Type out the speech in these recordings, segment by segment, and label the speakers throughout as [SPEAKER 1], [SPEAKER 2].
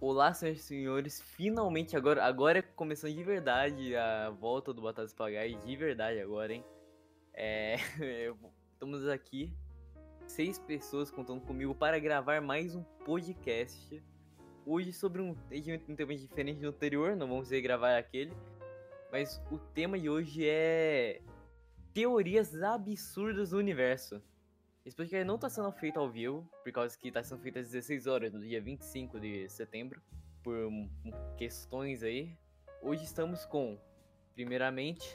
[SPEAKER 1] Olá, senhoras e senhores, finalmente agora, agora é começando de verdade a volta do Batalha Pagai, de verdade agora, hein? É, estamos aqui, seis pessoas contando comigo para gravar mais um podcast. Hoje sobre um, um tema diferente do anterior, não vamos dizer gravar aquele, mas o tema de hoje é teorias absurdas do universo. Esse podcast não está sendo feito ao vivo, por causa que está sendo feito às 16 horas, no dia 25 de setembro, por um, questões aí. Hoje estamos com, primeiramente,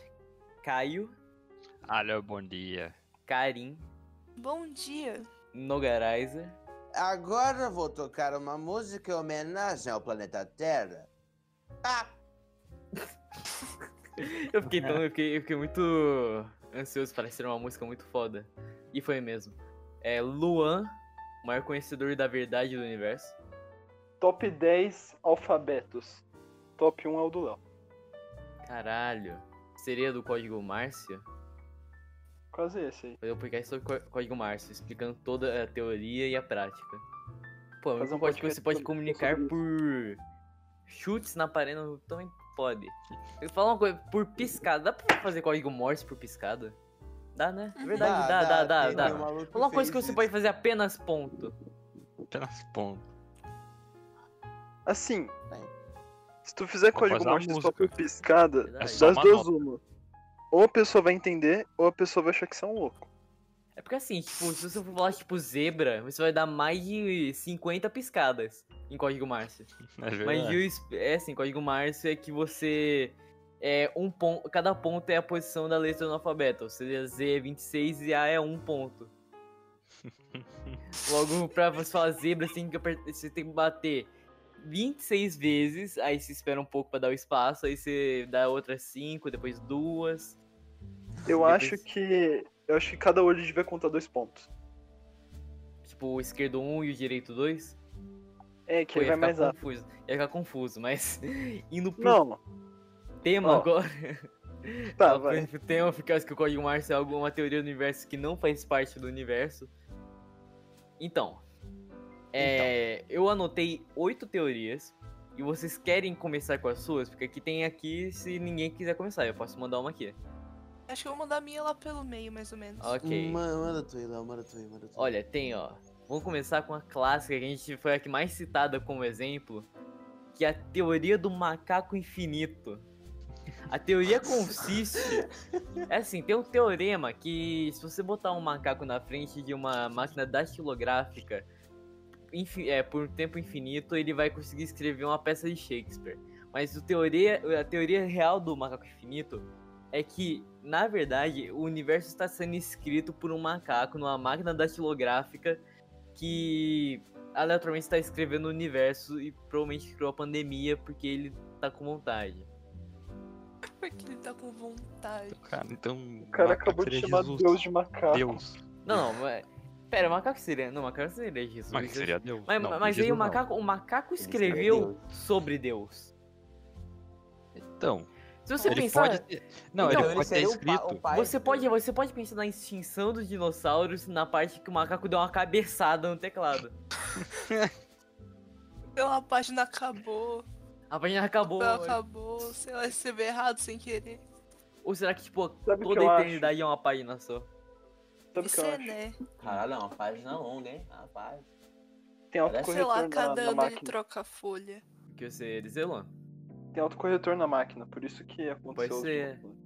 [SPEAKER 1] Caio.
[SPEAKER 2] Alô, bom dia.
[SPEAKER 1] Karim.
[SPEAKER 3] Bom dia.
[SPEAKER 1] Nogaraiza.
[SPEAKER 4] Agora vou tocar uma música em homenagem ao planeta Terra. Ah!
[SPEAKER 1] eu, fiquei tão, eu, fiquei, eu fiquei muito ansioso para ser uma música muito foda. E foi mesmo. É Luan, o maior conhecedor da verdade do universo.
[SPEAKER 5] Top 10 alfabetos. Top 1 é o do Léo.
[SPEAKER 1] Caralho. Seria do código Márcio?
[SPEAKER 5] Quase esse aí.
[SPEAKER 1] Fazer um podcast sobre código Márcio, explicando toda a teoria e a prática. Pô, mas
[SPEAKER 5] Fazer
[SPEAKER 1] um podcast que
[SPEAKER 5] um podcast
[SPEAKER 1] você pode
[SPEAKER 5] sobre-
[SPEAKER 1] comunicar
[SPEAKER 5] sobre
[SPEAKER 1] por chutes na parede não, também pode. Eu falo uma coisa, por piscada. Dá pra fazer código Morse por piscada? Dá, né?
[SPEAKER 3] Uhum.
[SPEAKER 1] Verdade, dá, dá, dá,
[SPEAKER 4] tem
[SPEAKER 1] dá.
[SPEAKER 4] um maluco
[SPEAKER 1] Uma coisa
[SPEAKER 4] fez
[SPEAKER 1] que você
[SPEAKER 4] isso.
[SPEAKER 1] pode fazer apenas ponto.
[SPEAKER 2] Apenas ponto.
[SPEAKER 5] Assim,
[SPEAKER 4] Bem.
[SPEAKER 5] se tu fizer
[SPEAKER 2] Vou
[SPEAKER 5] código
[SPEAKER 2] fazer uma
[SPEAKER 5] morte só
[SPEAKER 2] música.
[SPEAKER 5] por piscada,
[SPEAKER 1] Verdade. É
[SPEAKER 5] das
[SPEAKER 2] só uma
[SPEAKER 5] duas
[SPEAKER 2] nota.
[SPEAKER 5] uma. Ou a pessoa vai entender, ou a pessoa vai achar que você é um louco.
[SPEAKER 1] É porque assim, tipo, se você for falar tipo zebra, você vai dar mais de 50 piscadas em código Márcio.
[SPEAKER 2] É
[SPEAKER 1] Mas
[SPEAKER 2] verdade.
[SPEAKER 1] e o es- é assim, código Márcio é que você. É um ponto. Cada ponto é a posição da letra no alfabeto. Ou seja, Z é 26 e A é um ponto. Logo, pra você falar zebra, você tem que, aper- você tem que bater 26 vezes. Aí você espera um pouco pra dar o espaço. Aí você dá outras 5, depois duas.
[SPEAKER 5] Eu
[SPEAKER 1] Depois-
[SPEAKER 5] acho que. Eu acho que cada olho devia contar dois pontos.
[SPEAKER 1] Tipo, o esquerdo 1 um e o direito 2.
[SPEAKER 5] É, que aí vai mais rápido.
[SPEAKER 1] confuso. Ia ficar confuso, mas. Indo pro
[SPEAKER 5] Não,
[SPEAKER 1] tema
[SPEAKER 5] ó.
[SPEAKER 1] agora.
[SPEAKER 5] tá,
[SPEAKER 1] Ela
[SPEAKER 5] vai.
[SPEAKER 1] foi- Então, Tem uma eficácia que o código Morse é alguma teoria do universo que não faz parte do universo. Então, é,
[SPEAKER 5] Então.
[SPEAKER 1] eu anotei oito teorias e vocês querem começar com as suas? Porque aqui tem aqui, se ninguém quiser começar, eu posso mandar uma aqui.
[SPEAKER 3] Acho que eu vou mandar a minha lá pelo meio, mais ou menos.
[SPEAKER 1] Ok.
[SPEAKER 5] Hum,
[SPEAKER 4] Manda, Hum, manda tu aí, Léo, manda tu aí, manda tu aí.
[SPEAKER 1] Olha, tem, ó. Vamos começar com a clássica que a gente foi a que mais citada como exemplo, que é a teoria do macaco infinito. A teoria consiste. É assim, tem um teorema que se você botar um macaco na frente de uma máquina datilográfica infi- é, por um tempo infinito, ele vai conseguir escrever uma peça de Shakespeare. Mas o teoria, a teoria real do macaco infinito é que, na verdade, o universo está sendo escrito por um macaco numa máquina datilográfica que aleatoriamente está escrevendo o universo e provavelmente criou a pandemia porque ele tá com vontade.
[SPEAKER 3] Porque ele tá com vontade.
[SPEAKER 2] Cara, então.
[SPEAKER 5] O cara
[SPEAKER 2] macaco
[SPEAKER 5] acabou de
[SPEAKER 2] seria
[SPEAKER 5] chamar
[SPEAKER 2] Jesus.
[SPEAKER 5] Deus de macaco.
[SPEAKER 2] Deus.
[SPEAKER 1] Não, não, mas- pera, macaco seria. Não, macaco seria Jesus.
[SPEAKER 2] Mas que seria Deus.
[SPEAKER 1] Mas,
[SPEAKER 2] Não,
[SPEAKER 1] mas
[SPEAKER 2] Jesus
[SPEAKER 1] aí o
[SPEAKER 2] não.
[SPEAKER 1] macaco, o macaco
[SPEAKER 4] escreveu
[SPEAKER 1] escreveu sobre Deus.
[SPEAKER 2] Então,
[SPEAKER 1] Se você
[SPEAKER 2] ele
[SPEAKER 1] pensar.
[SPEAKER 2] pode ter. Não,
[SPEAKER 1] Então,
[SPEAKER 2] ele pode ter
[SPEAKER 4] seria o pa-
[SPEAKER 2] escrito.
[SPEAKER 4] o pai
[SPEAKER 1] Você
[SPEAKER 4] de
[SPEAKER 1] pode,
[SPEAKER 4] Deus.
[SPEAKER 1] você pode pensar na extinção dos dinossauros na parte que o macaco deu uma cabeçada no teclado.
[SPEAKER 3] Pela página acabou.
[SPEAKER 1] A página acabou.
[SPEAKER 3] Pela acabou. Sei lá, escreveu errado sem querer.
[SPEAKER 1] Ou será que, tipo,
[SPEAKER 5] Sabe o que
[SPEAKER 1] toda
[SPEAKER 5] eu
[SPEAKER 1] a
[SPEAKER 5] acho?
[SPEAKER 1] eternidade é uma página só?
[SPEAKER 5] Sabe o que
[SPEAKER 3] Isso
[SPEAKER 5] eu
[SPEAKER 3] é,
[SPEAKER 5] acho?
[SPEAKER 3] né?
[SPEAKER 4] Caralho, é uma página longa, hein? Ah, Rapaz.
[SPEAKER 5] Tem
[SPEAKER 3] Sei
[SPEAKER 5] autocorretor
[SPEAKER 3] lá,
[SPEAKER 5] na,
[SPEAKER 3] cada
[SPEAKER 5] na
[SPEAKER 3] ano
[SPEAKER 5] máquina.
[SPEAKER 3] ele troca a folha.
[SPEAKER 1] O que você ia dizer, Luan?
[SPEAKER 5] Tem autocorretor na máquina, por isso que aconteceu.
[SPEAKER 1] Pode
[SPEAKER 5] os
[SPEAKER 1] ser.
[SPEAKER 5] números.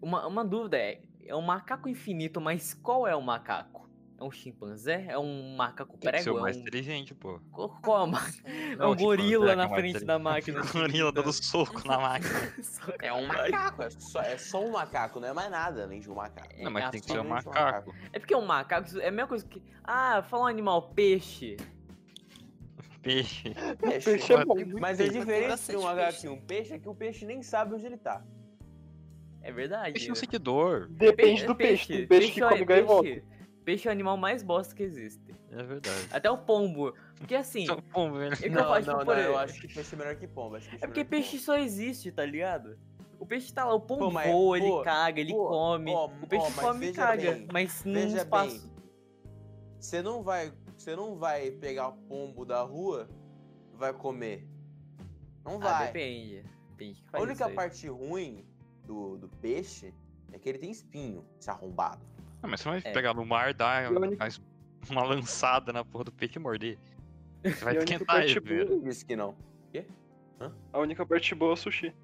[SPEAKER 1] Uma, uma dúvida é, é um macaco infinito, mas qual é o macaco? É um chimpanzé? É um macaco
[SPEAKER 2] Tem que ser
[SPEAKER 1] prego?
[SPEAKER 2] o mais
[SPEAKER 1] É um...
[SPEAKER 2] inteligente, pô.
[SPEAKER 1] Qual qual é o ma-
[SPEAKER 3] É.
[SPEAKER 1] É um
[SPEAKER 2] Não, tipo,
[SPEAKER 1] gorila
[SPEAKER 2] é que é
[SPEAKER 1] na
[SPEAKER 2] o mais
[SPEAKER 1] frente da
[SPEAKER 2] inteligente.
[SPEAKER 1] máquina. assim, tipo, né?
[SPEAKER 2] O gorila dando soco na máquina.
[SPEAKER 1] É um
[SPEAKER 4] Macaco, é só, é só um macaco, não é mais nada além de um macaco.
[SPEAKER 2] Não, mas tem que ser um
[SPEAKER 4] apenas um
[SPEAKER 2] macaco.
[SPEAKER 1] É porque é um macaco, isso é a mesma coisa que. Ah, fala um animal, peixe.
[SPEAKER 2] Peixe.
[SPEAKER 4] Peixe.
[SPEAKER 5] Peixe é bom.
[SPEAKER 4] Mas é
[SPEAKER 3] Tem
[SPEAKER 4] diferente de
[SPEAKER 3] bastante
[SPEAKER 4] um macaco.
[SPEAKER 3] peixe.
[SPEAKER 4] Um peixe é que o peixe nem sabe onde ele tá.
[SPEAKER 1] É verdade.
[SPEAKER 2] Peixe é um seguidor.
[SPEAKER 5] Depende do peixe. Tem peixe que
[SPEAKER 1] é-
[SPEAKER 5] come gaivota.
[SPEAKER 1] peixe- Peixe é o animal mais bosta que existe.
[SPEAKER 2] É verdade.
[SPEAKER 1] Até o pombo. Porque assim,
[SPEAKER 2] Então, pô, velho.
[SPEAKER 1] É que eu
[SPEAKER 4] não,
[SPEAKER 1] falo, tipo,
[SPEAKER 4] não,
[SPEAKER 1] por
[SPEAKER 4] não, eu
[SPEAKER 1] aí.
[SPEAKER 4] acho que peixe é melhor que pomba. acho que
[SPEAKER 1] é porque
[SPEAKER 4] melhor que
[SPEAKER 1] peixe só existe, tá ligado? O peixe tá lá, o pombo
[SPEAKER 4] Pô, mas-
[SPEAKER 1] voa, ele
[SPEAKER 4] pô,
[SPEAKER 1] caga, ele
[SPEAKER 4] pô,
[SPEAKER 1] come.
[SPEAKER 4] ó,
[SPEAKER 1] o peixe
[SPEAKER 4] ó, mas
[SPEAKER 1] come e
[SPEAKER 4] veja
[SPEAKER 1] caga,
[SPEAKER 4] bem,
[SPEAKER 1] mas num
[SPEAKER 4] veja
[SPEAKER 1] espaço.
[SPEAKER 4] Você não vai, você não vai pegar pombo da rua, vai comer? Não
[SPEAKER 1] Ah,
[SPEAKER 4] vai.
[SPEAKER 1] depende. Depende que
[SPEAKER 4] a
[SPEAKER 1] faz
[SPEAKER 4] única
[SPEAKER 1] isso aí.
[SPEAKER 4] parte ruim do, do peixe é que ele tem espinho, se arrombado.
[SPEAKER 2] Ah, mas você não vai
[SPEAKER 1] É.
[SPEAKER 2] pegar no mar, dar
[SPEAKER 5] E o único-
[SPEAKER 2] mais uma lançada na porra do peixe e morder. Você vai
[SPEAKER 5] E a única
[SPEAKER 2] esquentar ele,
[SPEAKER 5] parte boa-
[SPEAKER 2] velho.
[SPEAKER 4] Ele disse que não.
[SPEAKER 5] A única parte boa é o sushi.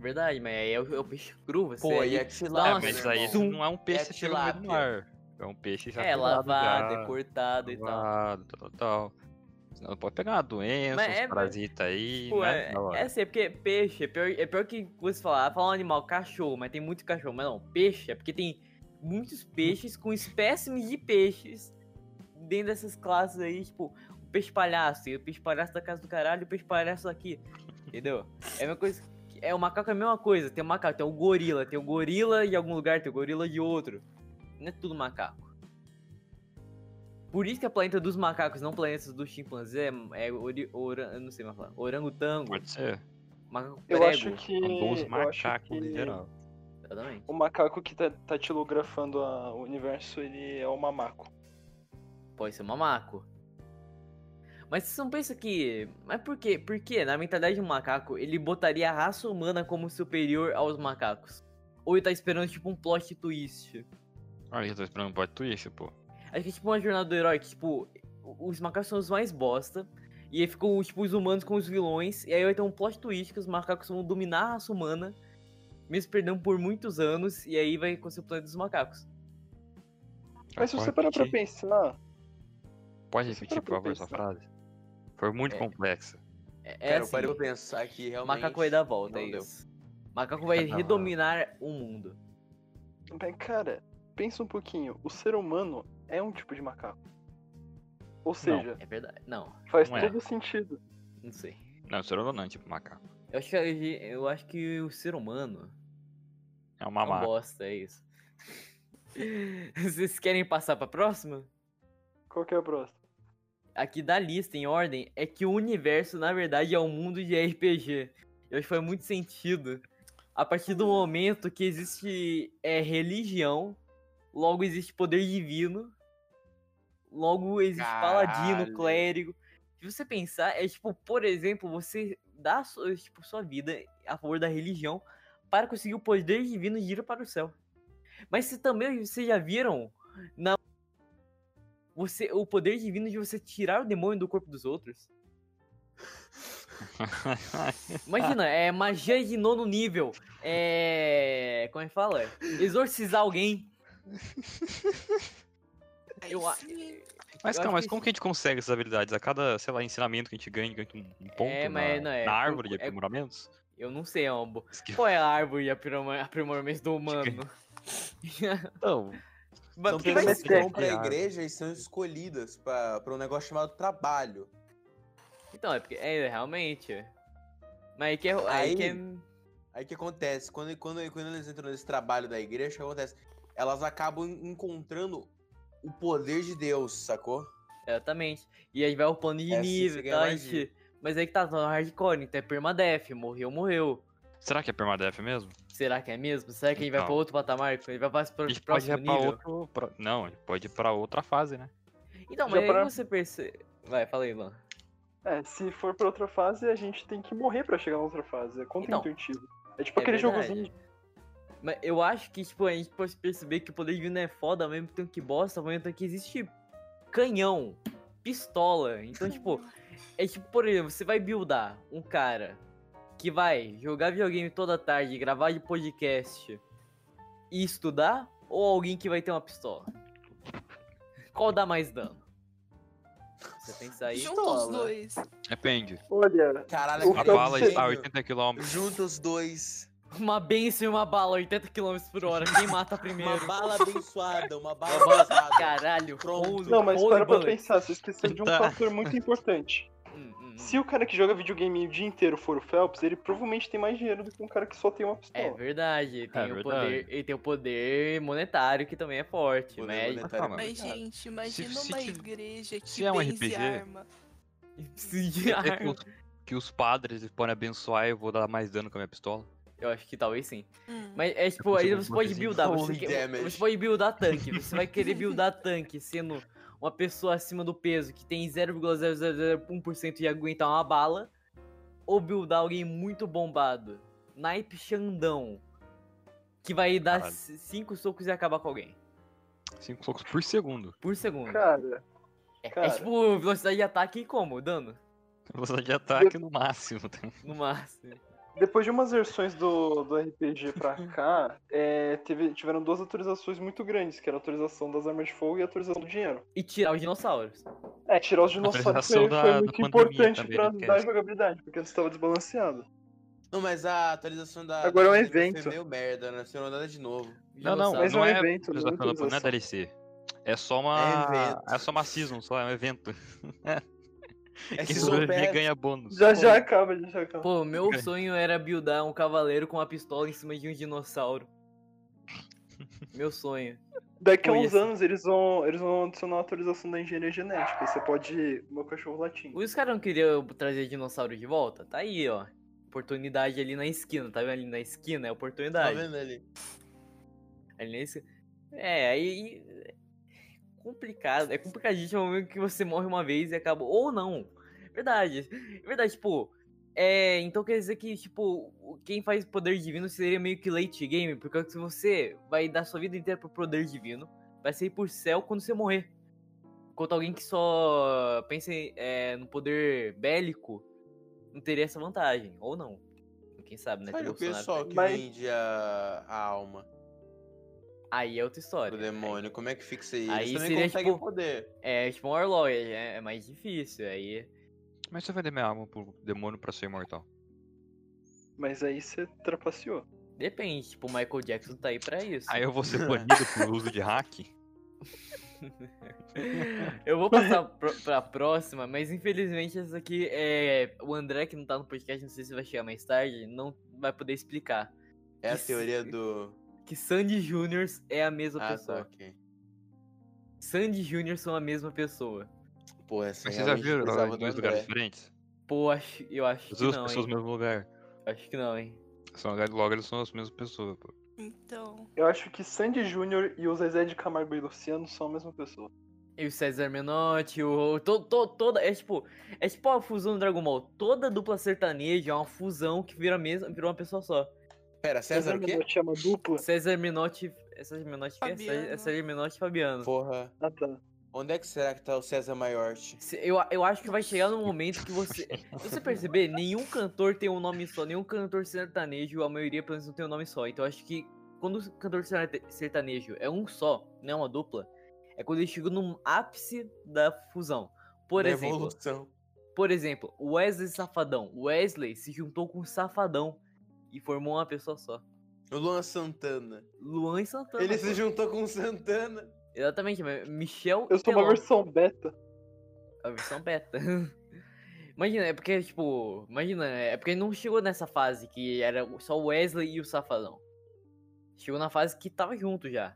[SPEAKER 1] Verdade, mas aí é o, é o peixe cru, você.
[SPEAKER 4] Pô, e
[SPEAKER 1] aí- é
[SPEAKER 4] a tilápia,
[SPEAKER 2] Ah,
[SPEAKER 1] Nossa,
[SPEAKER 2] mas isso aí
[SPEAKER 4] irmão?
[SPEAKER 1] zoom.
[SPEAKER 2] não é um peixe
[SPEAKER 4] É
[SPEAKER 2] que pega no meio do
[SPEAKER 4] tilápia.
[SPEAKER 2] mar. É um peixe já
[SPEAKER 1] é lavado, é cortado e tal.
[SPEAKER 2] lavado, tal, tal. Senão pode pegar uma doença,
[SPEAKER 1] Mas
[SPEAKER 2] uns
[SPEAKER 1] é-
[SPEAKER 2] parasitas aí,
[SPEAKER 1] Pô,
[SPEAKER 2] né?
[SPEAKER 1] é,
[SPEAKER 2] Da hora.
[SPEAKER 1] é assim, é porque peixe é pior, é pior que você falar, falar um animal, cachorro, mas tem muito cachorro, mas não, peixe é porque tem muitos peixes com espécimes de peixes dentro dessas classes aí, tipo, o peixe palhaço, e o peixe palhaço da casa do caralho, e o peixe palhaço daqui, entendeu? É a mesma coisa, que- é o macaco é a mesma coisa, tem o macaco, tem o gorila, tem o gorila de algum lugar, tem o gorila de outro, não é tudo macaco. Por isso que a planeta dos macacos, não planeta dos chimpanzés, é, é ori, ora- eu não sei mais falar, orangotango.
[SPEAKER 2] Pode ser.
[SPEAKER 1] Macaco
[SPEAKER 5] Eu
[SPEAKER 1] prego.
[SPEAKER 5] acho que.
[SPEAKER 2] São bons
[SPEAKER 5] eu acho
[SPEAKER 2] macacos
[SPEAKER 5] que
[SPEAKER 2] em geral.
[SPEAKER 1] Exatamente.
[SPEAKER 5] O macaco que tá tatilografando a- o universo, ele é o mamaco.
[SPEAKER 1] Pode ser um mamaco. Mas você não pensa que. Mas por quê? Por quê? Na mentalidade de um macaco, ele botaria a raça humana como superior aos macacos. Ou ele tá esperando, tipo, um plot twist.
[SPEAKER 2] Olha, eu tô esperando um plot twist, pô.
[SPEAKER 1] Acho que é tipo uma jornada do herói que, tipo, os macacos são os mais bosta. E aí ficam, tipo, os humanos com os vilões. E aí vai ter um plot twist que os macacos vão dominar a raça humana. Mesmo perdendo por muitos anos. E aí vai acontecer o planeta dos macacos.
[SPEAKER 5] Mas se você
[SPEAKER 2] Pode
[SPEAKER 5] parar pra
[SPEAKER 2] que-
[SPEAKER 5] pensar,
[SPEAKER 2] Pode
[SPEAKER 5] se você
[SPEAKER 2] repetir, por
[SPEAKER 5] parar pra
[SPEAKER 2] favor, essa frase? Foi muito
[SPEAKER 1] É.
[SPEAKER 2] complexa.
[SPEAKER 1] É, é
[SPEAKER 4] Cara, eu
[SPEAKER 1] assim.
[SPEAKER 4] parei pra pensar que
[SPEAKER 1] O
[SPEAKER 4] realmente... Então,
[SPEAKER 1] macaco vai dar a volta,
[SPEAKER 4] não
[SPEAKER 1] é
[SPEAKER 4] deu.
[SPEAKER 1] isso. Macaco vai
[SPEAKER 2] Vai dar a
[SPEAKER 1] redominar o mundo.
[SPEAKER 5] bem, cara, pensa um pouquinho. O ser humano é um tipo de macaco. Ou seja,
[SPEAKER 1] É verdade? Não,
[SPEAKER 5] faz
[SPEAKER 2] não é.
[SPEAKER 5] todo sentido.
[SPEAKER 1] não sei.
[SPEAKER 2] Não, cerola não é tipo macaco.
[SPEAKER 1] Eu acho que, a ge- eu acho que o ser humano
[SPEAKER 2] É um
[SPEAKER 1] é uma
[SPEAKER 2] mamaco.
[SPEAKER 1] bosta, é isso. Vocês querem passar pra próxima?
[SPEAKER 5] Qual que é a próxima?
[SPEAKER 1] Aqui da lista, em ordem, é que o universo, na verdade, é um mundo de RPG. Eu acho que faz muito sentido. A partir do momento que existe é, religião, logo existe poder divino, logo existe paladino,
[SPEAKER 4] Caralho.
[SPEAKER 1] clérigo. Se você pensar, é tipo, por exemplo, você dá a sua, tipo, sua vida a favor da religião para conseguir o poder divino de ir para o céu. Mas se também vocês já viram na você o poder divino de você tirar o demônio do corpo dos outros? Imagina, é magia de nono nível. É. Como é que fala? Exorcizar alguém.
[SPEAKER 3] Aí
[SPEAKER 1] Eu a-
[SPEAKER 3] sim,
[SPEAKER 2] Mas
[SPEAKER 1] Eu acho
[SPEAKER 2] calma, mas
[SPEAKER 1] que
[SPEAKER 2] como que a gente consegue essas habilidades? A cada, sei lá, ensinamento que a gente ganha, ganha um um ponto
[SPEAKER 1] mas não,
[SPEAKER 2] na,
[SPEAKER 1] é
[SPEAKER 2] na
[SPEAKER 1] com-
[SPEAKER 2] árvore de
[SPEAKER 1] é-
[SPEAKER 2] aprimoramentos?
[SPEAKER 1] Eu não sei, Ambo.
[SPEAKER 2] Esque-
[SPEAKER 1] Qual é a árvore de aprimor- aprimoramento do humano?
[SPEAKER 2] Não,
[SPEAKER 1] Mas
[SPEAKER 4] São
[SPEAKER 1] porque
[SPEAKER 5] vai
[SPEAKER 4] pessoas
[SPEAKER 5] ser
[SPEAKER 4] que vão
[SPEAKER 2] que
[SPEAKER 4] pra
[SPEAKER 2] abre.
[SPEAKER 4] igreja e são escolhidas pra, pra um negócio chamado trabalho.
[SPEAKER 1] Então, é porque. É, realmente. Mas aí que é. Aí
[SPEAKER 4] Aí-
[SPEAKER 1] que é...
[SPEAKER 4] Aí o que acontece? Quando, quando, quando eles entram nesse trabalho da igreja, o que acontece? Elas acabam en- encontrando o poder de Deus, sacou?
[SPEAKER 1] Exatamente. E aí vai o plano de
[SPEAKER 4] É assim que
[SPEAKER 1] nível
[SPEAKER 4] você
[SPEAKER 1] e
[SPEAKER 4] ganha
[SPEAKER 1] tal. a
[SPEAKER 4] magia.
[SPEAKER 1] gente- Mas aí que tá no hardcore, então é permadeath. Morreu, morreu.
[SPEAKER 2] Será que é permadef mesmo?
[SPEAKER 1] Será que é mesmo? Será que ele vai
[SPEAKER 2] Então.
[SPEAKER 1] pra outro patamar? Ele vai pra
[SPEAKER 2] A
[SPEAKER 1] pro
[SPEAKER 2] gente pode
[SPEAKER 1] próximo
[SPEAKER 2] ir pra
[SPEAKER 1] nível?
[SPEAKER 2] outro. pra- Não, a gente pode ir pra outra fase, né?
[SPEAKER 1] Então,
[SPEAKER 5] Já
[SPEAKER 1] mas aí
[SPEAKER 5] pra-
[SPEAKER 1] você percebe. Vai, fala aí, Lan.
[SPEAKER 5] É, se for pra outra fase, a gente tem que morrer pra chegar na outra
[SPEAKER 2] Então,
[SPEAKER 5] fase. É contra-intuitivo. É tipo
[SPEAKER 1] É
[SPEAKER 5] aquele
[SPEAKER 1] verdade.
[SPEAKER 5] jogozinho de
[SPEAKER 1] Mas eu acho que, tipo, a gente pode perceber que o poder divino é foda, ao mesmo tempo que bosta, ao mesmo tempo que existe canhão, pistola. Então, tipo, é tipo, por exemplo, você vai buildar um cara que vai jogar videogame toda tarde, gravar de podcast e estudar, ou alguém que vai ter uma pistola? Qual dá mais dano? Você pensa aí.
[SPEAKER 3] Junta os
[SPEAKER 4] Pistola.
[SPEAKER 3] dois.
[SPEAKER 2] Depende.
[SPEAKER 5] Olha,
[SPEAKER 4] Caralho,
[SPEAKER 5] O
[SPEAKER 2] A
[SPEAKER 5] que eu
[SPEAKER 2] é bala
[SPEAKER 5] sei-
[SPEAKER 2] está a 80 km.
[SPEAKER 4] Junta os dois.
[SPEAKER 1] Uma benção e uma bala, 80 km por hora. Quem mata primeiro?
[SPEAKER 4] Uma bala abençoada, uma bala
[SPEAKER 1] Uma bala-
[SPEAKER 4] abençoada.
[SPEAKER 1] Caralho,
[SPEAKER 4] Pronto.
[SPEAKER 1] holy-
[SPEAKER 5] não, mas
[SPEAKER 1] holy
[SPEAKER 5] para pra
[SPEAKER 1] bullet.
[SPEAKER 5] pensar, você esqueceu de um
[SPEAKER 2] Tá.
[SPEAKER 5] fator muito importante.
[SPEAKER 1] Hum, hum, hum.
[SPEAKER 5] Se o cara que joga videogame o dia inteiro for o Phelps, ele provavelmente tem mais dinheiro do que um cara que só tem uma pistola.
[SPEAKER 1] É verdade, ele tem, o
[SPEAKER 2] verdade.
[SPEAKER 1] poder, ele tem o poder monetário que também é forte,
[SPEAKER 4] Poder
[SPEAKER 1] mas
[SPEAKER 4] monetário.
[SPEAKER 2] calma.
[SPEAKER 3] Mas, gente, imagina
[SPEAKER 2] se
[SPEAKER 3] uma
[SPEAKER 2] que-
[SPEAKER 3] igreja que
[SPEAKER 2] se é um
[SPEAKER 3] benze
[SPEAKER 2] RPG,
[SPEAKER 3] arma.
[SPEAKER 1] ele precisa de
[SPEAKER 2] É que
[SPEAKER 1] arma.
[SPEAKER 2] os- que os padres podem abençoar e eu vou dar mais dano com a minha pistola.
[SPEAKER 1] Eu acho que talvez sim.
[SPEAKER 3] Hum.
[SPEAKER 1] Mas é tipo, aí
[SPEAKER 2] consigo
[SPEAKER 1] você pode
[SPEAKER 2] fazer
[SPEAKER 1] buildar, você,
[SPEAKER 4] Holy
[SPEAKER 1] que-
[SPEAKER 4] damage.
[SPEAKER 1] você pode buildar tanque, você vai querer buildar tanque sendo uma pessoa acima do peso que tem 0,0001% de aguentar uma bala, ou buildar alguém muito bombado, naipe Xandão, que vai dar
[SPEAKER 2] Caralho.
[SPEAKER 1] 5 socos e acabar com alguém,
[SPEAKER 2] Cinco socos por segundo.
[SPEAKER 1] por segundo.
[SPEAKER 5] Cara,
[SPEAKER 1] É- é,
[SPEAKER 5] cara.
[SPEAKER 1] tipo velocidade de ataque e como? Dano,
[SPEAKER 2] Velocidade de ataque no máximo. tá?
[SPEAKER 1] no máximo.
[SPEAKER 5] depois de umas versões do, do RPG pra cá, é, teve- tiveram duas autorizações muito grandes, que era a autorização das armas de fogo e a autorização do dinheiro.
[SPEAKER 1] E tirar os dinossauros.
[SPEAKER 5] É, tirar os dinossauros
[SPEAKER 2] Autorização
[SPEAKER 5] foi,
[SPEAKER 2] da-
[SPEAKER 5] foi
[SPEAKER 2] da
[SPEAKER 5] muito
[SPEAKER 2] pandemia
[SPEAKER 5] importante
[SPEAKER 2] também,
[SPEAKER 5] pra
[SPEAKER 2] né,
[SPEAKER 5] dar
[SPEAKER 2] Cass?
[SPEAKER 5] jogabilidade, porque você estava desbalanceado.
[SPEAKER 4] Não, mas a atualização da.
[SPEAKER 5] Agora é um
[SPEAKER 4] da Nintendo
[SPEAKER 5] evento.
[SPEAKER 4] Foi meio merda, né? Não nada de novo.
[SPEAKER 2] Não, não,
[SPEAKER 5] Mas
[SPEAKER 2] não
[SPEAKER 5] é um
[SPEAKER 2] é,
[SPEAKER 5] evento, não é
[SPEAKER 2] não, não é
[SPEAKER 5] atualização.
[SPEAKER 2] DLC. É só
[SPEAKER 4] É
[SPEAKER 2] uma.
[SPEAKER 4] evento.
[SPEAKER 2] É, só uma season, só é um evento.
[SPEAKER 4] É
[SPEAKER 2] Quem
[SPEAKER 4] se
[SPEAKER 2] sobreviver
[SPEAKER 4] souber.
[SPEAKER 2] ganha bônus.
[SPEAKER 5] Já já acaba, já já acaba.
[SPEAKER 1] Pô, meu sonho era buildar um cavaleiro com uma pistola em cima de um dinossauro. Meu sonho.
[SPEAKER 5] Daqui a
[SPEAKER 1] Pô, ia
[SPEAKER 5] uns
[SPEAKER 1] ser-
[SPEAKER 5] anos eles vão, eles vão adicionar a autorização da engenharia genética. E você pode. Meu cachorro latindo.
[SPEAKER 1] Os caras não queriam trazer dinossauro de volta? Tá aí, ó. Oportunidade ali na esquina, tá vendo? Ali na esquina é
[SPEAKER 4] Tá
[SPEAKER 1] oportunidade.
[SPEAKER 4] vendo ali?
[SPEAKER 1] ali na esquina. É, aí. é Complicado. É complicadíssimo o momento que você morre uma vez e acabou. Ou não. Verdade. Verdade, tipo. É, então quer dizer que, tipo, o- quem faz poder divino seria meio que late game, porque se você vai dar sua vida inteira pro poder divino, vai sair por céu quando você morrer. Enquanto alguém que só pensa em, é, no poder bélico não teria essa vantagem, ou não. Quem sabe, né? Tem
[SPEAKER 4] Olha o
[SPEAKER 1] Bolsonaro
[SPEAKER 4] pessoal que
[SPEAKER 5] Mas-
[SPEAKER 4] vende a, a alma
[SPEAKER 1] Aí é outra história.
[SPEAKER 4] do demônio. Como é que fixa isso?
[SPEAKER 1] Aí
[SPEAKER 4] Eles também
[SPEAKER 1] seria,
[SPEAKER 4] conseguem
[SPEAKER 1] tipo,
[SPEAKER 4] poder.
[SPEAKER 1] É, tipo um Warlock, é, é mais difícil. Aí.
[SPEAKER 2] Como é que você vai vender minha alma pro demônio pra ser imortal?
[SPEAKER 5] Mas aí você trapaceou.
[SPEAKER 1] Depende, tipo, o Michael Jackson tá aí pra isso.
[SPEAKER 2] Aí eu vou ser banido por uso de hack?
[SPEAKER 1] Eu vou passar pro, pra próxima, mas infelizmente essa aqui é. O André, que não tá no podcast, não sei se vai chegar mais tarde, não vai poder explicar.
[SPEAKER 4] É a
[SPEAKER 1] que
[SPEAKER 4] teoria
[SPEAKER 1] se-
[SPEAKER 4] do.
[SPEAKER 1] Que Sandy Júnior é a mesma
[SPEAKER 4] Ah, tá,
[SPEAKER 1] pessoa.
[SPEAKER 4] ok.
[SPEAKER 1] Sandy Júnior são a mesma pessoa.
[SPEAKER 4] Porra, essa
[SPEAKER 2] Mas vocês já
[SPEAKER 4] realmente
[SPEAKER 2] viram ela
[SPEAKER 4] precisava
[SPEAKER 2] em
[SPEAKER 4] do
[SPEAKER 2] dois
[SPEAKER 4] André.
[SPEAKER 2] lugares diferentes?
[SPEAKER 1] Pô, acho, eu acho
[SPEAKER 2] As
[SPEAKER 1] que
[SPEAKER 2] duas
[SPEAKER 1] não,
[SPEAKER 2] pessoas
[SPEAKER 1] hein?
[SPEAKER 2] no mesmo lugar.
[SPEAKER 1] Acho que não, hein?
[SPEAKER 2] São, logo eles são as mesmas pessoas, pô.
[SPEAKER 3] Então,
[SPEAKER 5] Eu acho que Sandy Júnior e o Zezé de Camargo e Luciano são a mesma pessoa.
[SPEAKER 1] E o César Menotti, o. o- to- to- toda. É tipo. É tipo a fusão do Dragon Ball. Toda dupla sertaneja é uma fusão que vira, mesmo, vira uma pessoa só.
[SPEAKER 4] Pera, César o quê?
[SPEAKER 5] Menotti é uma dupla?
[SPEAKER 1] César Menotti. é César Menotti que é? César- é
[SPEAKER 3] Fabiano.
[SPEAKER 1] César Menotti e Fabiano.
[SPEAKER 4] Porra.
[SPEAKER 5] Ah tá.
[SPEAKER 4] Onde é que será que tá o César Maiorte?
[SPEAKER 1] Se- Eu, eu acho que vai chegar no momento que você. Se você perceber, nenhum cantor tem um nome só, nenhum cantor sertanejo, a maioria pelo menos não tem um nome só. Então eu acho que quando o cantor serte- sertanejo é um só, não é uma dupla, é quando ele chega no ápice da fusão. Por
[SPEAKER 4] Na
[SPEAKER 1] exemplo,
[SPEAKER 4] Evolução.
[SPEAKER 1] por exemplo, Wesley Safadão. Wesley se juntou com Safadão e formou uma pessoa só.
[SPEAKER 4] O Luan Santana.
[SPEAKER 1] Luan e Santana.
[SPEAKER 4] Ele se
[SPEAKER 1] pô.
[SPEAKER 4] juntou com o Santana.
[SPEAKER 1] Exatamente, mas Michel
[SPEAKER 5] Eu sou uma
[SPEAKER 1] Teló.
[SPEAKER 5] versão beta.
[SPEAKER 1] A versão beta. imagina, é porque, tipo, imagina, é porque não chegou nessa fase que era só o Wesley e o Safadão. Chegou na fase que tava junto já.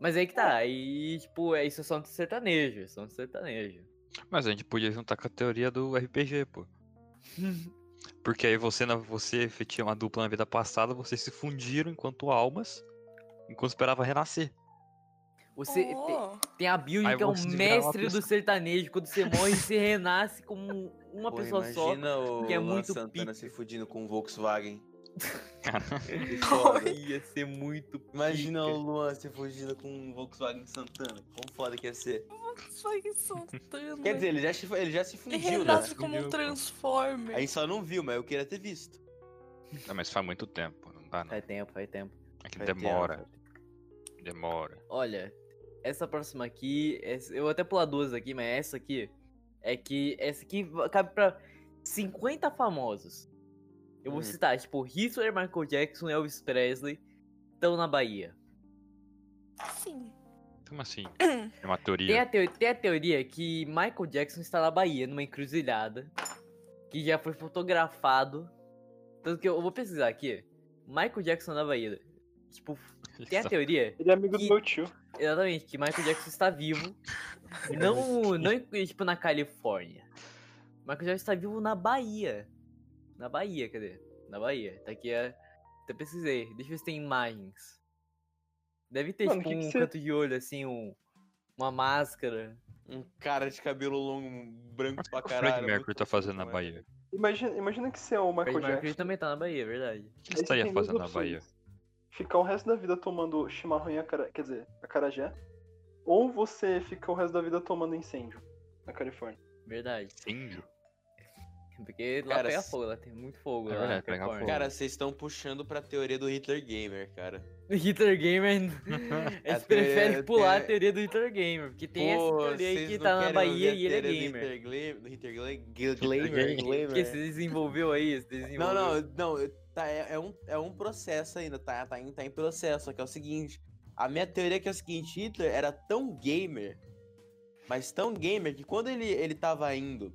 [SPEAKER 1] Mas aí que tá, aí, tipo, é isso é só um sertanejo, é só um sertanejo.
[SPEAKER 2] Mas a gente podia juntar com a teoria do RPG, pô. Porque aí você, na, você tinha uma dupla na vida passada, vocês se fundiram enquanto almas, enquanto esperava renascer.
[SPEAKER 1] Você te- tem,
[SPEAKER 3] oh,
[SPEAKER 1] a build
[SPEAKER 2] Aí
[SPEAKER 1] que é o
[SPEAKER 2] você vira uma
[SPEAKER 1] mestre do
[SPEAKER 2] pessoa.
[SPEAKER 1] sertanejo, quando você morre, você renasce como uma
[SPEAKER 4] Pô,
[SPEAKER 1] pessoa só.
[SPEAKER 4] imagina o
[SPEAKER 1] que é
[SPEAKER 4] Luan
[SPEAKER 1] muito
[SPEAKER 4] Santana
[SPEAKER 1] pica.
[SPEAKER 4] se fudindo com o Volkswagen. Que
[SPEAKER 3] Oi.
[SPEAKER 4] foda.
[SPEAKER 1] Ia ser muito
[SPEAKER 4] Imagina
[SPEAKER 1] pica.
[SPEAKER 4] o Luan se fugindo com um Volkswagen Santana. Como foda que ia ser.
[SPEAKER 3] só que Santana.
[SPEAKER 4] Quer dizer, ele já, se- ele já se
[SPEAKER 3] ele
[SPEAKER 4] fundiu, né?
[SPEAKER 3] renasce como um
[SPEAKER 2] Fundiu, pô.
[SPEAKER 3] Transformer.
[SPEAKER 4] Aí só não viu, mas eu queria ter visto.
[SPEAKER 2] Não, mas faz muito tempo, não dá não.
[SPEAKER 1] Faz tempo, faz tempo.
[SPEAKER 2] É que
[SPEAKER 4] Vai ter,
[SPEAKER 2] demora, demora.
[SPEAKER 1] Olha, essa próxima aqui, essa- eu vou até pular duas aqui, mas essa aqui é que essa aqui va- cabe pra 50 famosos. Eu vou
[SPEAKER 4] Hum.
[SPEAKER 1] citar, tipo, Hitler, Michael Jackson, Elvis Presley, estão na Bahia.
[SPEAKER 3] Sim.
[SPEAKER 2] Como assim? É uma teoria.
[SPEAKER 1] Tem a, teo- tem a teoria que Michael Jackson está na Bahia, numa encruzilhada, que já foi fotografado. Tanto que eu, eu vou pesquisar aqui. Michael Jackson na Bahia. Tipo, tem a
[SPEAKER 2] Isso. tá
[SPEAKER 1] teoria
[SPEAKER 5] Ele é amigo
[SPEAKER 1] Que-
[SPEAKER 5] do meu tio.
[SPEAKER 1] Exatamente, que Michael Jackson está vivo. Não, não em- tipo, na Califórnia. Michael Jackson está vivo na Bahia. Na Bahia, cadê? Na Bahia. Tá aqui, é... até pesquisei. Deixa eu ver se tem imagens. Deve ter,
[SPEAKER 5] Mano,
[SPEAKER 1] tipo,
[SPEAKER 5] que que
[SPEAKER 1] um
[SPEAKER 5] você-
[SPEAKER 1] canto de olho, assim, um, uma máscara.
[SPEAKER 4] Um cara de cabelo longo, um branco pra
[SPEAKER 2] O que o Fred
[SPEAKER 1] é
[SPEAKER 4] caralho.
[SPEAKER 2] Mercury tá fazendo na
[SPEAKER 4] Ué.
[SPEAKER 2] Bahia?
[SPEAKER 5] Imagina, imagina que você é o
[SPEAKER 1] Fred
[SPEAKER 5] Michael
[SPEAKER 1] Mercury
[SPEAKER 5] Jackson.
[SPEAKER 1] também tá na Bahia, é verdade.
[SPEAKER 2] O que ele
[SPEAKER 5] Aí você
[SPEAKER 2] estaria
[SPEAKER 5] tem duas
[SPEAKER 2] fazendo na
[SPEAKER 5] opções.
[SPEAKER 2] Bahia?
[SPEAKER 5] Ficar o resto da vida tomando chimarrão e acarajé, quer dizer, acarajé. Ou você fica o resto da vida tomando incêndio na Califórnia.
[SPEAKER 1] Verdade.
[SPEAKER 2] Incêndio?
[SPEAKER 1] Porque lá
[SPEAKER 4] Cara,
[SPEAKER 1] pega
[SPEAKER 4] se-
[SPEAKER 1] fogo, lá tem muito fogo.
[SPEAKER 2] É
[SPEAKER 1] lá na
[SPEAKER 2] verdade, pega
[SPEAKER 1] Califórnia.
[SPEAKER 4] Cara, vocês estão puxando pra teoria do Hitler Gamer, cara.
[SPEAKER 1] Hitler Gamer. né? Eles
[SPEAKER 4] A teoria-
[SPEAKER 1] preferem pular a
[SPEAKER 4] teoria-
[SPEAKER 1] teoria do Hitler Gamer. Porque tem
[SPEAKER 4] Pô,
[SPEAKER 1] essa teoria aí
[SPEAKER 4] vocês
[SPEAKER 1] que
[SPEAKER 4] não
[SPEAKER 1] tá na
[SPEAKER 4] querem
[SPEAKER 1] Bahia
[SPEAKER 4] ouvir
[SPEAKER 1] e ele é
[SPEAKER 4] a teoria
[SPEAKER 1] gamer.
[SPEAKER 4] Do Hitler Gla- do Hitler Gla-
[SPEAKER 2] Hitler
[SPEAKER 4] Glamer?
[SPEAKER 2] Gamer.
[SPEAKER 1] Porque
[SPEAKER 4] Glamer?
[SPEAKER 1] se desenvolveu aí, se
[SPEAKER 4] Não,
[SPEAKER 1] desenvolveu.
[SPEAKER 4] não, não. Tá, é, é um, é um processo ainda, tá, tá, em, tá em processo. Só que é o seguinte: a minha teoria é que é o seguinte: Hitler era tão gamer, mas tão gamer, que quando ele, ele tava indo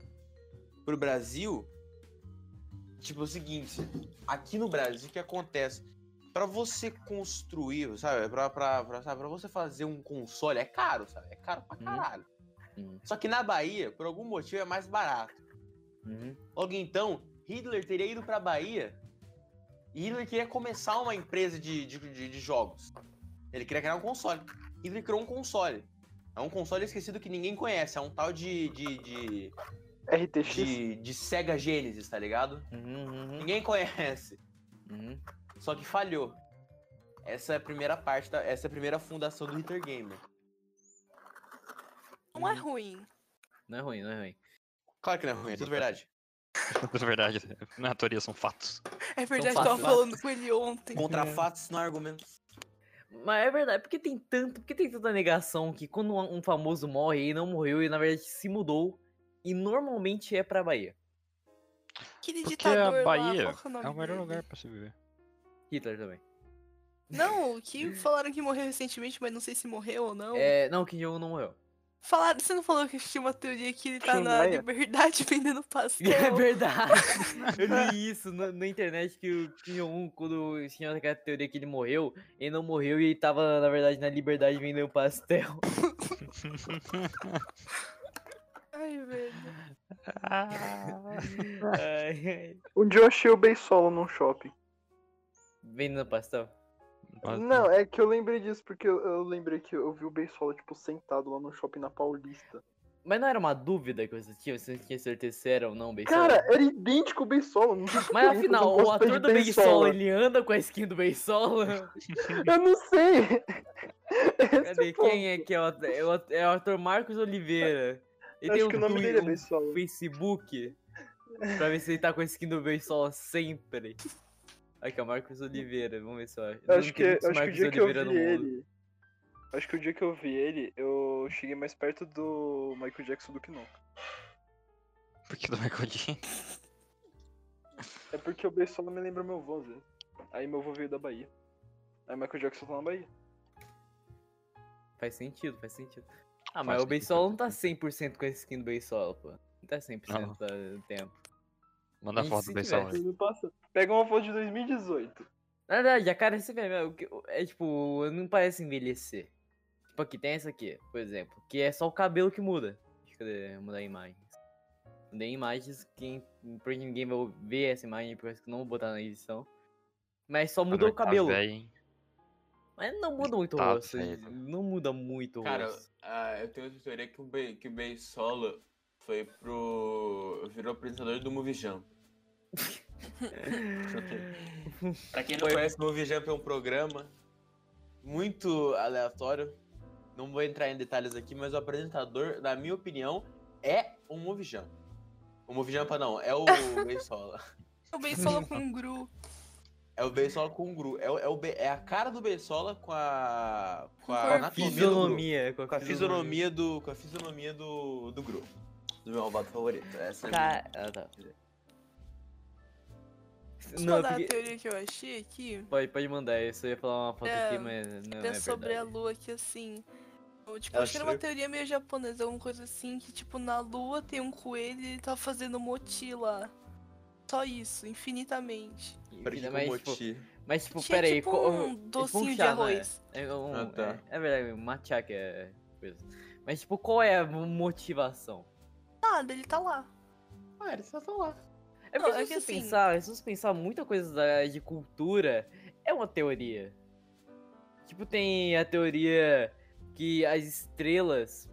[SPEAKER 4] pro Brasil, tipo é o seguinte: aqui no Brasil, o que acontece? Pra você construir, sabe? Pra, pra, pra, sabe? pra você fazer um console é caro, sabe? É caro pra
[SPEAKER 1] Hum.
[SPEAKER 4] caralho.
[SPEAKER 1] Hum.
[SPEAKER 4] Só que na Bahia, por algum motivo, é mais barato.
[SPEAKER 1] Uhum.
[SPEAKER 4] Logo então, Hitler teria ido pra Bahia e Hitler queria começar uma empresa de, de, de- de jogos. Ele queria criar um console. Hitler criou um console. É um console esquecido que ninguém conhece. É um tal de. de, de,
[SPEAKER 5] RTX?
[SPEAKER 4] de, de Sega Genesis, tá ligado?
[SPEAKER 1] Uhum, uhum,
[SPEAKER 4] Ninguém conhece.
[SPEAKER 1] uhum.
[SPEAKER 4] Só que falhou. Essa é a primeira parte, da, essa é a primeira fundação do Hitler Gamer.
[SPEAKER 3] Não é ruim.
[SPEAKER 1] Não é ruim, não é ruim.
[SPEAKER 4] Claro que não é ruim, é tudo verdade.
[SPEAKER 2] Na é verdade, na teoria são fatos.
[SPEAKER 3] É verdade, eu
[SPEAKER 1] faço
[SPEAKER 3] tava
[SPEAKER 1] nada.
[SPEAKER 3] falando com ele ontem.
[SPEAKER 4] Contra fatos, não há argumentos.
[SPEAKER 1] Mas é verdade, porque tem tanto, porque tem tanta negação que quando um um famoso morre e não morreu e na verdade se mudou e normalmente é pra Bahia.
[SPEAKER 3] Aquele
[SPEAKER 2] Porque
[SPEAKER 3] ditador
[SPEAKER 2] a
[SPEAKER 3] lá,
[SPEAKER 2] Bahia
[SPEAKER 3] qual que é o nome
[SPEAKER 2] é o melhor
[SPEAKER 3] dele?
[SPEAKER 2] lugar pra se viver.
[SPEAKER 1] Hitler também.
[SPEAKER 3] Não, o que falaram que morreu recentemente, mas não sei se morreu ou não.
[SPEAKER 1] É, não, Kim Jong não morreu.
[SPEAKER 3] Falaram, você não falou que tinha uma teoria que ele tá
[SPEAKER 5] Tim
[SPEAKER 3] na
[SPEAKER 5] Maia?
[SPEAKER 3] liberdade vendendo pastel?
[SPEAKER 1] É verdade. Eu li isso na, na internet que o Kim Jong-un, quando tinha aquela teoria que ele morreu, ele não morreu e ele tava, na verdade, na liberdade vendendo pastel.
[SPEAKER 3] Ai, velho.
[SPEAKER 1] Ai, ai.
[SPEAKER 5] Um dia eu achei o Beisolo num shopping.
[SPEAKER 1] Vendendo pastel.
[SPEAKER 2] Mas-
[SPEAKER 5] Não, é que eu lembrei disso, porque eu, eu lembrei que eu vi o Beisolo, tipo, sentado lá no shopping na Paulista.
[SPEAKER 1] Mas não era uma dúvida que você tinha, você não tinha certeza se era ou não, Beisola?
[SPEAKER 5] Cara, era idêntico o Beisolo. não sei por
[SPEAKER 1] Mas
[SPEAKER 5] que que eu não
[SPEAKER 1] afinal, o
[SPEAKER 5] gosto
[SPEAKER 1] ator
[SPEAKER 5] de
[SPEAKER 1] do Beisola, ele anda com a skin do Beisola?
[SPEAKER 5] Eu não sei. Esse
[SPEAKER 1] Cadê?
[SPEAKER 5] o ponto.
[SPEAKER 1] Quem é que é o ator? É o ator, é o ator Marcos Oliveira. Ele tem
[SPEAKER 5] Acho
[SPEAKER 1] um,
[SPEAKER 5] que o nome
[SPEAKER 1] twi-
[SPEAKER 5] dele é
[SPEAKER 1] um
[SPEAKER 5] Beisolo.
[SPEAKER 1] Facebook pra ver se ele tá com a skin do Beisola sempre. Aqui, ó, Marcos Oliveira, vamos ver se eu acho.
[SPEAKER 5] Eu
[SPEAKER 1] Não
[SPEAKER 5] acho que,
[SPEAKER 1] tem muitos
[SPEAKER 5] eu acho que o
[SPEAKER 1] Marcos
[SPEAKER 5] dia que eu vi
[SPEAKER 1] Oliveira no mundo.
[SPEAKER 5] ele. Acho que o dia que eu vi ele, eu cheguei mais perto do Michael Jackson do que nunca.
[SPEAKER 2] Porque do Michael Jackson.
[SPEAKER 5] É porque o Beisola me lembra meu avô, às vezes. Aí meu avô veio da Bahia. Aí Michael Jackson tá na Bahia.
[SPEAKER 1] Faz sentido, faz sentido. Ah, mas o
[SPEAKER 2] sentido,
[SPEAKER 1] Beisola não
[SPEAKER 2] faz
[SPEAKER 1] tá 100% com a skin do Beisola, pô. Não tá 100%
[SPEAKER 2] Não.
[SPEAKER 1] do tempo.
[SPEAKER 2] Manda
[SPEAKER 1] E
[SPEAKER 2] foto
[SPEAKER 1] se
[SPEAKER 2] do pessoal.
[SPEAKER 1] tivesse?
[SPEAKER 5] Ele não passa. Pega uma foto de 2018.
[SPEAKER 1] Na verdade, a cara se vê, né? O que- é tipo, não parece envelhecer. Tipo, aqui tem essa aqui, por exemplo, que é só o cabelo que muda. Cadê? Mudar imagens. Mudei imagens, quem, porque ninguém vai ver essa imagem, por isso que eu não vou botar na edição. Mas só mudou o
[SPEAKER 2] Tá
[SPEAKER 1] cabelo.
[SPEAKER 2] velho, hein?
[SPEAKER 1] Mas não muda muito o
[SPEAKER 2] Tá
[SPEAKER 1] rosto.
[SPEAKER 2] velho.
[SPEAKER 1] Não muda muito o
[SPEAKER 4] Cara,
[SPEAKER 1] rosto.
[SPEAKER 4] ah, eu tenho outra teoria que o Bey, que o Bey Solo foi pro. virou apresentador do Movie Jump. pra quem não conhece, Movie Jump é um programa muito aleatório. Não vou entrar em detalhes aqui, mas o apresentador, na minha opinião, é o Movie Jump. O Movie Jump não, é o Bey Solo.
[SPEAKER 3] O Ben falou com um gru.
[SPEAKER 4] É o Beisola com o Gru. É, o- é, o Be- é a cara do Beisola com a. com
[SPEAKER 3] Com a
[SPEAKER 4] a anatomia do Gru.
[SPEAKER 1] Fisionomia.
[SPEAKER 4] Com a fisionomia do. Com a fisionomia do. do Gru. Do meu malvado favorito. Essa é a minha-
[SPEAKER 1] Cara. Ah, tá.
[SPEAKER 3] Deixa eu
[SPEAKER 1] Não,
[SPEAKER 3] mandar
[SPEAKER 1] porque-
[SPEAKER 3] a teoria que eu achei aqui.
[SPEAKER 1] Pode, pode mandar, eu só ia falar uma foto
[SPEAKER 3] É,
[SPEAKER 1] aqui, mas não
[SPEAKER 3] É
[SPEAKER 1] é
[SPEAKER 3] sobre a
[SPEAKER 1] verdade.
[SPEAKER 3] lua que assim. eu, Tipo,
[SPEAKER 4] Ela
[SPEAKER 3] acho que era uma
[SPEAKER 4] chega-
[SPEAKER 3] teoria meio japonesa, alguma coisa assim, que tipo, na lua tem um coelho e ele tá fazendo moti lá. Só isso, infinitamente.
[SPEAKER 4] Peraí, que é um
[SPEAKER 1] mas,
[SPEAKER 4] eu
[SPEAKER 1] tipo,
[SPEAKER 4] moti.
[SPEAKER 1] mas, tipo,
[SPEAKER 3] Tinha
[SPEAKER 1] peraí,
[SPEAKER 3] tipo
[SPEAKER 1] co-
[SPEAKER 3] um docinho de
[SPEAKER 1] chá, não é?
[SPEAKER 3] arroz.
[SPEAKER 1] é, um-
[SPEAKER 4] Ah, tá.
[SPEAKER 1] é, é verdade, matcha que é coisa. Mas tipo, qual é a motivação?
[SPEAKER 3] Nada, ele tá lá.
[SPEAKER 4] Ah, eles só estão lá.
[SPEAKER 1] É
[SPEAKER 3] Não,
[SPEAKER 1] porque
[SPEAKER 3] é
[SPEAKER 1] se
[SPEAKER 3] que
[SPEAKER 1] você
[SPEAKER 3] assim-
[SPEAKER 1] pensar, se você pensar muita coisa da- de cultura, é uma teoria. Tipo, tem a teoria que as estrelas.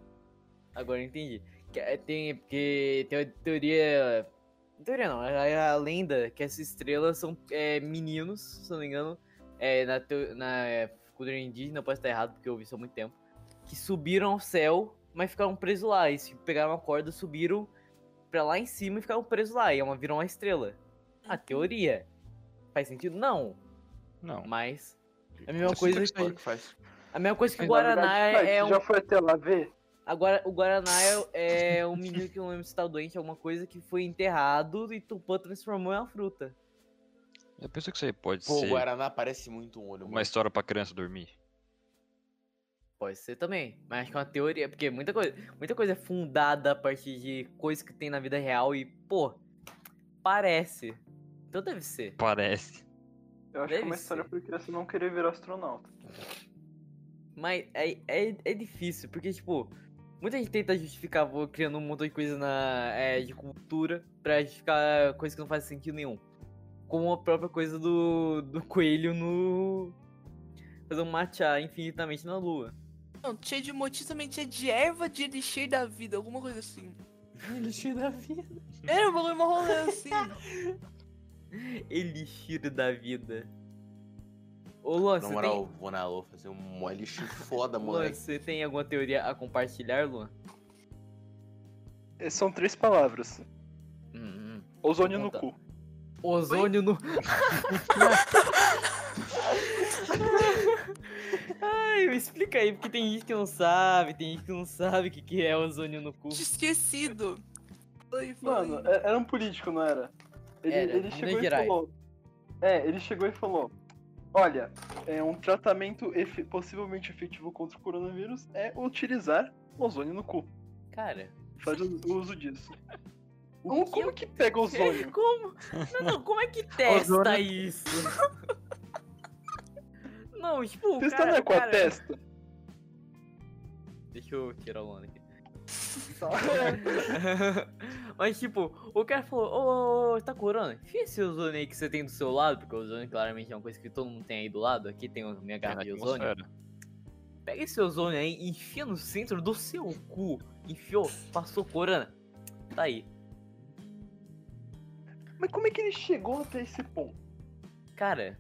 [SPEAKER 1] Agora eu entendi. Que, é, tem, porque tem a teoria. Teoria não, é a, a lenda que essas estrelas são é, meninos, se não me engano. É, na, teo- na é, cultura indígena, posso estar errado porque eu ouvi isso há muito tempo. Que subiram ao céu, mas ficaram presos lá. Eles pegaram a corda, subiram pra lá em cima e ficaram presos lá. E é uma, viram uma estrela. A teoria. Faz sentido? Não.
[SPEAKER 2] Não.
[SPEAKER 1] Mas. É a
[SPEAKER 2] Acontece
[SPEAKER 1] mesma
[SPEAKER 2] no
[SPEAKER 1] coisa
[SPEAKER 2] Toy
[SPEAKER 1] que.
[SPEAKER 2] Story faz.
[SPEAKER 1] A mesma coisa que o
[SPEAKER 5] Na
[SPEAKER 1] Guaraná
[SPEAKER 5] verdade,
[SPEAKER 1] é, é
[SPEAKER 5] Spike,
[SPEAKER 1] um.
[SPEAKER 5] Já foi até lá ver?
[SPEAKER 1] Agora, o Guaraná é, é um menino que eu não lembro se tá doente, alguma coisa que foi enterrado e Tupã transformou em uma fruta.
[SPEAKER 2] Eu penso que isso aí pode
[SPEAKER 4] Pô, o
[SPEAKER 2] ser
[SPEAKER 4] Guaraná parece muito um olho, mano.
[SPEAKER 2] uma história pra criança dormir.
[SPEAKER 1] Pode ser também, mas acho que é uma teoria, porque muita coisa, muita coisa é fundada a partir de coisas que tem na vida real e, pô, parece. Então deve ser.
[SPEAKER 2] Parece.
[SPEAKER 5] Eu acho que é
[SPEAKER 1] Deve
[SPEAKER 5] uma história
[SPEAKER 1] ser.
[SPEAKER 5] pra criança não querer virar astronauta.
[SPEAKER 1] Mas é, é, é difícil, porque, tipo, muita gente tenta justificar vou criando um montão de coisa na, é, de cultura pra justificar coisa que não faz sentido nenhum. Como a própria coisa do, do coelho no. fazer um matcha infinitamente na lua.
[SPEAKER 3] Não, tinha de moti também tinha de erva de elixir da vida, alguma coisa assim.
[SPEAKER 4] Elixir da vida.
[SPEAKER 3] Era um bagulho mó rolê assim.
[SPEAKER 1] Elixir da vida. Ô, Luan,
[SPEAKER 4] Na
[SPEAKER 1] você
[SPEAKER 4] moral,
[SPEAKER 1] tem,
[SPEAKER 4] vou na lua fazer um elixir foda,
[SPEAKER 1] Luan,
[SPEAKER 4] moleque.
[SPEAKER 1] você tem alguma teoria a compartilhar, Luan?
[SPEAKER 5] É, São três palavras.
[SPEAKER 1] Hum, hum.
[SPEAKER 5] Ozônio no
[SPEAKER 1] Conta.
[SPEAKER 5] cu.
[SPEAKER 1] Ozônio no. Ai, me explica aí, porque tem gente que não sabe, tem gente que não sabe o que, que é ozônio no cu.
[SPEAKER 3] Tinha esquecido. Foi, foi.
[SPEAKER 5] Mano, é- era um político, não era? Ele,
[SPEAKER 1] Era,
[SPEAKER 5] ele
[SPEAKER 1] Minas
[SPEAKER 5] chegou e
[SPEAKER 1] Gerais.
[SPEAKER 5] falou. É, ele chegou e falou: Olha, é um tratamento efe- possivelmente efetivo contra o coronavírus é utilizar ozônio no cu.
[SPEAKER 1] Cara,
[SPEAKER 5] Faz o uso disso. Como, como que pega ozônio?
[SPEAKER 1] como? Não, não, como é que testa
[SPEAKER 2] Ozônio-
[SPEAKER 1] isso? Não, tipo,
[SPEAKER 5] Você está
[SPEAKER 1] cara,
[SPEAKER 5] na com a
[SPEAKER 1] cara-
[SPEAKER 5] testa?
[SPEAKER 1] Deixa eu tirar o Lona aqui. Mas tipo, o cara falou, ô, ô, ô, tá corona? Enfia esse ozônio aí que você tem do seu lado, porque o ozônio claramente é uma coisa que todo mundo tem aí do lado. Aqui tem a minha
[SPEAKER 2] Tá na
[SPEAKER 1] garrafa de ozônio.
[SPEAKER 2] atmosfera.
[SPEAKER 1] Pega esse ozônio aí, enfia no centro do seu cu. Enfiou, passou corona. Tá aí.
[SPEAKER 5] Mas como é que ele chegou até esse ponto?
[SPEAKER 1] Cara,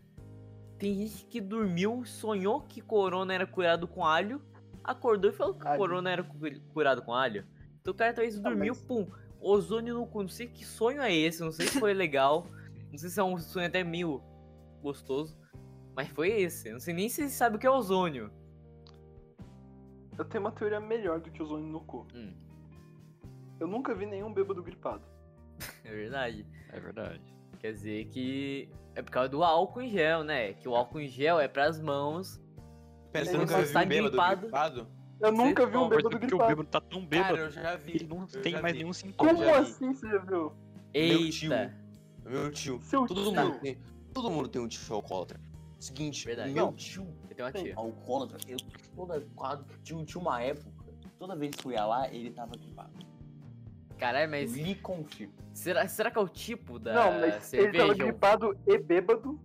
[SPEAKER 1] tem gente que dormiu, sonhou que corona era curado com alho, acordou e falou que
[SPEAKER 5] Alho. Ah,
[SPEAKER 1] corona era cu- curado com alho. Então o cara talvez dormiu,
[SPEAKER 5] mas-
[SPEAKER 1] pum, ozônio no cu. Não sei que sonho é esse, não sei se foi legal, não sei se é um sonho até meio gostoso, mas foi esse. Não sei nem se ele sabe o que é ozônio.
[SPEAKER 5] Eu tenho uma teoria melhor do que ozônio no cu.
[SPEAKER 1] Hum.
[SPEAKER 5] Eu nunca vi nenhum bêbado gripado.
[SPEAKER 1] É verdade.
[SPEAKER 2] É verdade.
[SPEAKER 1] Quer dizer que é por causa do álcool em gel, né? Que o álcool em gel é pras mãos.
[SPEAKER 4] Pera,
[SPEAKER 1] Você nunca
[SPEAKER 4] você nunca viu
[SPEAKER 1] está
[SPEAKER 4] um bêbado
[SPEAKER 1] gripado?
[SPEAKER 4] gripado?
[SPEAKER 5] Eu nunca vi um
[SPEAKER 1] toma,
[SPEAKER 2] Mas
[SPEAKER 5] bêbado
[SPEAKER 2] é porque o
[SPEAKER 5] gripado.
[SPEAKER 2] bêbado tá tão
[SPEAKER 4] Cara,
[SPEAKER 2] bêbado
[SPEAKER 4] eu já vi.
[SPEAKER 2] que ele não
[SPEAKER 4] eu
[SPEAKER 2] tem
[SPEAKER 4] já
[SPEAKER 2] mais
[SPEAKER 4] vi.
[SPEAKER 2] nenhum sintoma.
[SPEAKER 5] Como
[SPEAKER 4] Já vi.
[SPEAKER 5] assim você viu?
[SPEAKER 4] Meu tio.
[SPEAKER 1] Eita!
[SPEAKER 4] Meu tio.
[SPEAKER 5] Seu
[SPEAKER 4] Todo
[SPEAKER 5] tio.
[SPEAKER 4] mundo, tem, todo mundo tem um tio alcoólatra. Seguinte,
[SPEAKER 1] Verdade.
[SPEAKER 4] meu
[SPEAKER 1] Não.
[SPEAKER 4] tio
[SPEAKER 1] Eu tenho um uma
[SPEAKER 4] tem
[SPEAKER 1] tia.
[SPEAKER 4] alcoólatra. Eu toda quadro, tinha, tinha uma época, toda vez que eu ia lá, ele tava gripado.
[SPEAKER 1] Caralho, mas
[SPEAKER 4] Lhe confirmo.
[SPEAKER 1] Será, será que é o tipo da
[SPEAKER 5] Não, mas ele
[SPEAKER 1] cerveja?
[SPEAKER 5] tava tipo- gripado e bêbado.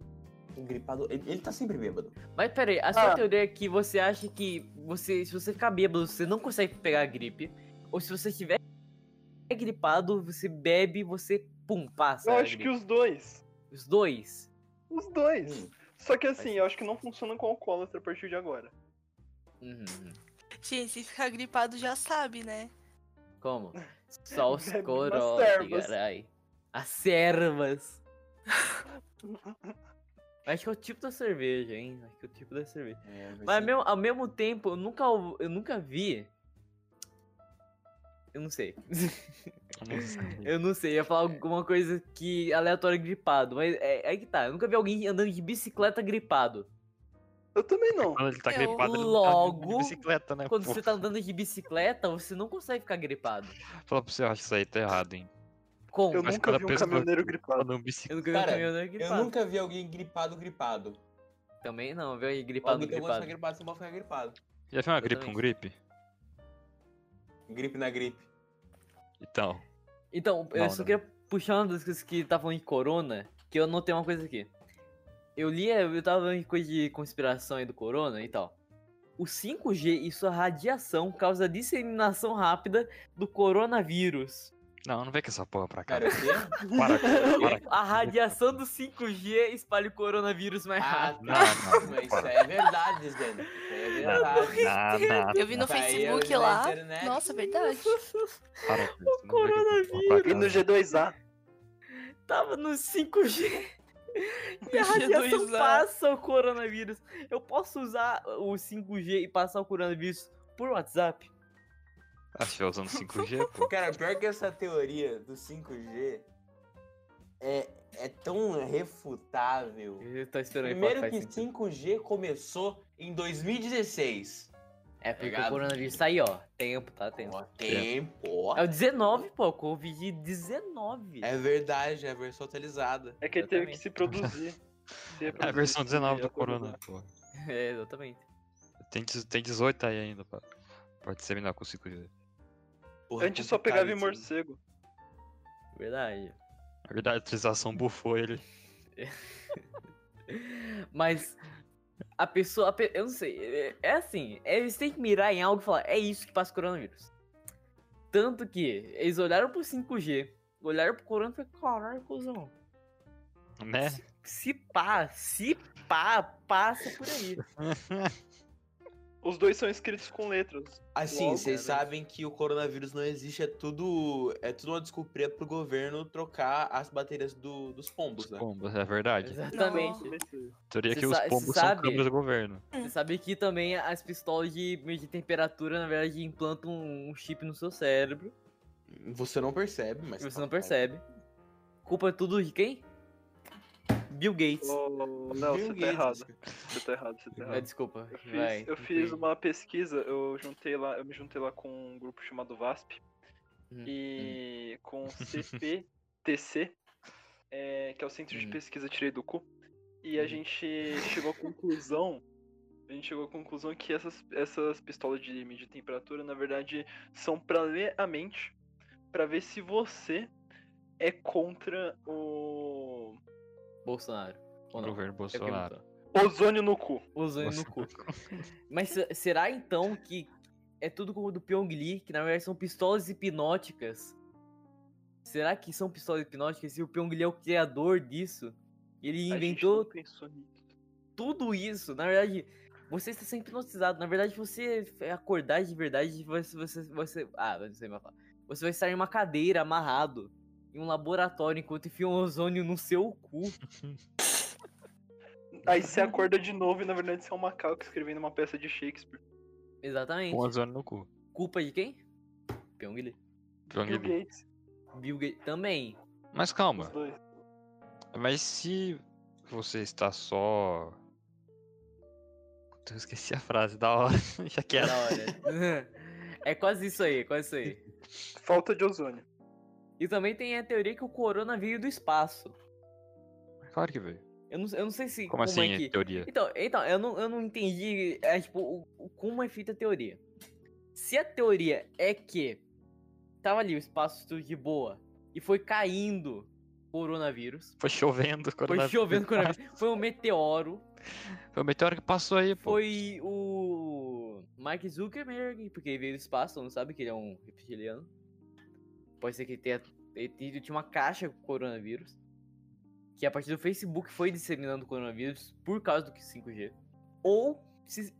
[SPEAKER 4] Gripado, ele, ele tá sempre bêbado.
[SPEAKER 1] Mas pera aí, a sua
[SPEAKER 5] Ah.
[SPEAKER 1] teoria é que você acha que você, se você ficar bêbado, você não consegue pegar a gripe. Ou se você estiver gripado, você bebe, você pum, passa.
[SPEAKER 5] Eu
[SPEAKER 1] a
[SPEAKER 5] acho que
[SPEAKER 1] gripe.
[SPEAKER 5] os dois.
[SPEAKER 1] os dois.
[SPEAKER 5] Os dois.
[SPEAKER 4] Hum.
[SPEAKER 5] Só que assim, eu acho que não funciona com alcoólatra a partir de agora.
[SPEAKER 1] Uhum, uhum.
[SPEAKER 5] é-
[SPEAKER 3] Gente, se ficar gripado já sabe, né?
[SPEAKER 1] Como? Só os
[SPEAKER 5] Bebe umas
[SPEAKER 1] coroas,
[SPEAKER 5] servas.
[SPEAKER 1] carai. As servas. acho que é o tipo da cerveja, hein? Acho que é o tipo da cerveja.
[SPEAKER 4] É, vai
[SPEAKER 1] Mas ao
[SPEAKER 4] ser-
[SPEAKER 1] mesmo, ao mesmo tempo, eu nunca, ou- eu nunca vi. Eu não sei.
[SPEAKER 2] Eu não sei.
[SPEAKER 1] Eu não sei, ia falar alguma coisa que aleatória gripado, mas é, é que tá. Eu nunca vi alguém andando de bicicleta gripado.
[SPEAKER 5] Eu também não.
[SPEAKER 2] Quando ele tá
[SPEAKER 3] Eu
[SPEAKER 2] gripado, ele tá andando
[SPEAKER 1] logo-
[SPEAKER 2] de bicicleta,
[SPEAKER 4] É
[SPEAKER 2] né?
[SPEAKER 1] Quando
[SPEAKER 2] pô?
[SPEAKER 1] você tá andando de bicicleta, você não consegue ficar gripado.
[SPEAKER 2] Fala pra você, eu acho que isso aí tá errado, hein?
[SPEAKER 1] Como?
[SPEAKER 5] Eu
[SPEAKER 1] Eu,
[SPEAKER 2] Mas
[SPEAKER 5] nunca
[SPEAKER 2] cada
[SPEAKER 5] vi um
[SPEAKER 2] pessoa
[SPEAKER 5] caminhoneiro
[SPEAKER 2] que
[SPEAKER 5] gripado.
[SPEAKER 2] anda um bici-
[SPEAKER 1] nunca vi um
[SPEAKER 4] Cara,
[SPEAKER 1] caminhoneiro
[SPEAKER 4] Eu
[SPEAKER 1] gripado.
[SPEAKER 4] nunca vi alguém gripado, gripado.
[SPEAKER 1] Também não, viu aí gripado,
[SPEAKER 4] Alguém que gosta
[SPEAKER 1] gripado.
[SPEAKER 4] de ficar gripado, você não pode ficar gripado.
[SPEAKER 2] Já viu uma
[SPEAKER 1] Eu
[SPEAKER 2] gripe com
[SPEAKER 1] também.
[SPEAKER 2] gripe?
[SPEAKER 4] Gripe na gripe.
[SPEAKER 2] Então,
[SPEAKER 1] Então, eu
[SPEAKER 2] Não,
[SPEAKER 1] só
[SPEAKER 2] não.
[SPEAKER 1] queria puxar uma das coisas que tá falando de corona, que eu anotei uma coisa aqui. eu li, eu tava em coisa de conspiração aí do corona e tal. O 5G e sua radiação causa a disseminação rápida do coronavírus.
[SPEAKER 2] Não, não vem com essa porra pra cá.
[SPEAKER 4] Cara, o quê?
[SPEAKER 2] Para, para.
[SPEAKER 1] A radiação do 5G espalha o coronavírus mais
[SPEAKER 4] Ah,
[SPEAKER 1] rápido.
[SPEAKER 4] tá.
[SPEAKER 2] Não, não,
[SPEAKER 4] Mas isso
[SPEAKER 2] para.
[SPEAKER 4] aí é verdade, Zeno. Isso aí é verdade.
[SPEAKER 2] Não, não,
[SPEAKER 3] Eu vi no
[SPEAKER 4] Tá aí,
[SPEAKER 3] Facebook
[SPEAKER 4] eu vi na
[SPEAKER 3] lá.
[SPEAKER 4] internet.
[SPEAKER 3] Nossa, verdade.
[SPEAKER 2] para com isso, não vem com essa porra pra cá,
[SPEAKER 5] E no
[SPEAKER 2] não.
[SPEAKER 5] G2A.
[SPEAKER 1] Tava no 5G. E a radiação
[SPEAKER 3] Jesus, né?
[SPEAKER 1] passa o coronavírus. Eu posso usar o 5G e passar o coronavírus por WhatsApp?
[SPEAKER 2] Ah, você vai usando 5G, pô.
[SPEAKER 4] Cara, pior que essa teoria do 5G é, é tão refutável.
[SPEAKER 1] Eu tô esperando
[SPEAKER 4] Primeiro
[SPEAKER 1] aí,
[SPEAKER 4] que 5G começou em 2016.
[SPEAKER 1] É, porque
[SPEAKER 4] Obrigado.
[SPEAKER 1] o coronavírus tá aí, ó. Tempo, tá? Tempo.
[SPEAKER 4] Ó, Tempo.
[SPEAKER 1] É o 19, pô. Covid-19.
[SPEAKER 4] É verdade, é a versão atualizada.
[SPEAKER 5] É que ele teve
[SPEAKER 1] Exatamente.
[SPEAKER 5] que se produzir. Se
[SPEAKER 2] É a
[SPEAKER 5] reproduzir,
[SPEAKER 2] versão
[SPEAKER 5] se
[SPEAKER 2] 19 do
[SPEAKER 5] reproduzir.
[SPEAKER 2] Corona, pô.
[SPEAKER 1] É, exatamente.
[SPEAKER 2] Tem, dez- tem 18 aí ainda, pô. Pode ser melhor com 5G.
[SPEAKER 4] Porra, é
[SPEAKER 5] Antes só
[SPEAKER 4] complicado
[SPEAKER 5] pegava em
[SPEAKER 4] isso, né?
[SPEAKER 5] morcego.
[SPEAKER 1] Verdade.
[SPEAKER 2] Na É verdade, a utilização bufou ele.
[SPEAKER 1] Mas a pessoa. a pe- eu não sei. É, é assim, eles têm que mirar em algo e falar, é isso que passa o coronavírus. Tanto que eles olharam pro 5G, olharam pro corona e falaram, caralho, cuzão.
[SPEAKER 2] Né?
[SPEAKER 1] Se pá, se pá, passa por aí.
[SPEAKER 5] Os dois são escritos com letras.
[SPEAKER 4] Assim,
[SPEAKER 5] Logo,
[SPEAKER 4] vocês
[SPEAKER 5] né, velho?
[SPEAKER 4] sabem que o coronavírus não existe, é tudo, é tudo uma desculpa pro governo trocar as baterias do- dos pombos,
[SPEAKER 2] Os
[SPEAKER 4] né?
[SPEAKER 2] pombos, é verdade.
[SPEAKER 1] Exatamente.
[SPEAKER 2] Teoria
[SPEAKER 1] Cê
[SPEAKER 2] que os
[SPEAKER 1] sa- cê
[SPEAKER 2] pombos são
[SPEAKER 1] sabe?
[SPEAKER 2] câmeras do governo.
[SPEAKER 1] Você sabe que também as pistolas de medir temperatura, na verdade, implantam um chip no seu cérebro
[SPEAKER 4] Você não percebe, mas. tá
[SPEAKER 1] e você não percebe. Culpa é tudo de quem? Bill Gates.
[SPEAKER 5] Oh, não,
[SPEAKER 4] Bill
[SPEAKER 5] você tá
[SPEAKER 4] Gates,
[SPEAKER 5] errado. Você tá errado, você tá
[SPEAKER 1] Ah,
[SPEAKER 5] errado.
[SPEAKER 1] desculpa.
[SPEAKER 5] Eu
[SPEAKER 1] vai,
[SPEAKER 5] fiz, eu
[SPEAKER 1] tudo
[SPEAKER 5] fiz
[SPEAKER 1] bem.
[SPEAKER 5] uma pesquisa, eu juntei lá, eu me juntei lá com um grupo chamado VASP
[SPEAKER 1] Hum,
[SPEAKER 5] e com o CPTC, é, que é o Centro de
[SPEAKER 1] Hum.
[SPEAKER 5] Pesquisa Tirei do Cu, e a gente chegou à conclusão, a gente chegou à conclusão que essas, essas pistolas de medir temperatura, na verdade, são pra ler a mente, pra ver se você é contra o
[SPEAKER 1] Bolsonaro. Ou não? É
[SPEAKER 2] governo
[SPEAKER 1] Eu fiquei
[SPEAKER 2] Bolsonaro.
[SPEAKER 1] muito-
[SPEAKER 5] ozônio no cu.
[SPEAKER 1] Ozônio no cu. Mas se- será então que é tudo como o do Pyong Lee, que na verdade são pistolas hipnóticas? Será que são pistolas hipnóticas e o Pyong Lee é o criador disso? Ele
[SPEAKER 5] A gente
[SPEAKER 1] inventou
[SPEAKER 5] não pensou nisso.
[SPEAKER 1] tudo isso. Na verdade, você está sendo hipnotizado. Na verdade, você acordar de verdade, você, você, você ah, eu não sei mais falar. Você vai estar em uma cadeira amarrado em um laboratório enquanto enfia um ozônio no seu cu.
[SPEAKER 5] Aí você acorda de novo e na verdade você é um macaco escrevendo uma peça de Shakespeare.
[SPEAKER 1] Exatamente.
[SPEAKER 2] Com ozônio no cu.
[SPEAKER 1] Culpa de quem? Pyong Lee.
[SPEAKER 2] Pyong
[SPEAKER 5] Bill
[SPEAKER 2] Lee.
[SPEAKER 5] Gates,
[SPEAKER 1] Bill Gates também.
[SPEAKER 2] Mas
[SPEAKER 5] os
[SPEAKER 2] calma,
[SPEAKER 5] dois.
[SPEAKER 2] mas se você está só. Puta, Eu esqueci a frase da hora, já que
[SPEAKER 1] Da
[SPEAKER 2] era.
[SPEAKER 1] hora. é quase isso aí, é quase isso aí.
[SPEAKER 5] Falta de ozônio.
[SPEAKER 1] E também tem a teoria que o corona veio do espaço.
[SPEAKER 2] Claro que veio.
[SPEAKER 1] Eu não, eu não sei se.
[SPEAKER 2] Como assim,
[SPEAKER 1] é que...
[SPEAKER 2] teoria?
[SPEAKER 1] Então, então eu, não, eu não entendi é, tipo, o- o- como é feita a teoria. Se a teoria é que tava ali o espaço tudo de boa e foi caindo coronavírus,
[SPEAKER 2] Foi chovendo quando
[SPEAKER 1] foi chovendo coronavírus, foi um meteoro,
[SPEAKER 2] Foi o meteoro que passou aí, pô.
[SPEAKER 1] foi o Mark Zuckerberg, porque ele veio do espaço, não sabe que ele é um reptiliano. Pode ser que ele tenha, ele tenha- tinha uma caixa com coronavírus, que a partir do Facebook foi disseminando o coronavírus por causa do 5G. Ou, se-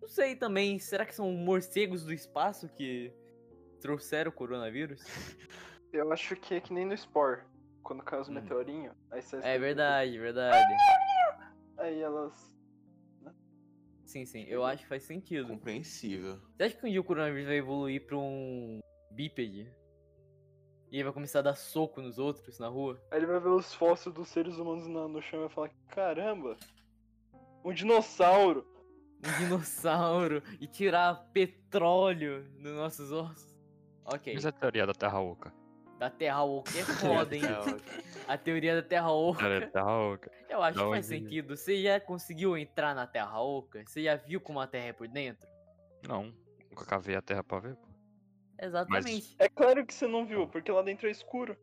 [SPEAKER 1] não sei também, será que são morcegos do espaço que trouxeram o coronavírus?
[SPEAKER 5] Eu acho que é que nem no Spore. Quando cai os
[SPEAKER 1] Hum.
[SPEAKER 5] meteorinhos, aí sai as
[SPEAKER 1] É
[SPEAKER 5] criaturas,
[SPEAKER 1] verdade, verdade.
[SPEAKER 5] Aí elas.
[SPEAKER 1] Sim, sim, eu acho que faz sentido.
[SPEAKER 4] Compreensível.
[SPEAKER 1] Você acha que um dia o coronavírus vai evoluir pra um bípede? E ele vai começar a dar soco nos outros na rua?
[SPEAKER 5] Aí ele vai ver os fósseis dos seres humanos na- no chão e vai falar: caramba, um dinossauro.
[SPEAKER 1] Um dinossauro e tirar petróleo dos nossos ossos? Ok,
[SPEAKER 2] Mas a teoria da Terra Oca.
[SPEAKER 1] da Terra Oca é foda, hein? A teoria da Terra Oca,
[SPEAKER 2] Teoria da é Terra Oca.
[SPEAKER 1] eu acho
[SPEAKER 2] Da
[SPEAKER 1] que faz
[SPEAKER 2] onde-
[SPEAKER 1] sentido. Você já conseguiu entrar na Terra Oca? Você já viu como a Terra é por dentro?
[SPEAKER 2] Não, nunca cavei a Terra pra ver, pô.
[SPEAKER 1] Exatamente.
[SPEAKER 5] É claro que você não viu, porque lá dentro é escuro.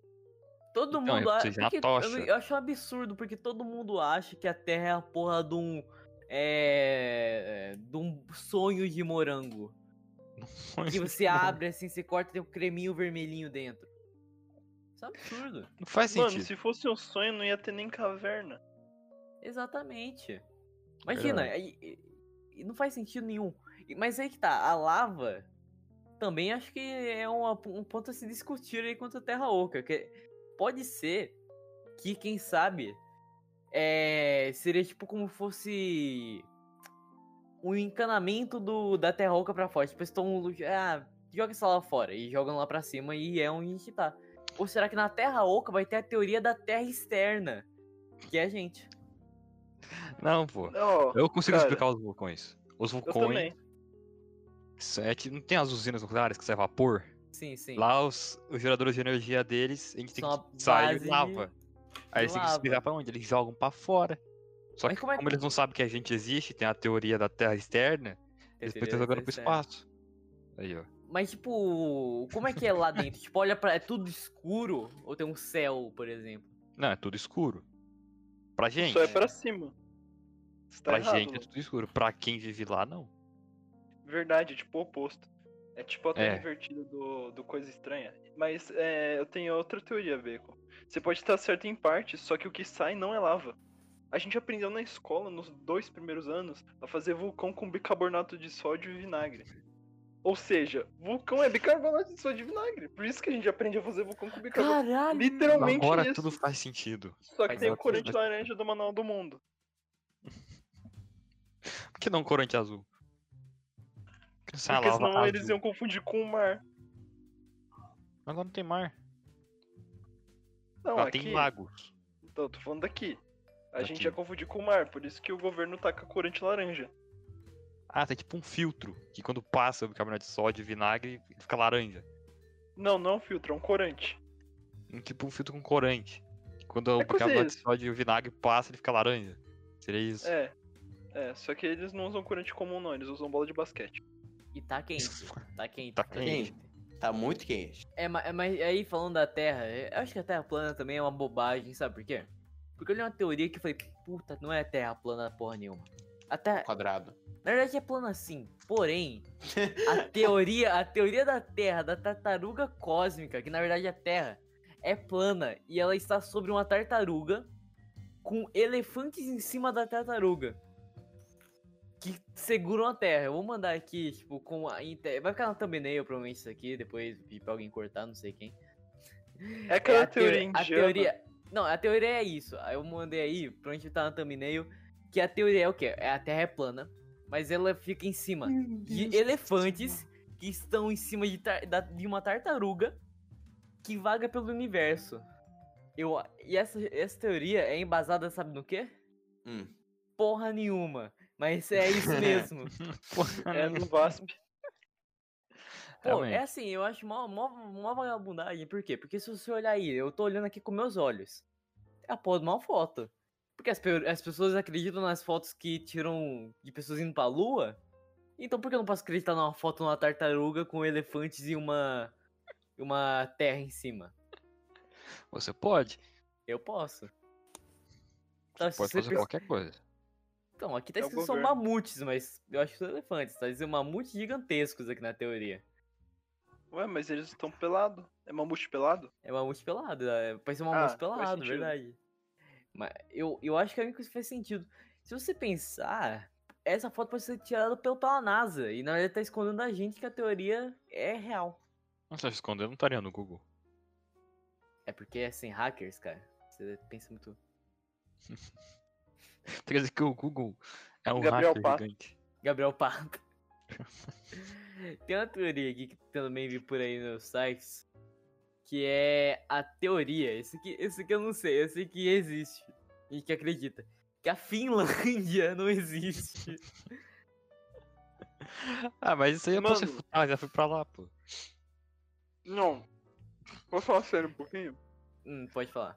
[SPEAKER 1] Todo
[SPEAKER 2] Então,
[SPEAKER 1] mundo
[SPEAKER 2] é,
[SPEAKER 1] acha.
[SPEAKER 2] precisa de uma
[SPEAKER 1] porque
[SPEAKER 2] tocha.
[SPEAKER 1] Eu, eu acho um absurdo, porque todo mundo acha que a Terra é a porra de um. É. De um sonho de morango. Que você abre assim, você corta e tem um creminho vermelhinho dentro. Isso é um absurdo.
[SPEAKER 2] Não faz
[SPEAKER 5] Mano,
[SPEAKER 2] sentido.
[SPEAKER 5] se fosse um sonho, não ia ter nem caverna.
[SPEAKER 1] Exatamente. Imagina, aí- e- e não faz sentido nenhum. E- Mas aí que tá, a lava também acho que é uma- um ponto a se discutir aí quanto a Terra Oca. Que pode ser que, quem sabe, é, seria tipo como fosse um encanamento do, da Terra Oca pra fora. Tipo, eles estão. Ah, joga essa lá fora e jogam lá pra cima e é onde a gente tá. Ou será que na Terra Oca vai ter a teoria da Terra externa? Que é a gente.
[SPEAKER 2] Não, pô.
[SPEAKER 5] Ó,
[SPEAKER 2] Eu consigo
[SPEAKER 5] cara,
[SPEAKER 2] explicar os vulcões. Os
[SPEAKER 5] eu
[SPEAKER 2] vulcões.
[SPEAKER 5] também.
[SPEAKER 2] são- É que não tem as usinas nucleares que saem vapor?
[SPEAKER 1] Sim, sim.
[SPEAKER 2] Lá os, os geradores de energia deles, a gente tem
[SPEAKER 1] São a
[SPEAKER 2] que sair
[SPEAKER 1] base
[SPEAKER 2] e lava. Aí eles têm que se
[SPEAKER 1] lava.
[SPEAKER 2] virar pra onde? Eles jogam pra fora. Só
[SPEAKER 1] Mas
[SPEAKER 2] que
[SPEAKER 1] como
[SPEAKER 2] como,
[SPEAKER 1] é que-
[SPEAKER 2] eles não sabem que a gente existe, tem a teoria da Terra externa, eles
[SPEAKER 1] Entendeu?
[SPEAKER 2] estão jogando pro
[SPEAKER 1] Essa é-
[SPEAKER 2] espaço. Aí, ó.
[SPEAKER 1] Mas, tipo, como é que é lá dentro? tipo, olha pra. É tudo escuro? Ou tem um céu, por exemplo?
[SPEAKER 2] Não, é tudo escuro. Pra gente,
[SPEAKER 5] Só é pra cima. Você tá
[SPEAKER 2] pra
[SPEAKER 5] errado,
[SPEAKER 2] gente é
[SPEAKER 5] mano.
[SPEAKER 2] tudo escuro. Pra quem vive lá, não.
[SPEAKER 5] Verdade, é tipo o oposto. É tipo a
[SPEAKER 2] É.
[SPEAKER 5] teoria invertida do, do Coisa Estranha. Mas é, eu tenho outra teoria, Bacon. Você pode estar certo em parte, só que o que sai não é lava. A gente aprendeu na escola, nos dois primeiros anos, a fazer vulcão com bicarbonato de sódio e vinagre. Ou seja, vulcão é bicarbonato de sódio e vinagre. Por isso que a gente aprende a fazer vulcão com bicarbonato.
[SPEAKER 1] Caralho!
[SPEAKER 5] Literalmente
[SPEAKER 2] Agora
[SPEAKER 5] isso.
[SPEAKER 2] tudo faz sentido.
[SPEAKER 5] Só que
[SPEAKER 1] Mas
[SPEAKER 5] tem
[SPEAKER 1] eu
[SPEAKER 5] o corante
[SPEAKER 2] acredito.
[SPEAKER 5] laranja do Manual do Mundo.
[SPEAKER 2] Por que não corante azul? Por que não sai a
[SPEAKER 5] Porque
[SPEAKER 2] lava
[SPEAKER 5] senão
[SPEAKER 2] azul?
[SPEAKER 5] eles iam confundir com o mar.
[SPEAKER 2] Mas lá não tem mar.
[SPEAKER 5] Não, é
[SPEAKER 2] lá
[SPEAKER 5] aqui...
[SPEAKER 2] tem lagos.
[SPEAKER 5] Então, eu tô falando daqui. A gente
[SPEAKER 2] Daqui.
[SPEAKER 5] ia confundir com o mar, por isso que o governo taca corante laranja.
[SPEAKER 2] Ah, tem tipo um filtro. Que quando passa o bicarbonato de sódio e vinagre, fica laranja.
[SPEAKER 5] Não, não é um filtro, é um corante.
[SPEAKER 2] Um tipo um filtro com corante. Que Quando o
[SPEAKER 5] É coisa
[SPEAKER 2] bicarbonato de
[SPEAKER 5] isso.
[SPEAKER 2] sódio e o vinagre passa, ele fica laranja. Seria isso.
[SPEAKER 5] É. É, só que eles não usam corante comum, não, eles usam bola de basquete.
[SPEAKER 1] E tá quente. Tá quente.
[SPEAKER 2] Tá
[SPEAKER 4] Tá muito quente.
[SPEAKER 1] É, ma- é, mas aí falando da Terra, é, eu acho que a Terra plana também é uma bobagem, sabe por quê? Porque eu li uma teoria que eu falei, puta, não é Terra plana porra nenhuma. A Terra,
[SPEAKER 4] Quadrado.
[SPEAKER 1] na verdade é plana sim, porém, a teoria, a teoria da Terra, da tartaruga cósmica, que na verdade a Terra é plana e ela está sobre uma tartaruga com elefantes em cima da tartaruga que seguram a Terra. Eu vou mandar aqui, tipo, com a inte- vai ficar na thumbnail provavelmente isso aqui, depois pedir pra alguém cortar, não sei quem.
[SPEAKER 5] É aquela
[SPEAKER 1] a
[SPEAKER 5] teoria
[SPEAKER 1] a
[SPEAKER 5] indiana.
[SPEAKER 1] teoria, não, a teoria é isso. Aí Eu mandei aí, provavelmente tá na thumbnail, que a teoria é o quê? É a Terra é plana, mas ela fica em cima de elefantes que estão em cima de, tar- da- de uma tartaruga que vaga pelo universo. Eu, e essa, essa teoria é embasada, sabe no quê?
[SPEAKER 4] Hum.
[SPEAKER 1] Porra nenhuma. Mas é isso mesmo.
[SPEAKER 5] É
[SPEAKER 1] Hum.
[SPEAKER 5] no VASP.
[SPEAKER 1] Pô,
[SPEAKER 2] Realmente.
[SPEAKER 1] é assim, eu acho uma, uma, vagabundagem. Por quê? Porque se você olhar aí, eu tô olhando aqui com meus olhos. É a porra de uma foto. Porque as, pe- as pessoas acreditam nas fotos que tiram de pessoas indo pra lua. Então por que eu não posso acreditar numa foto numa tartaruga com elefantes e uma. uma terra em cima?
[SPEAKER 2] Você pode.
[SPEAKER 1] Eu posso. Tá, se
[SPEAKER 2] Pode
[SPEAKER 1] você
[SPEAKER 2] fazer
[SPEAKER 1] pens-
[SPEAKER 2] qualquer coisa.
[SPEAKER 1] Então, aqui tá
[SPEAKER 5] É o
[SPEAKER 1] escrito que são
[SPEAKER 5] governo.
[SPEAKER 1] mamutes, mas eu acho que são elefantes. Tá dizendo mamutes gigantescos aqui na teoria.
[SPEAKER 5] Ué, mas eles estão pelados. É mamute pelado?
[SPEAKER 1] É mamute pelado, é- parece um
[SPEAKER 5] Ah,
[SPEAKER 1] mamute
[SPEAKER 5] faz
[SPEAKER 1] pelado,
[SPEAKER 5] sentido.
[SPEAKER 1] verdade. Mas eu, eu acho que é a única coisa que faz sentido. Se você pensar, essa foto pode ser tirada pelo, pela NASA. E na verdade tá escondendo da gente que a teoria é real.
[SPEAKER 2] Não tá se escondendo, não estaria no Google.
[SPEAKER 1] É porque é sem hackers, cara. Você pensa muito.
[SPEAKER 2] Quer dizer que o Google é um
[SPEAKER 5] Gabriel
[SPEAKER 2] hacker
[SPEAKER 5] Pato.
[SPEAKER 2] gigante.
[SPEAKER 1] Gabriel Pato. Tem uma teoria aqui que também vi por aí nos sites. Que é a teoria. Esse aqui, esse aqui eu não sei, eu sei que existe. E que acredita. Que a Finlândia não existe.
[SPEAKER 2] Ah, mas isso aí eu posso
[SPEAKER 5] Mano.
[SPEAKER 2] refutar, já fui pra lá, pô.
[SPEAKER 5] Não. Posso falar sério um pouquinho?
[SPEAKER 1] Hum, pode falar.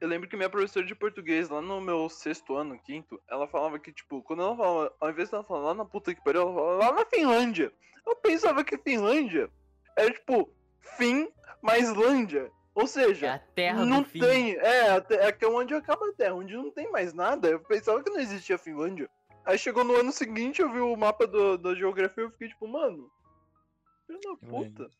[SPEAKER 5] Eu lembro que minha professora de português, lá no meu sexto ano, quinto, ela falava que, tipo, quando ela falava, ao invés dela falar lá na puta que pariu, ela falava lá na Finlândia. Eu pensava que Finlândia era, tipo, Fim mais Lândia. Ou
[SPEAKER 1] É a
[SPEAKER 5] seja,
[SPEAKER 1] terra
[SPEAKER 5] não
[SPEAKER 1] do fim.
[SPEAKER 5] tem. É, até, até onde acaba a terra, onde não tem mais nada. Eu pensava que não existia a Finlândia. Aí chegou no ano seguinte, eu vi o mapa do, da geografia e eu fiquei tipo, mano. Filho da
[SPEAKER 2] Eu
[SPEAKER 5] puta.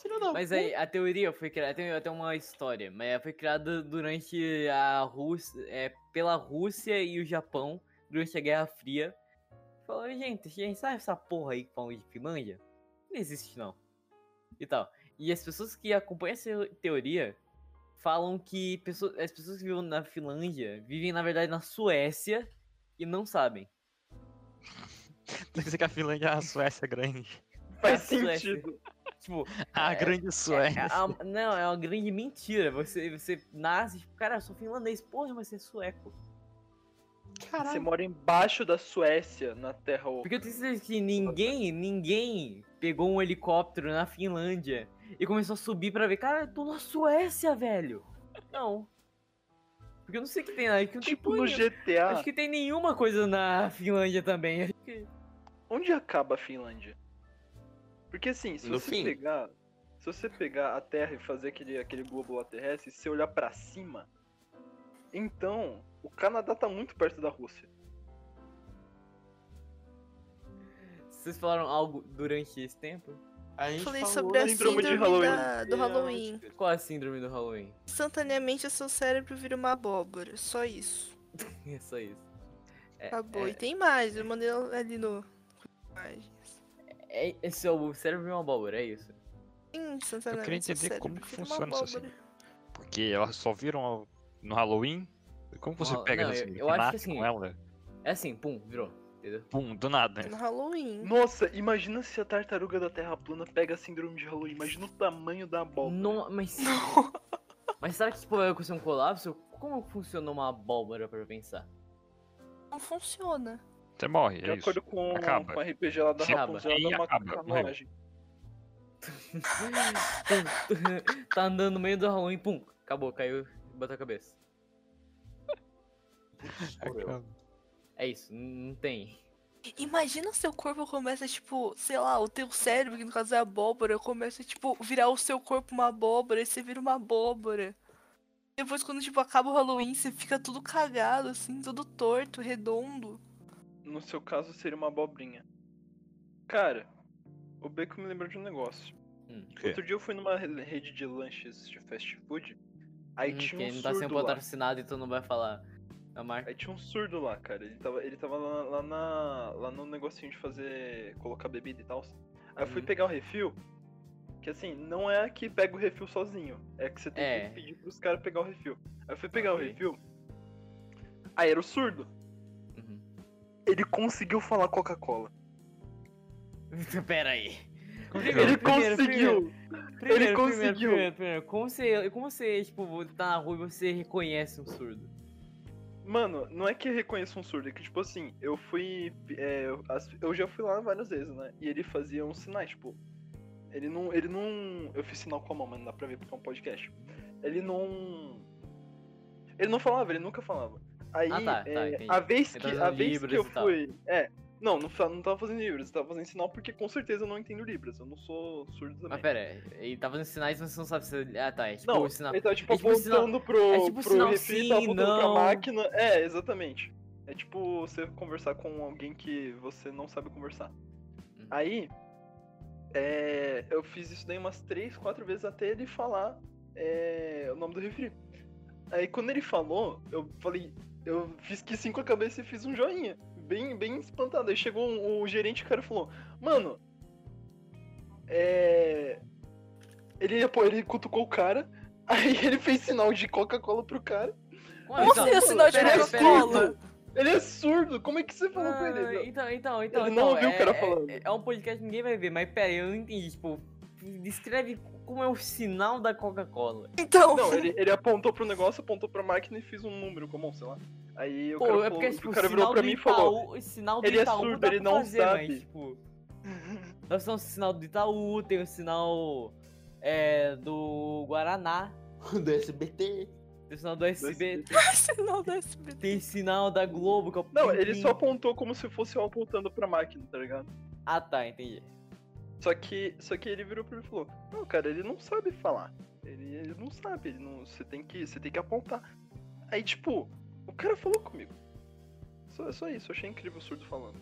[SPEAKER 4] Filho da
[SPEAKER 1] Mas
[SPEAKER 4] puta.
[SPEAKER 1] aí, a teoria foi criada, tem até uma história, mas foi criada durante a Rússia, é, pela Rússia e o Japão, durante a Guerra Fria. Falou, gente, gente, sabe essa porra aí que falam de Finlândia? Não existe não. E tal. E as pessoas que acompanham essa teoria falam que pessoas, as pessoas que vivem na Finlândia vivem, na verdade, na Suécia e não sabem.
[SPEAKER 2] Tem que ser que a Finlândia é a Suécia grande.
[SPEAKER 5] Faz
[SPEAKER 1] É Suécia.
[SPEAKER 5] sentido.
[SPEAKER 1] Tipo,
[SPEAKER 2] A
[SPEAKER 1] É,
[SPEAKER 2] grande Suécia.
[SPEAKER 1] É, a- não, é uma grande mentira. Você, você nasce, tipo, cara, eu sou finlandês, porra, mas você é sueco.
[SPEAKER 5] Você mora embaixo da Suécia, na Terra Oca.
[SPEAKER 1] Porque eu tenho certeza que ninguém, ninguém pegou um helicóptero na Finlândia e começou a subir pra ver, cara, eu tô na Suécia, velho. Não. Porque eu não sei o que tem lá. é que não tem
[SPEAKER 5] Tipo
[SPEAKER 1] porra
[SPEAKER 5] no
[SPEAKER 1] nenhuma.
[SPEAKER 5] GTA,
[SPEAKER 1] Acho que tem nenhuma coisa na Finlândia também. Acho que-
[SPEAKER 5] onde acaba a Finlândia? Porque assim, se
[SPEAKER 4] No
[SPEAKER 5] você
[SPEAKER 4] fim.
[SPEAKER 5] pegar. Se você pegar a Terra e fazer aquele, aquele globo lá terrestre, e se olhar pra cima, então o Canadá tá muito perto da Rússia.
[SPEAKER 1] Vocês falaram algo durante esse tempo?
[SPEAKER 4] A gente
[SPEAKER 3] Falei
[SPEAKER 4] falou
[SPEAKER 3] sobre a
[SPEAKER 5] Síndrome
[SPEAKER 3] síndrome
[SPEAKER 5] de
[SPEAKER 3] da- do Halloween.
[SPEAKER 1] Qual é a síndrome do Halloween?
[SPEAKER 3] Instantaneamente o seu cérebro vira uma abóbora. Só isso.
[SPEAKER 1] É só isso. É,
[SPEAKER 3] Acabou.
[SPEAKER 1] é-
[SPEAKER 3] E tem mais. Eu mandei ali no.
[SPEAKER 1] é- esse é o cérebro é uma abóbora, é isso.
[SPEAKER 3] Sim, instantaneamente. seu
[SPEAKER 2] entender como
[SPEAKER 3] cérebro
[SPEAKER 2] que
[SPEAKER 3] vira uma
[SPEAKER 2] funciona isso assim.
[SPEAKER 3] abóbora.
[SPEAKER 2] Porque elas só viram ao- no Halloween. Como você
[SPEAKER 1] Não,
[SPEAKER 2] pega
[SPEAKER 1] não,
[SPEAKER 2] essa
[SPEAKER 1] eu-
[SPEAKER 2] assim,
[SPEAKER 1] eu acho que
[SPEAKER 2] nasce
[SPEAKER 1] assim-
[SPEAKER 2] com ela?
[SPEAKER 1] É assim, pum, virou. Entendeu?
[SPEAKER 2] Pum, do nada.
[SPEAKER 3] No Halloween.
[SPEAKER 5] Nossa, imagina se a tartaruga da Terra plana pega a síndrome de Halloween. Imagina o tamanho da
[SPEAKER 2] Hum.
[SPEAKER 5] abóbora.
[SPEAKER 1] Não, mas. mas será que tipo, vai acontecer um colapso? Como funciona uma abóbora pra pensar?
[SPEAKER 3] Não funciona.
[SPEAKER 2] Você morre,
[SPEAKER 5] De
[SPEAKER 2] é isso.
[SPEAKER 5] acordo com,
[SPEAKER 2] Acaba.
[SPEAKER 5] com a RPG lá da
[SPEAKER 1] Acaba.
[SPEAKER 5] Rapunzel, ela é uma
[SPEAKER 2] Acaba, morreu.
[SPEAKER 5] sacanagem.
[SPEAKER 1] Tá- tá andando no meio do Halloween, pum, acabou, caiu, bateu a cabeça.
[SPEAKER 2] Acaba.
[SPEAKER 1] É isso, n- não tem.
[SPEAKER 3] Imagina seu corpo começa, tipo, sei lá, o teu cérebro, que no caso é a abóbora, começa, tipo, virar o seu corpo uma abóbora, e você vira uma abóbora. Depois, quando, tipo, acaba o Halloween, você fica tudo cagado, assim, todo torto, redondo.
[SPEAKER 5] No seu caso, seria uma abobrinha. Cara, o Beco me lembrou de um negócio.
[SPEAKER 1] Hum.
[SPEAKER 2] quê?
[SPEAKER 5] Outro dia eu fui numa re- rede de lanches de fast food. Aí
[SPEAKER 1] Hum,
[SPEAKER 5] tinha
[SPEAKER 1] Quem
[SPEAKER 5] um
[SPEAKER 1] não tá sendo
[SPEAKER 5] surdo lá.
[SPEAKER 1] patrocinado, então não vai falar a marca.
[SPEAKER 5] Aí tinha um surdo lá, cara. Ele tava, ele tava lá, lá na, lá no negocinho de fazer. colocar bebida e tal. Aí eu fui
[SPEAKER 1] Uhum.
[SPEAKER 5] pegar o refil. Que assim, não é que pega o refil sozinho. É que você tem
[SPEAKER 1] É.
[SPEAKER 5] que pedir pros caras pegar o refil. Aí eu fui pegar o
[SPEAKER 1] Ok.
[SPEAKER 5] refil. Aí era o surdo.
[SPEAKER 1] Uhum.
[SPEAKER 5] Ele conseguiu falar Coca-Cola.
[SPEAKER 1] Pera aí.
[SPEAKER 5] Ele
[SPEAKER 1] primeiro,
[SPEAKER 5] conseguiu!
[SPEAKER 1] Primeiro, primeiro,
[SPEAKER 5] conseguiu.
[SPEAKER 1] Primeiro, primeiro. Como você, como você tipo, tá na rua e você reconhece um surdo?
[SPEAKER 5] Mano, não é que eu reconheço um surdo, é que, tipo assim, eu fui. é, eu- as- eu já fui lá várias vezes, né? E ele fazia uns sinais, tipo. Ele não. Ele não. Eu fiz sinal com a mão, mas não dá pra ver porque é um podcast. Ele não. Ele não falava, ele nunca falava. Aí,
[SPEAKER 1] Ah, tá, tá,
[SPEAKER 5] é,
[SPEAKER 1] entendi.
[SPEAKER 5] a vez
[SPEAKER 1] Ele
[SPEAKER 5] que,
[SPEAKER 1] tá
[SPEAKER 5] a
[SPEAKER 1] fazendo
[SPEAKER 5] vez que eu
[SPEAKER 1] Libras e tal.
[SPEAKER 5] fui. É. Não, não, fa- não tava fazendo Libras, eu tava fazendo sinal porque com certeza eu não entendo Libras, eu não sou surdo também.
[SPEAKER 1] Mas pera, ele tá fazendo sinais, mas você não sabe se. Ah, tá. É tipo
[SPEAKER 5] Não,
[SPEAKER 1] o sinal.
[SPEAKER 5] ele tá tipo
[SPEAKER 1] é tipo sinal-
[SPEAKER 5] apontando pro,
[SPEAKER 1] é tipo
[SPEAKER 5] pro
[SPEAKER 1] sinal
[SPEAKER 5] refri,
[SPEAKER 1] sim,
[SPEAKER 5] tá apontando pra
[SPEAKER 1] não.
[SPEAKER 5] máquina. É, exatamente. É tipo você conversar com alguém que você não sabe conversar.
[SPEAKER 1] Uhum.
[SPEAKER 5] Aí, é, eu fiz isso daí umas três, quatro vezes até ele falar é, o nome do refri. Aí quando ele falou, eu falei, eu fiz que sim com a cabeça e fiz um joinha. Bem, bem espantado. Aí chegou um- o gerente, cara, e falou, mano, é... Ele, pô, ele cutucou o cara, aí ele fez sinal de Coca-Cola pro cara. é
[SPEAKER 1] Ué,
[SPEAKER 3] Como
[SPEAKER 1] então-
[SPEAKER 3] seria o sinal de
[SPEAKER 1] pera aí, pera aí.
[SPEAKER 3] Coca-Cola?
[SPEAKER 5] Ele é surdo, como é que você falou com
[SPEAKER 1] Ah,
[SPEAKER 5] ele? Não.
[SPEAKER 1] Então, então, então.
[SPEAKER 5] Ele não
[SPEAKER 1] então,
[SPEAKER 5] ouviu o
[SPEAKER 1] é-
[SPEAKER 5] cara
[SPEAKER 1] é-
[SPEAKER 5] falando.
[SPEAKER 1] É, um podcast que ninguém vai ver, mas pera, eu não entendi. Tipo, descreve como é o sinal da Coca-Cola.
[SPEAKER 3] Então,
[SPEAKER 5] Não, ele, ele apontou pro negócio, apontou pra máquina e fez um número com a mão, sei lá. Aí o
[SPEAKER 1] Pô,
[SPEAKER 5] cara,
[SPEAKER 1] é
[SPEAKER 5] falou,
[SPEAKER 1] porque, tipo,
[SPEAKER 5] o
[SPEAKER 1] o
[SPEAKER 5] cara
[SPEAKER 1] sinal
[SPEAKER 5] virou pra
[SPEAKER 1] do
[SPEAKER 5] mim e
[SPEAKER 1] Itaú,
[SPEAKER 5] falou:
[SPEAKER 1] o sinal do
[SPEAKER 5] "Ele é
[SPEAKER 1] Itaú
[SPEAKER 5] surdo,
[SPEAKER 1] dá
[SPEAKER 5] ele
[SPEAKER 1] pra
[SPEAKER 5] não
[SPEAKER 1] fazer,
[SPEAKER 5] sabe."
[SPEAKER 1] Mas, tipo, dá pra ser um sinal do Itaú, tem o sinal é, do Guaraná,
[SPEAKER 4] Do SBT.
[SPEAKER 1] tem o sinal do SB,
[SPEAKER 3] sinal do SBT.
[SPEAKER 1] tem sinal da Globo. Que é o
[SPEAKER 5] Não,
[SPEAKER 1] Plim
[SPEAKER 5] ele
[SPEAKER 1] Plim.
[SPEAKER 5] só apontou como se fosse eu apontando pra máquina, tá ligado?
[SPEAKER 1] Ah, tá, entendi.
[SPEAKER 5] Só que, só que ele virou pra mim e falou: Não, cara, ele não sabe falar. Ele, ele não sabe, ele não, você, tem que, você tem que apontar. Aí, tipo, o cara falou comigo. Só, só isso, eu achei incrível o surdo falando.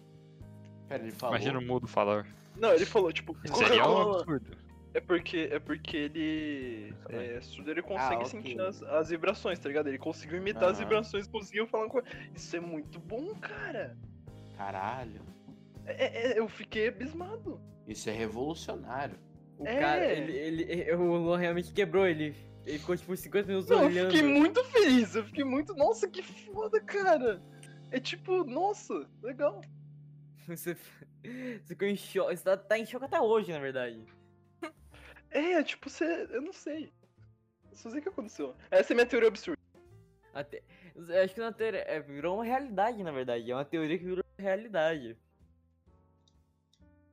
[SPEAKER 4] Cara, ele falou.
[SPEAKER 2] Imagina o mudo falar.
[SPEAKER 5] Não, ele falou, tipo,
[SPEAKER 2] Seria um
[SPEAKER 5] "Coca-Cola".
[SPEAKER 2] absurdo.
[SPEAKER 5] É porque, é porque ele. É, surdo ele consegue
[SPEAKER 4] ok.
[SPEAKER 5] sentir as, as vibrações, tá ligado? Ele conseguiu imitar as
[SPEAKER 4] Aham.
[SPEAKER 5] vibrações, conseguiu falar com. Isso é muito bom, cara.
[SPEAKER 4] Caralho,
[SPEAKER 5] É- é- eu fiquei abismado.
[SPEAKER 4] isso é revolucionário.
[SPEAKER 1] O
[SPEAKER 5] É.
[SPEAKER 1] cara, ele, ele- o Luan realmente quebrou, ele, ele ficou tipo 50 minutos
[SPEAKER 5] Não, eu
[SPEAKER 1] olhando.
[SPEAKER 5] fiquei muito feliz. Eu fiquei muito. Nossa, que foda, cara. É tipo, nossa, legal.
[SPEAKER 1] Você, você ficou em choque, você tá, tá em choque até hoje, na verdade.
[SPEAKER 5] É, é tipo, você. Eu não sei. Só sei o que aconteceu. Essa é minha teoria absurda.
[SPEAKER 1] Até, eu acho que na teoria, é, virou uma realidade, na verdade, é uma teoria que virou realidade.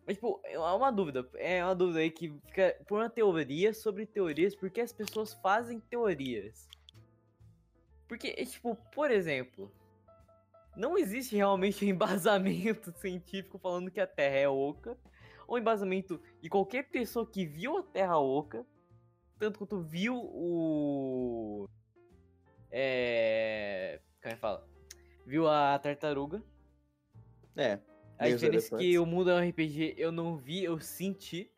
[SPEAKER 1] Mas, tipo, é uma dúvida, é uma dúvida aí que fica por uma teoria sobre teorias, porque as pessoas fazem teorias. Porque, é, tipo, por exemplo, não existe realmente um embasamento científico falando que a Terra é oca, ou embasamento de qualquer pessoa que viu a Terra oca, tanto quanto viu o. É. Como é que fala? Viu a tartaruga.
[SPEAKER 4] É.
[SPEAKER 1] A
[SPEAKER 4] E os
[SPEAKER 1] diferença é que
[SPEAKER 4] elefantes?
[SPEAKER 1] o mundo é um RPG eu não vi, eu senti.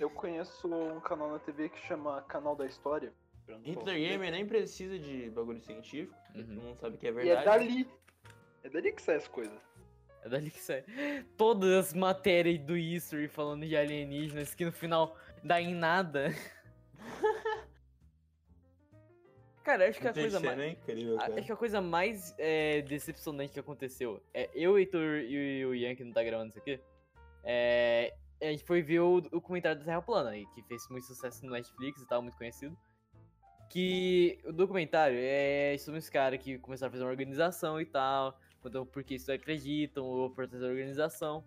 [SPEAKER 5] Eu conheço um canal na TV que chama Canal da História.
[SPEAKER 4] Hitler Gamer nem precisa de bagulho científico, porque
[SPEAKER 1] Uhum.
[SPEAKER 4] todo mundo sabe que é
[SPEAKER 5] é. E é
[SPEAKER 4] verdade.
[SPEAKER 5] dali. É dali que sai as coisas.
[SPEAKER 1] É dali que sai. Todas as matérias do History falando de alienígenas que no final dá em nada. Cara, eu acho que a coisa mais.
[SPEAKER 4] é incrível,
[SPEAKER 1] a-
[SPEAKER 4] cara.
[SPEAKER 1] Acho que a coisa mais é, decepcionante que aconteceu é eu, o Heitor e o Ian, que não tá gravando isso aqui, é, a gente foi ver o documentário da Terra Plana, e que fez muito sucesso no Netflix e tal, muito conhecido. Que o documentário é sobre uns caras que começaram a fazer uma organização e tal, contando por que isso acreditam, ou por da organização.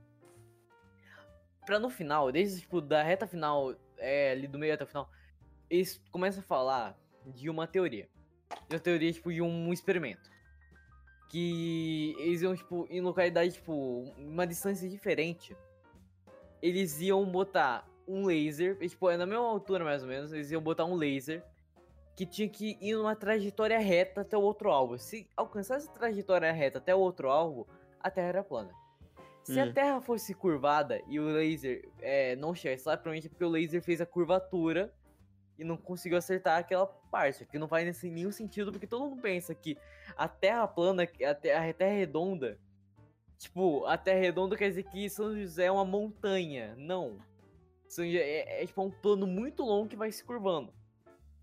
[SPEAKER 1] Pra no final, desde tipo, da reta final, é, ali do meio até o final, eles começam a falar de uma teoria de uma teoria, tipo, de um experimento. Que eles iam, tipo, em localidade, tipo, uma distância diferente. Eles iam botar um laser, e, tipo, é na mesma altura mais ou menos, eles iam botar um laser que tinha que ir numa trajetória reta até o outro alvo. Se alcançasse a trajetória reta até o outro alvo, a Terra era plana. Se a
[SPEAKER 4] Hum.
[SPEAKER 1] Terra fosse curvada e o laser é, não chegasse lá, provavelmente é porque o laser fez a curvatura e não conseguiu acertar aquela parte, que não faz nesse- nenhum sentido, porque todo mundo pensa que a Terra plana, que a Terra, a terra é redonda, tipo, a Terra é redonda quer dizer que São José é uma montanha. Não. São José é, é, tipo, um plano muito longo que vai se curvando.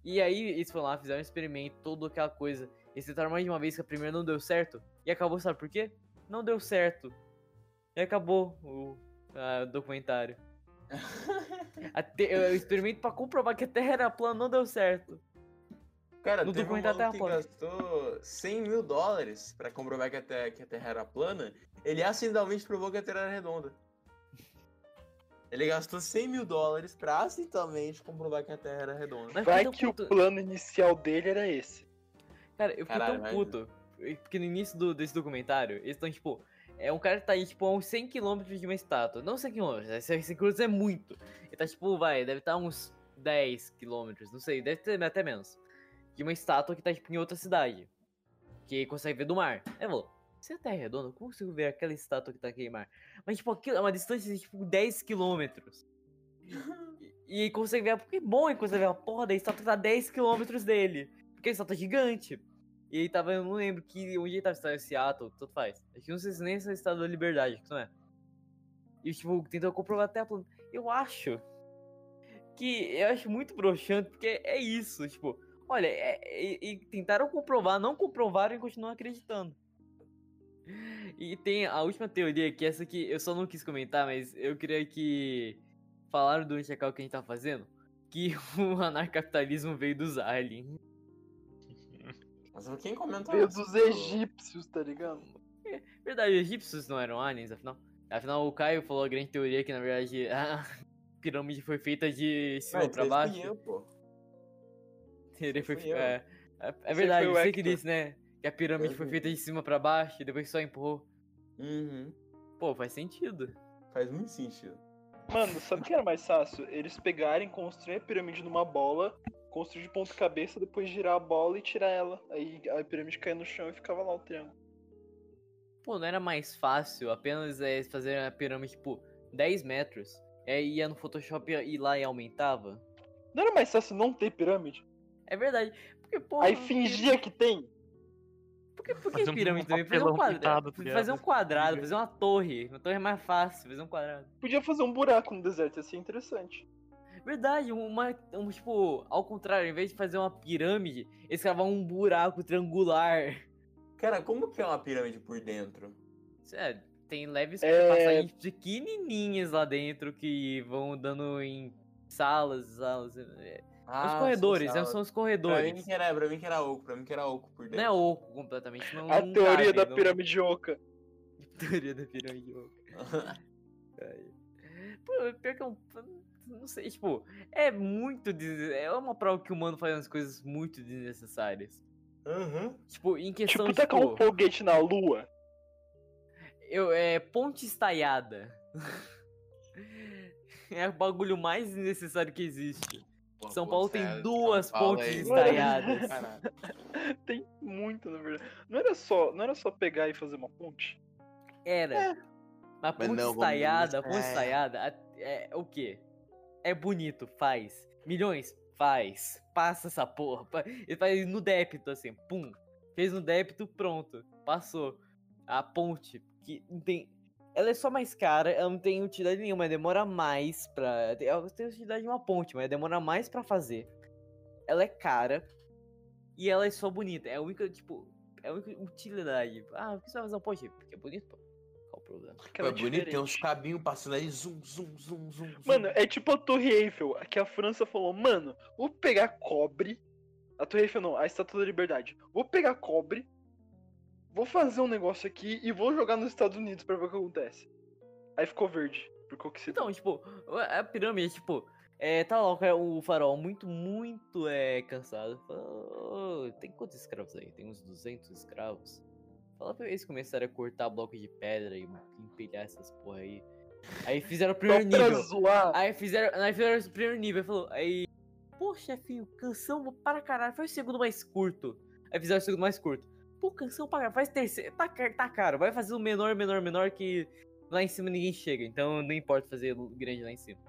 [SPEAKER 1] E aí eles foram lá, fizeram um experimento, toda aquela coisa. Eles tentaram mais de uma vez que a primeira não deu certo, e acabou, sabe por quê? Não deu certo. E acabou o ah, documentário. A te- Eu experimento pra comprovar que a Terra era plana, não deu certo.
[SPEAKER 4] Cara,
[SPEAKER 1] No
[SPEAKER 4] teve um
[SPEAKER 1] documentário
[SPEAKER 4] maluco que
[SPEAKER 1] Terra
[SPEAKER 4] gastou 100 mil dólares pra comprovar que a, terra, que a Terra era plana. Ele acidentalmente provou que a Terra era redonda. Ele gastou 100 mil dólares pra acidentalmente comprovar que a Terra era redonda.
[SPEAKER 1] Mas então
[SPEAKER 5] Vai
[SPEAKER 1] eu
[SPEAKER 5] que
[SPEAKER 1] fiquei
[SPEAKER 5] o
[SPEAKER 1] tão puto.
[SPEAKER 5] plano inicial dele era esse.
[SPEAKER 1] Cara, eu fiquei
[SPEAKER 4] Caralho,
[SPEAKER 1] tão
[SPEAKER 4] mas-
[SPEAKER 1] puto. Porque no início do- desse documentário, eles estão tipo. É um cara que tá aí, tipo, a uns 100km de uma estátua. Não 100km, 100km é muito. Ele tá tipo, vai, deve estar uns 10km, não sei, deve ter até menos. De uma estátua que tá tipo em outra cidade. Que consegue ver do mar. Aí eu vou, se a terra é redonda, como eu consigo ver aquela estátua que tá aqui em mar? Mas tipo, aquilo é uma distância de tipo 10km. E, e consegue ver, porque é bom ele consegue ver a porra da estátua que tá 10km dele. Porque a estátua é gigante. E ele tava, eu não lembro que onde ele tava, se tava em Seattle, tanto faz. Acho que não sei se nem se é estado da liberdade, acho que não é. E tipo, tentou comprovar até a plana. Eu acho que eu acho muito broxante, porque é isso, tipo, olha, é- é- e tentaram comprovar, não comprovaram e continuam acreditando. E tem a última teoria, que é essa aqui eu só não quis comentar, mas eu queria que falaram do check-out que a gente tá fazendo, que o anarcapitalismo veio dos aliens.
[SPEAKER 4] Mas quem comenta é
[SPEAKER 5] Veio
[SPEAKER 4] isso?
[SPEAKER 5] dos egípcios, tá ligano?
[SPEAKER 1] Verdade, os egípcios não eram aliens, afinal. Afinal, o Caio falou a grande teoria que, na verdade, a pirâmide foi feita de
[SPEAKER 4] Ué,
[SPEAKER 1] cima
[SPEAKER 4] isso
[SPEAKER 1] pra
[SPEAKER 4] aí fui
[SPEAKER 1] baixo.
[SPEAKER 4] eu, pô.
[SPEAKER 1] Teoria foi
[SPEAKER 4] fui
[SPEAKER 1] fe-
[SPEAKER 4] eu.
[SPEAKER 1] é, é- é
[SPEAKER 5] Você
[SPEAKER 1] verdade,
[SPEAKER 5] foi o
[SPEAKER 1] você que
[SPEAKER 5] Hector. Uhum.
[SPEAKER 1] disse, né? Que a pirâmide
[SPEAKER 4] Eu
[SPEAKER 1] foi
[SPEAKER 4] vi.
[SPEAKER 1] feita de cima pra baixo e depois só empurrou.
[SPEAKER 4] Uhum.
[SPEAKER 1] Pô, faz sentido.
[SPEAKER 4] Faz muito sentido.
[SPEAKER 5] Mano, sabe o que era mais fácil? Eles pegarem, construir a pirâmide numa bola, construir de ponta cabeça, depois girar a bola e tirar ela. Aí a pirâmide caía no chão e ficava lá o triângulo.
[SPEAKER 1] Pô, não era mais fácil apenas é, fazer a pirâmide, tipo, 10 metros. E aí ia no Photoshop e ia lá e aumentava?
[SPEAKER 5] Não era mais fácil não ter pirâmide?
[SPEAKER 1] É verdade. Porque, pô.
[SPEAKER 5] Aí fingia que tem.
[SPEAKER 1] Por que, por que
[SPEAKER 2] Fazer um
[SPEAKER 1] pirâmide também? Fazer um
[SPEAKER 2] papelão
[SPEAKER 1] quadrado.
[SPEAKER 2] pintado, tá
[SPEAKER 1] fazer um
[SPEAKER 2] ligado?
[SPEAKER 1] quadrado, fazer uma torre. Uma torre é mais fácil, fazer um quadrado.
[SPEAKER 5] Podia fazer um buraco no deserto, ia ser interessante.
[SPEAKER 1] Verdade, uma. Um, tipo, ao contrário, em vez de fazer uma pirâmide, eles cavavam um buraco triangular.
[SPEAKER 4] Cara, como que é uma pirâmide por dentro?
[SPEAKER 1] Sério, tem leves
[SPEAKER 5] É.
[SPEAKER 1] passagens pequenininhas lá dentro que vão dando em salas, salas. é. os
[SPEAKER 5] Ah,
[SPEAKER 1] corredores, né, são os
[SPEAKER 4] Ah, Pra mim
[SPEAKER 1] corredores.
[SPEAKER 4] que era, pra mim que era oco, pra mim que era oco por
[SPEAKER 1] Não é
[SPEAKER 4] dentro.
[SPEAKER 1] oco completamente, não.
[SPEAKER 5] a
[SPEAKER 1] não
[SPEAKER 5] teoria
[SPEAKER 1] cabe,
[SPEAKER 5] da
[SPEAKER 1] não-
[SPEAKER 5] pirâmide oca.
[SPEAKER 1] teoria da pirâmide. oca. Pô, pior que é um. Não sei, tipo, é muito. des- É uma prova que o humano faz umas coisas muito desnecessárias.
[SPEAKER 4] Aham.
[SPEAKER 1] Tipo, em questão
[SPEAKER 5] Tipo,
[SPEAKER 1] de.
[SPEAKER 5] tacar um
[SPEAKER 1] Tipo,
[SPEAKER 5] foguete na lua.
[SPEAKER 1] eu, é, ponte estaiada. é o bagulho mais desnecessário que existe.
[SPEAKER 4] Pô,
[SPEAKER 1] São
[SPEAKER 4] pô,
[SPEAKER 1] Paulo tem
[SPEAKER 4] sério,
[SPEAKER 1] duas
[SPEAKER 4] São Paulo
[SPEAKER 1] pontes
[SPEAKER 4] é-
[SPEAKER 1] estaiadas.
[SPEAKER 4] Caralho.
[SPEAKER 5] Tem muito, na verdade. Não era só, não era só pegar e fazer uma ponte?
[SPEAKER 1] Era. Mas
[SPEAKER 4] Mas
[SPEAKER 1] ponte
[SPEAKER 4] não, vamos
[SPEAKER 1] estaiada,
[SPEAKER 4] deixar.
[SPEAKER 1] ponte estaiada, a- é, é o quê? É bonito, faz. Milhões, faz. Passa essa porra. pa- Ele faz no débito, assim, pum. Fez no débito, pronto. Passou. A ponte, que não tem. Ela é só mais cara, ela não tem utilidade nenhuma, demora mais pra. tem- Ela tem utilidade de uma ponte, mas demora mais pra fazer. Ela é cara e ela é só bonita. É a única, tipo, é a única utilidade. Ah, por que você vai fazer uma ponte? Porque é bonito, pô. Qual o problema?
[SPEAKER 5] Que
[SPEAKER 4] Pô,
[SPEAKER 5] era
[SPEAKER 4] é bonito, tem uns
[SPEAKER 5] diferente.
[SPEAKER 4] cabinhos passando aí, zoom, zoom, zoom, zoom. zoom.
[SPEAKER 5] Mano, é tipo a Torre Eiffel, que a França falou, mano, vou pegar cobre. A Torre Eiffel não, a Estátua da Liberdade. Vou pegar cobre, vou fazer um negócio aqui e vou jogar nos Estados Unidos pra ver o que acontece. Aí ficou verde, porque o que se
[SPEAKER 1] Então, tipo, a pirâmide, tipo, é, tá lá o cara- o farol muito, muito é, cansado. Fala, "Ô, tem quantos escravos aí? Tem uns 200 escravos? Fala pra eles começarem a cortar bloco de pedra e empilhar essas porra aí. Aí fizeram o
[SPEAKER 5] Só
[SPEAKER 1] primeiro
[SPEAKER 5] pra
[SPEAKER 1] nível.
[SPEAKER 5] zoar.
[SPEAKER 1] Aí fizeram, aí fizeram o primeiro nível. Falou, aí, pô, chefinho, canção para caralho. Faz o segundo mais curto. Aí fizeram o segundo mais curto. Pô, canção para caralho. Faz terceiro. Tá, ca- tá caro. Vai fazer o menor, menor, menor que lá em cima ninguém chega. Então não importa fazer o grande lá em cima.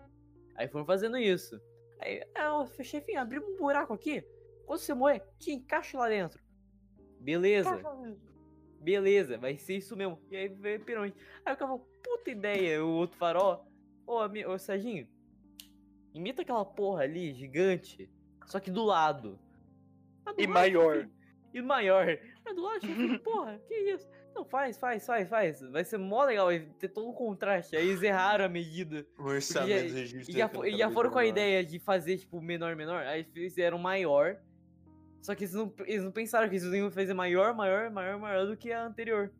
[SPEAKER 1] Aí foram fazendo isso. Aí, ah, ô, chefinho, abri um buraco aqui. Quando você morrer, te encaixo lá dentro. Beleza. Beleza, vai ser isso mesmo. E aí veio a pirâmide. Aí o cara falou, puta ideia, o outro farol. Ô, ami- ô Serginho, imita aquela porra ali, gigante, só que do lado. Ah, do
[SPEAKER 5] E maior.
[SPEAKER 1] chefinho. E maior. Mas do lado, chefinho, porra, que isso? Não, faz, faz, faz, faz. Vai ser mó legal, vai ter todo um contraste. Aí eles erraram a medida.
[SPEAKER 4] O orçamento
[SPEAKER 1] e já-
[SPEAKER 4] egípcio
[SPEAKER 1] E já,
[SPEAKER 4] tem
[SPEAKER 1] fo-
[SPEAKER 4] aquela
[SPEAKER 1] e já foram com a
[SPEAKER 4] cabeça
[SPEAKER 1] ideia de fazer, tipo, menor, menor. Aí fizeram maior. Só que eles não, eles não pensaram que eles iam fazer maior, maior, maior, maior do que a anterior.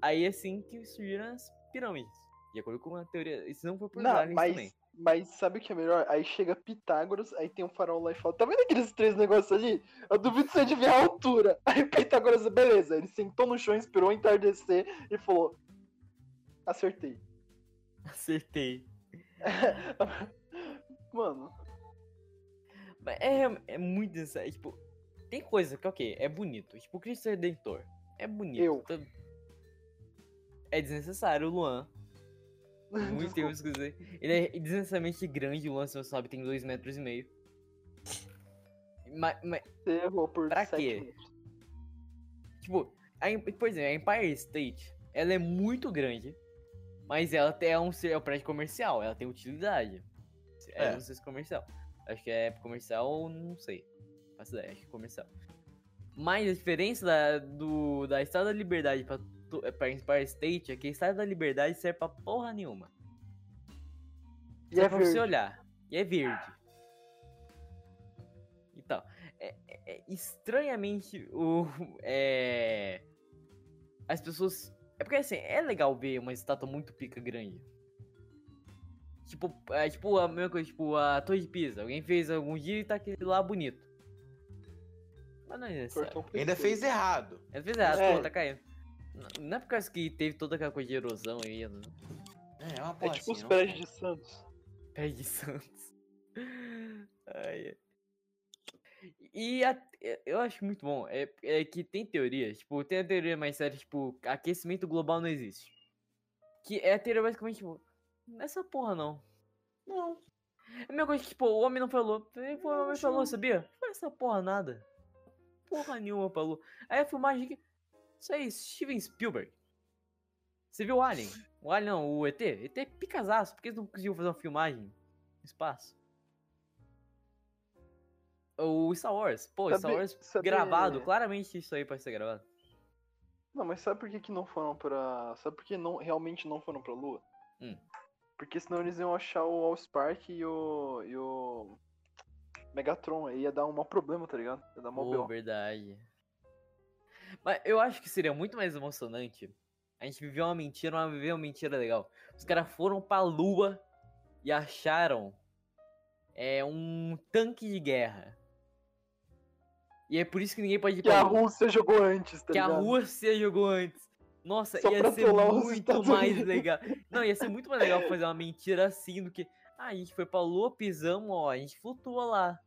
[SPEAKER 1] Aí é assim que surgiram as pirâmides. De acordo com a teoria. é, Isso não foi por
[SPEAKER 5] Não,
[SPEAKER 1] milagres
[SPEAKER 5] mas-
[SPEAKER 1] também.
[SPEAKER 5] Mas sabe o que é melhor? Aí chega Pitágoras, aí tem um farol lá e fala: Tá vendo aqueles três negócios ali? Eu duvido você adivinhar a altura. Aí Pitágoras, beleza. Ele sentou no chão, inspirou entardecer e falou: Acertei.
[SPEAKER 1] Acertei.
[SPEAKER 5] Mano,
[SPEAKER 1] Mas é, é muito necessário. Tipo, tem coisa que, ok, é bonito. Tipo, Cristo Redentor. É bonito.
[SPEAKER 5] Eu.
[SPEAKER 1] tá- É desnecessário, Luan. Muito
[SPEAKER 5] desculpa.
[SPEAKER 1] tempo que dizer. Ele é desnecessariamente grande, o Luan, se você sabe, tem dois metros e meio. Mas,
[SPEAKER 5] você errou por
[SPEAKER 1] Pra
[SPEAKER 5] sete
[SPEAKER 1] quê? é
[SPEAKER 5] minutos.
[SPEAKER 1] tipo, a, Em- por exemplo, a Empire State, ela é muito grande, mas ela tem- é um, ser- é um prédio comercial, ela tem utilidade. É,
[SPEAKER 4] É.
[SPEAKER 1] um serviço comercial. Acho que é comercial ou não sei. Faço ideia, acho que é comercial. Mas a diferença da, do, da Estátua da Liberdade pra, to- pra Empire State é que a Estátua da Liberdade serve pra porra nenhuma.
[SPEAKER 5] E é
[SPEAKER 1] pra você
[SPEAKER 5] verde.
[SPEAKER 1] olhar. E é verde. Então, é, é- é estranhamente o. É, as pessoas. É porque assim, é legal ver uma estátua muito pica grande. Tipo, é tipo a mesma coisa, tipo a Torre de Pisa. Alguém fez algum dia e tá aquele lá bonito. Mas não é necessário.
[SPEAKER 5] Cortou um
[SPEAKER 4] lá. Ainda
[SPEAKER 5] pescoço.
[SPEAKER 4] fez errado.
[SPEAKER 1] Às vezes é,
[SPEAKER 5] É.
[SPEAKER 1] pô, tá caindo. Não- Não é por causa que teve toda aquela coisa de erosão aí, né?
[SPEAKER 4] É, é uma
[SPEAKER 5] É
[SPEAKER 4] porra assim,
[SPEAKER 5] tipo os
[SPEAKER 4] não?
[SPEAKER 5] prédios de Santos.
[SPEAKER 1] Peggy Santos. Ai. é. E a- é- eu acho muito bom. É, é que tem teorias. Tipo, tem a teoria mais séria, tipo, aquecimento global não existe. Que é a teoria basicamente, tipo, essa porra não.
[SPEAKER 4] Não.
[SPEAKER 1] É a mesma coisa que, tipo, o homem não falou. Ele foi, o homem
[SPEAKER 4] acho
[SPEAKER 1] falou,
[SPEAKER 4] não.
[SPEAKER 1] sabia? Foi essa porra nada. Porra nenhuma falou. Aí a filmagem que. Isso aí, Steven Spielberg. Você viu o Alien? O Alien não, o ET? ET é picasaço. Por que eles não conseguiam fazer uma filmagem no espaço? O Star Wars. Pô, Star
[SPEAKER 5] Sabe-
[SPEAKER 1] Wars
[SPEAKER 5] sabe-
[SPEAKER 1] gravado. Claramente isso aí pode ser gravado.
[SPEAKER 5] Não, mas sabe por que, que não foram pra. Sabe por que não, realmente não foram pra Lua?
[SPEAKER 1] Hum.
[SPEAKER 5] Porque senão eles iam achar o All Spark e o. e o. Megatron. Aí ia dar um mau problema, tá ligado? Ia dar mau
[SPEAKER 1] Pô,
[SPEAKER 5] BO.
[SPEAKER 1] verdade. Mas eu acho que seria muito mais emocionante a gente viver uma mentira, mas viver uma mentira legal. Os caras foram pra lua e acharam é, um tanque de guerra. E é por isso que ninguém pode ir
[SPEAKER 5] Que a
[SPEAKER 1] pra lua.
[SPEAKER 5] Rússia jogou antes, tá
[SPEAKER 1] Que a
[SPEAKER 5] ligado?
[SPEAKER 1] Rússia jogou antes. Nossa,
[SPEAKER 5] Só
[SPEAKER 1] ia
[SPEAKER 5] pra
[SPEAKER 1] ser
[SPEAKER 5] trollar os
[SPEAKER 1] muito
[SPEAKER 5] Estados
[SPEAKER 1] mais
[SPEAKER 5] Unidos.
[SPEAKER 1] legal. Não, ia ser muito mais legal fazer uma mentira assim do que. Ah, a gente foi pra lua, pisamos, ó, a gente flutua lá.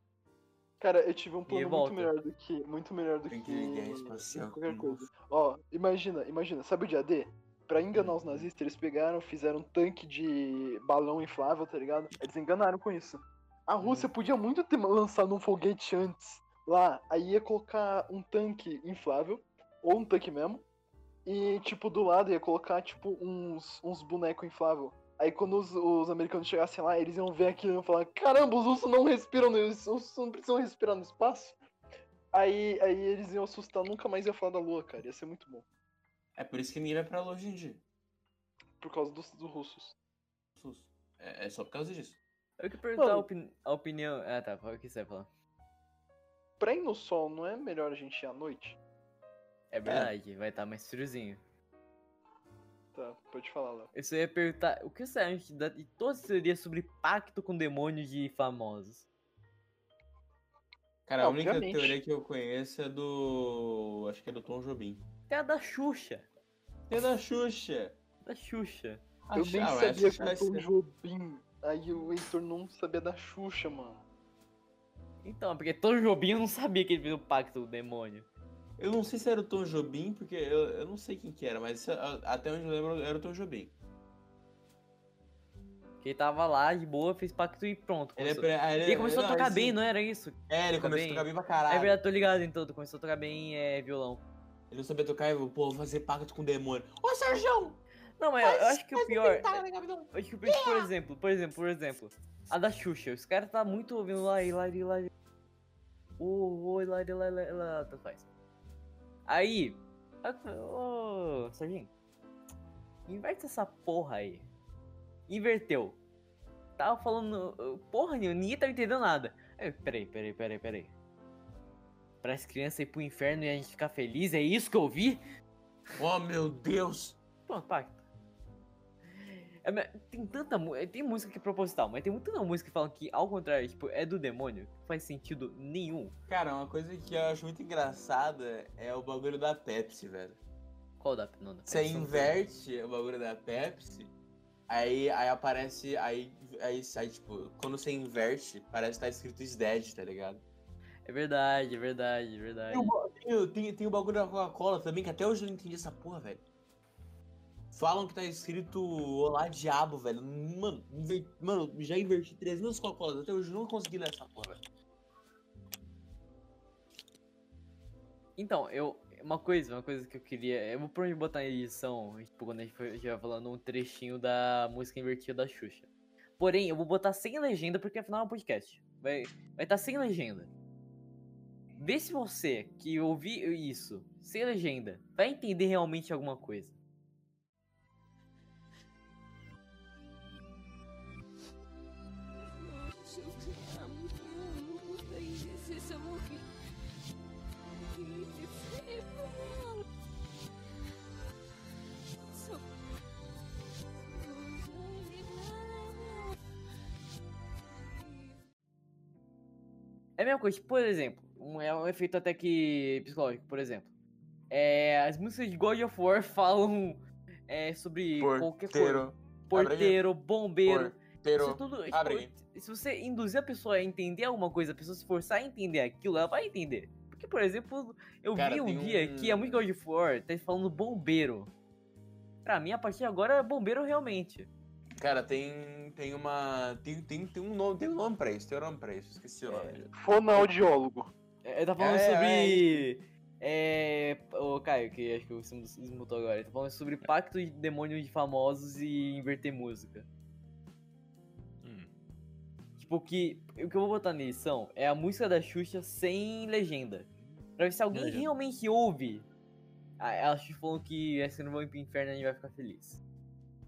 [SPEAKER 5] Cara, eu tive um plano
[SPEAKER 1] volta.
[SPEAKER 5] muito melhor do que. Muito melhor do que.
[SPEAKER 4] Inteligência espacial.
[SPEAKER 5] Hum, Qualquer coisa. Ó, imagina, imagina, sabe o dia D? Pra enganar os nazistas, eles pegaram, fizeram um tanque de balão inflável, tá ligado? Eles enganaram com isso. A Rússia podia muito ter lançado um foguete antes lá, aí ia colocar um tanque inflável, ou um tanque mesmo, e tipo, do lado ia colocar, tipo, uns, uns bonecos inflável. Aí quando os, os americanos chegassem lá, eles iam ver aquilo e iam falar, caramba, os russos não respiram, no, os russos não precisam respirar no espaço. Aí, aí eles iam assustar, nunca mais ia falar da lua, cara. Ia ser muito bom.
[SPEAKER 4] É por isso que ninguém vai pra lá hoje em dia.
[SPEAKER 5] Por causa dos, dos russos.
[SPEAKER 4] Sus. É, é só por causa disso.
[SPEAKER 1] Eu É que perguntar a,
[SPEAKER 5] Não.
[SPEAKER 1] opini- a opinião. Ah, tá, o que você vai falar?
[SPEAKER 5] Pra ir no sol, não é melhor a gente ir à noite?
[SPEAKER 1] É verdade, vai estar mais friozinho.
[SPEAKER 5] Tá, pode falar, Léo.
[SPEAKER 1] Eu só ia perguntar, o que você acha da- de todas as teorias sobre pacto com demônios de famosos?
[SPEAKER 4] Cara, a única
[SPEAKER 5] Obviamente.
[SPEAKER 4] teoria que eu conheço é do. Acho que é do Tom Jobim.
[SPEAKER 1] Tem a da Xuxa.
[SPEAKER 4] E da Xuxa?
[SPEAKER 1] Da Xuxa.
[SPEAKER 4] A
[SPEAKER 5] eu
[SPEAKER 4] Xu-
[SPEAKER 5] nem
[SPEAKER 4] ah, mas a
[SPEAKER 5] sabia
[SPEAKER 4] Xuxa
[SPEAKER 5] que
[SPEAKER 4] vai
[SPEAKER 5] o Tom
[SPEAKER 4] ser-
[SPEAKER 5] Jobim. Aí o Heitor não sabia da Xuxa, mano.
[SPEAKER 1] Então, porque todo Jobinho não sabia que ele fez o pacto com o demônio.
[SPEAKER 4] Eu não sei se era o Tom Jobim, porque eu, eu não sei quem que era, mas isso- a- até onde eu lembro era o Tom Jobim.
[SPEAKER 1] Que ele tava lá de boa, fez pacto e pronto.
[SPEAKER 4] Ele, é
[SPEAKER 1] começou-
[SPEAKER 4] pre- ah,
[SPEAKER 1] E ele começou a tocar
[SPEAKER 4] esse-
[SPEAKER 1] bem, não era isso?
[SPEAKER 4] É, ele
[SPEAKER 1] Toca
[SPEAKER 4] começou a
[SPEAKER 1] bem.
[SPEAKER 4] tocar bem pra
[SPEAKER 1] É
[SPEAKER 4] caralho.
[SPEAKER 1] verdade, tô ligado em tudo. Começou a tocar bem é, violão.
[SPEAKER 4] Ele não sabia tocar e eu, pô, vou fazer pacto com o demônio. Ô, Sérgio!
[SPEAKER 1] Não, mas eu- eu acho que o pior. é
[SPEAKER 4] Tá, né, capitão?
[SPEAKER 1] Eu acho que o pior- por exemplo, por exemplo, por exemplo. A da Xuxa, os caras tá muito ouvindo lá, Hilari, Hilari. Ô, ô, Hilari, Hilari, Hilari, tanto faz. Aí. a- Ô, Serginho. Inverte essa porra aí. Inverteu. Tava falando. uh, Porra, nenhuma, ninguém tava entendendo nada. Aí, eu, peraí, peraí, peraí, peraí. Pra as crianças ir pro inferno e a gente ficar feliz, é isso que eu ouvi?
[SPEAKER 4] Oh, meu Deus!
[SPEAKER 1] Pronto, pacto. É, mas tem tanta mu- é, tem música que é proposital, mas tem muita música que fala que, ao contrário, tipo, é do demônio, que faz sentido nenhum.
[SPEAKER 4] Cara, uma coisa que eu acho muito engraçada é o bagulho da Pepsi, velho.
[SPEAKER 1] Qual da não, da
[SPEAKER 4] Você
[SPEAKER 1] Pepsi, não sei.
[SPEAKER 4] inverte o bagulho da Pepsi, aí, aí aparece. Aí, aí, aí, tipo, quando você inverte, parece que tá escrito is dead, tá ligado?
[SPEAKER 1] É verdade, é verdade, é verdade.
[SPEAKER 4] Tem o, ba- tem, o- tem, tem o bagulho da Coca-Cola também, que até hoje eu não entendi essa porra, velho. Falam que tá escrito Olá Diabo, velho. Mano, inver- mano já inverti 300 Coca-Colas, até hoje eu não consegui ler essa porra, velho.
[SPEAKER 1] Então, eu. Uma coisa, uma coisa que eu queria. Eu vou provavelmente botar na edição, tipo, quando a gente for- estiver falando um trechinho da música invertida da Xuxa. Porém, eu vou botar sem legenda, porque afinal é um podcast. Vai estar vai tá sem legenda. Vê se você que ouvir isso, sem legenda, vai entender realmente alguma coisa. É a mesma coisa, tipo, por exemplo, um- é um efeito até que psicológico, por exemplo. É, as músicas de God of War falam é, sobre é, qualquer coisa.
[SPEAKER 4] Abre aí.
[SPEAKER 1] porteiro, bombeiro.
[SPEAKER 4] Pero-
[SPEAKER 1] Isso tudo, tipo,
[SPEAKER 4] Abre aí.
[SPEAKER 1] se você induzir a pessoa a entender alguma coisa, a pessoa se forçar a entender aquilo, ela vai entender. Porque, por exemplo, eu
[SPEAKER 4] Cara,
[SPEAKER 1] vi um
[SPEAKER 4] tem
[SPEAKER 1] dia
[SPEAKER 4] um-
[SPEAKER 1] que é muito God of War, tá falando bombeiro. Pra mim, a partir de agora, é bombeiro realmente.
[SPEAKER 4] Cara, tem, tem uma. Tem, tem, tem um nome, tem um nome pra isso, tem um nome pra isso, esqueci o nome.
[SPEAKER 5] um Fonoaudiólogo.
[SPEAKER 1] É, Ele tá falando
[SPEAKER 4] É,
[SPEAKER 1] sobre. É. Ô, Caio, que acho que você des- desmutou agora. Ele tá falando sobre pacto de demônio de famosos e inverter música.
[SPEAKER 2] Hum.
[SPEAKER 1] Tipo, que, o que eu vou botar na edição é a música da Xuxa sem legenda. Pra ver se alguém
[SPEAKER 2] Legenda.
[SPEAKER 1] realmente ouve. Ah, Ela falou que é, se não vão ir pro inferno a gente vai ficar feliz.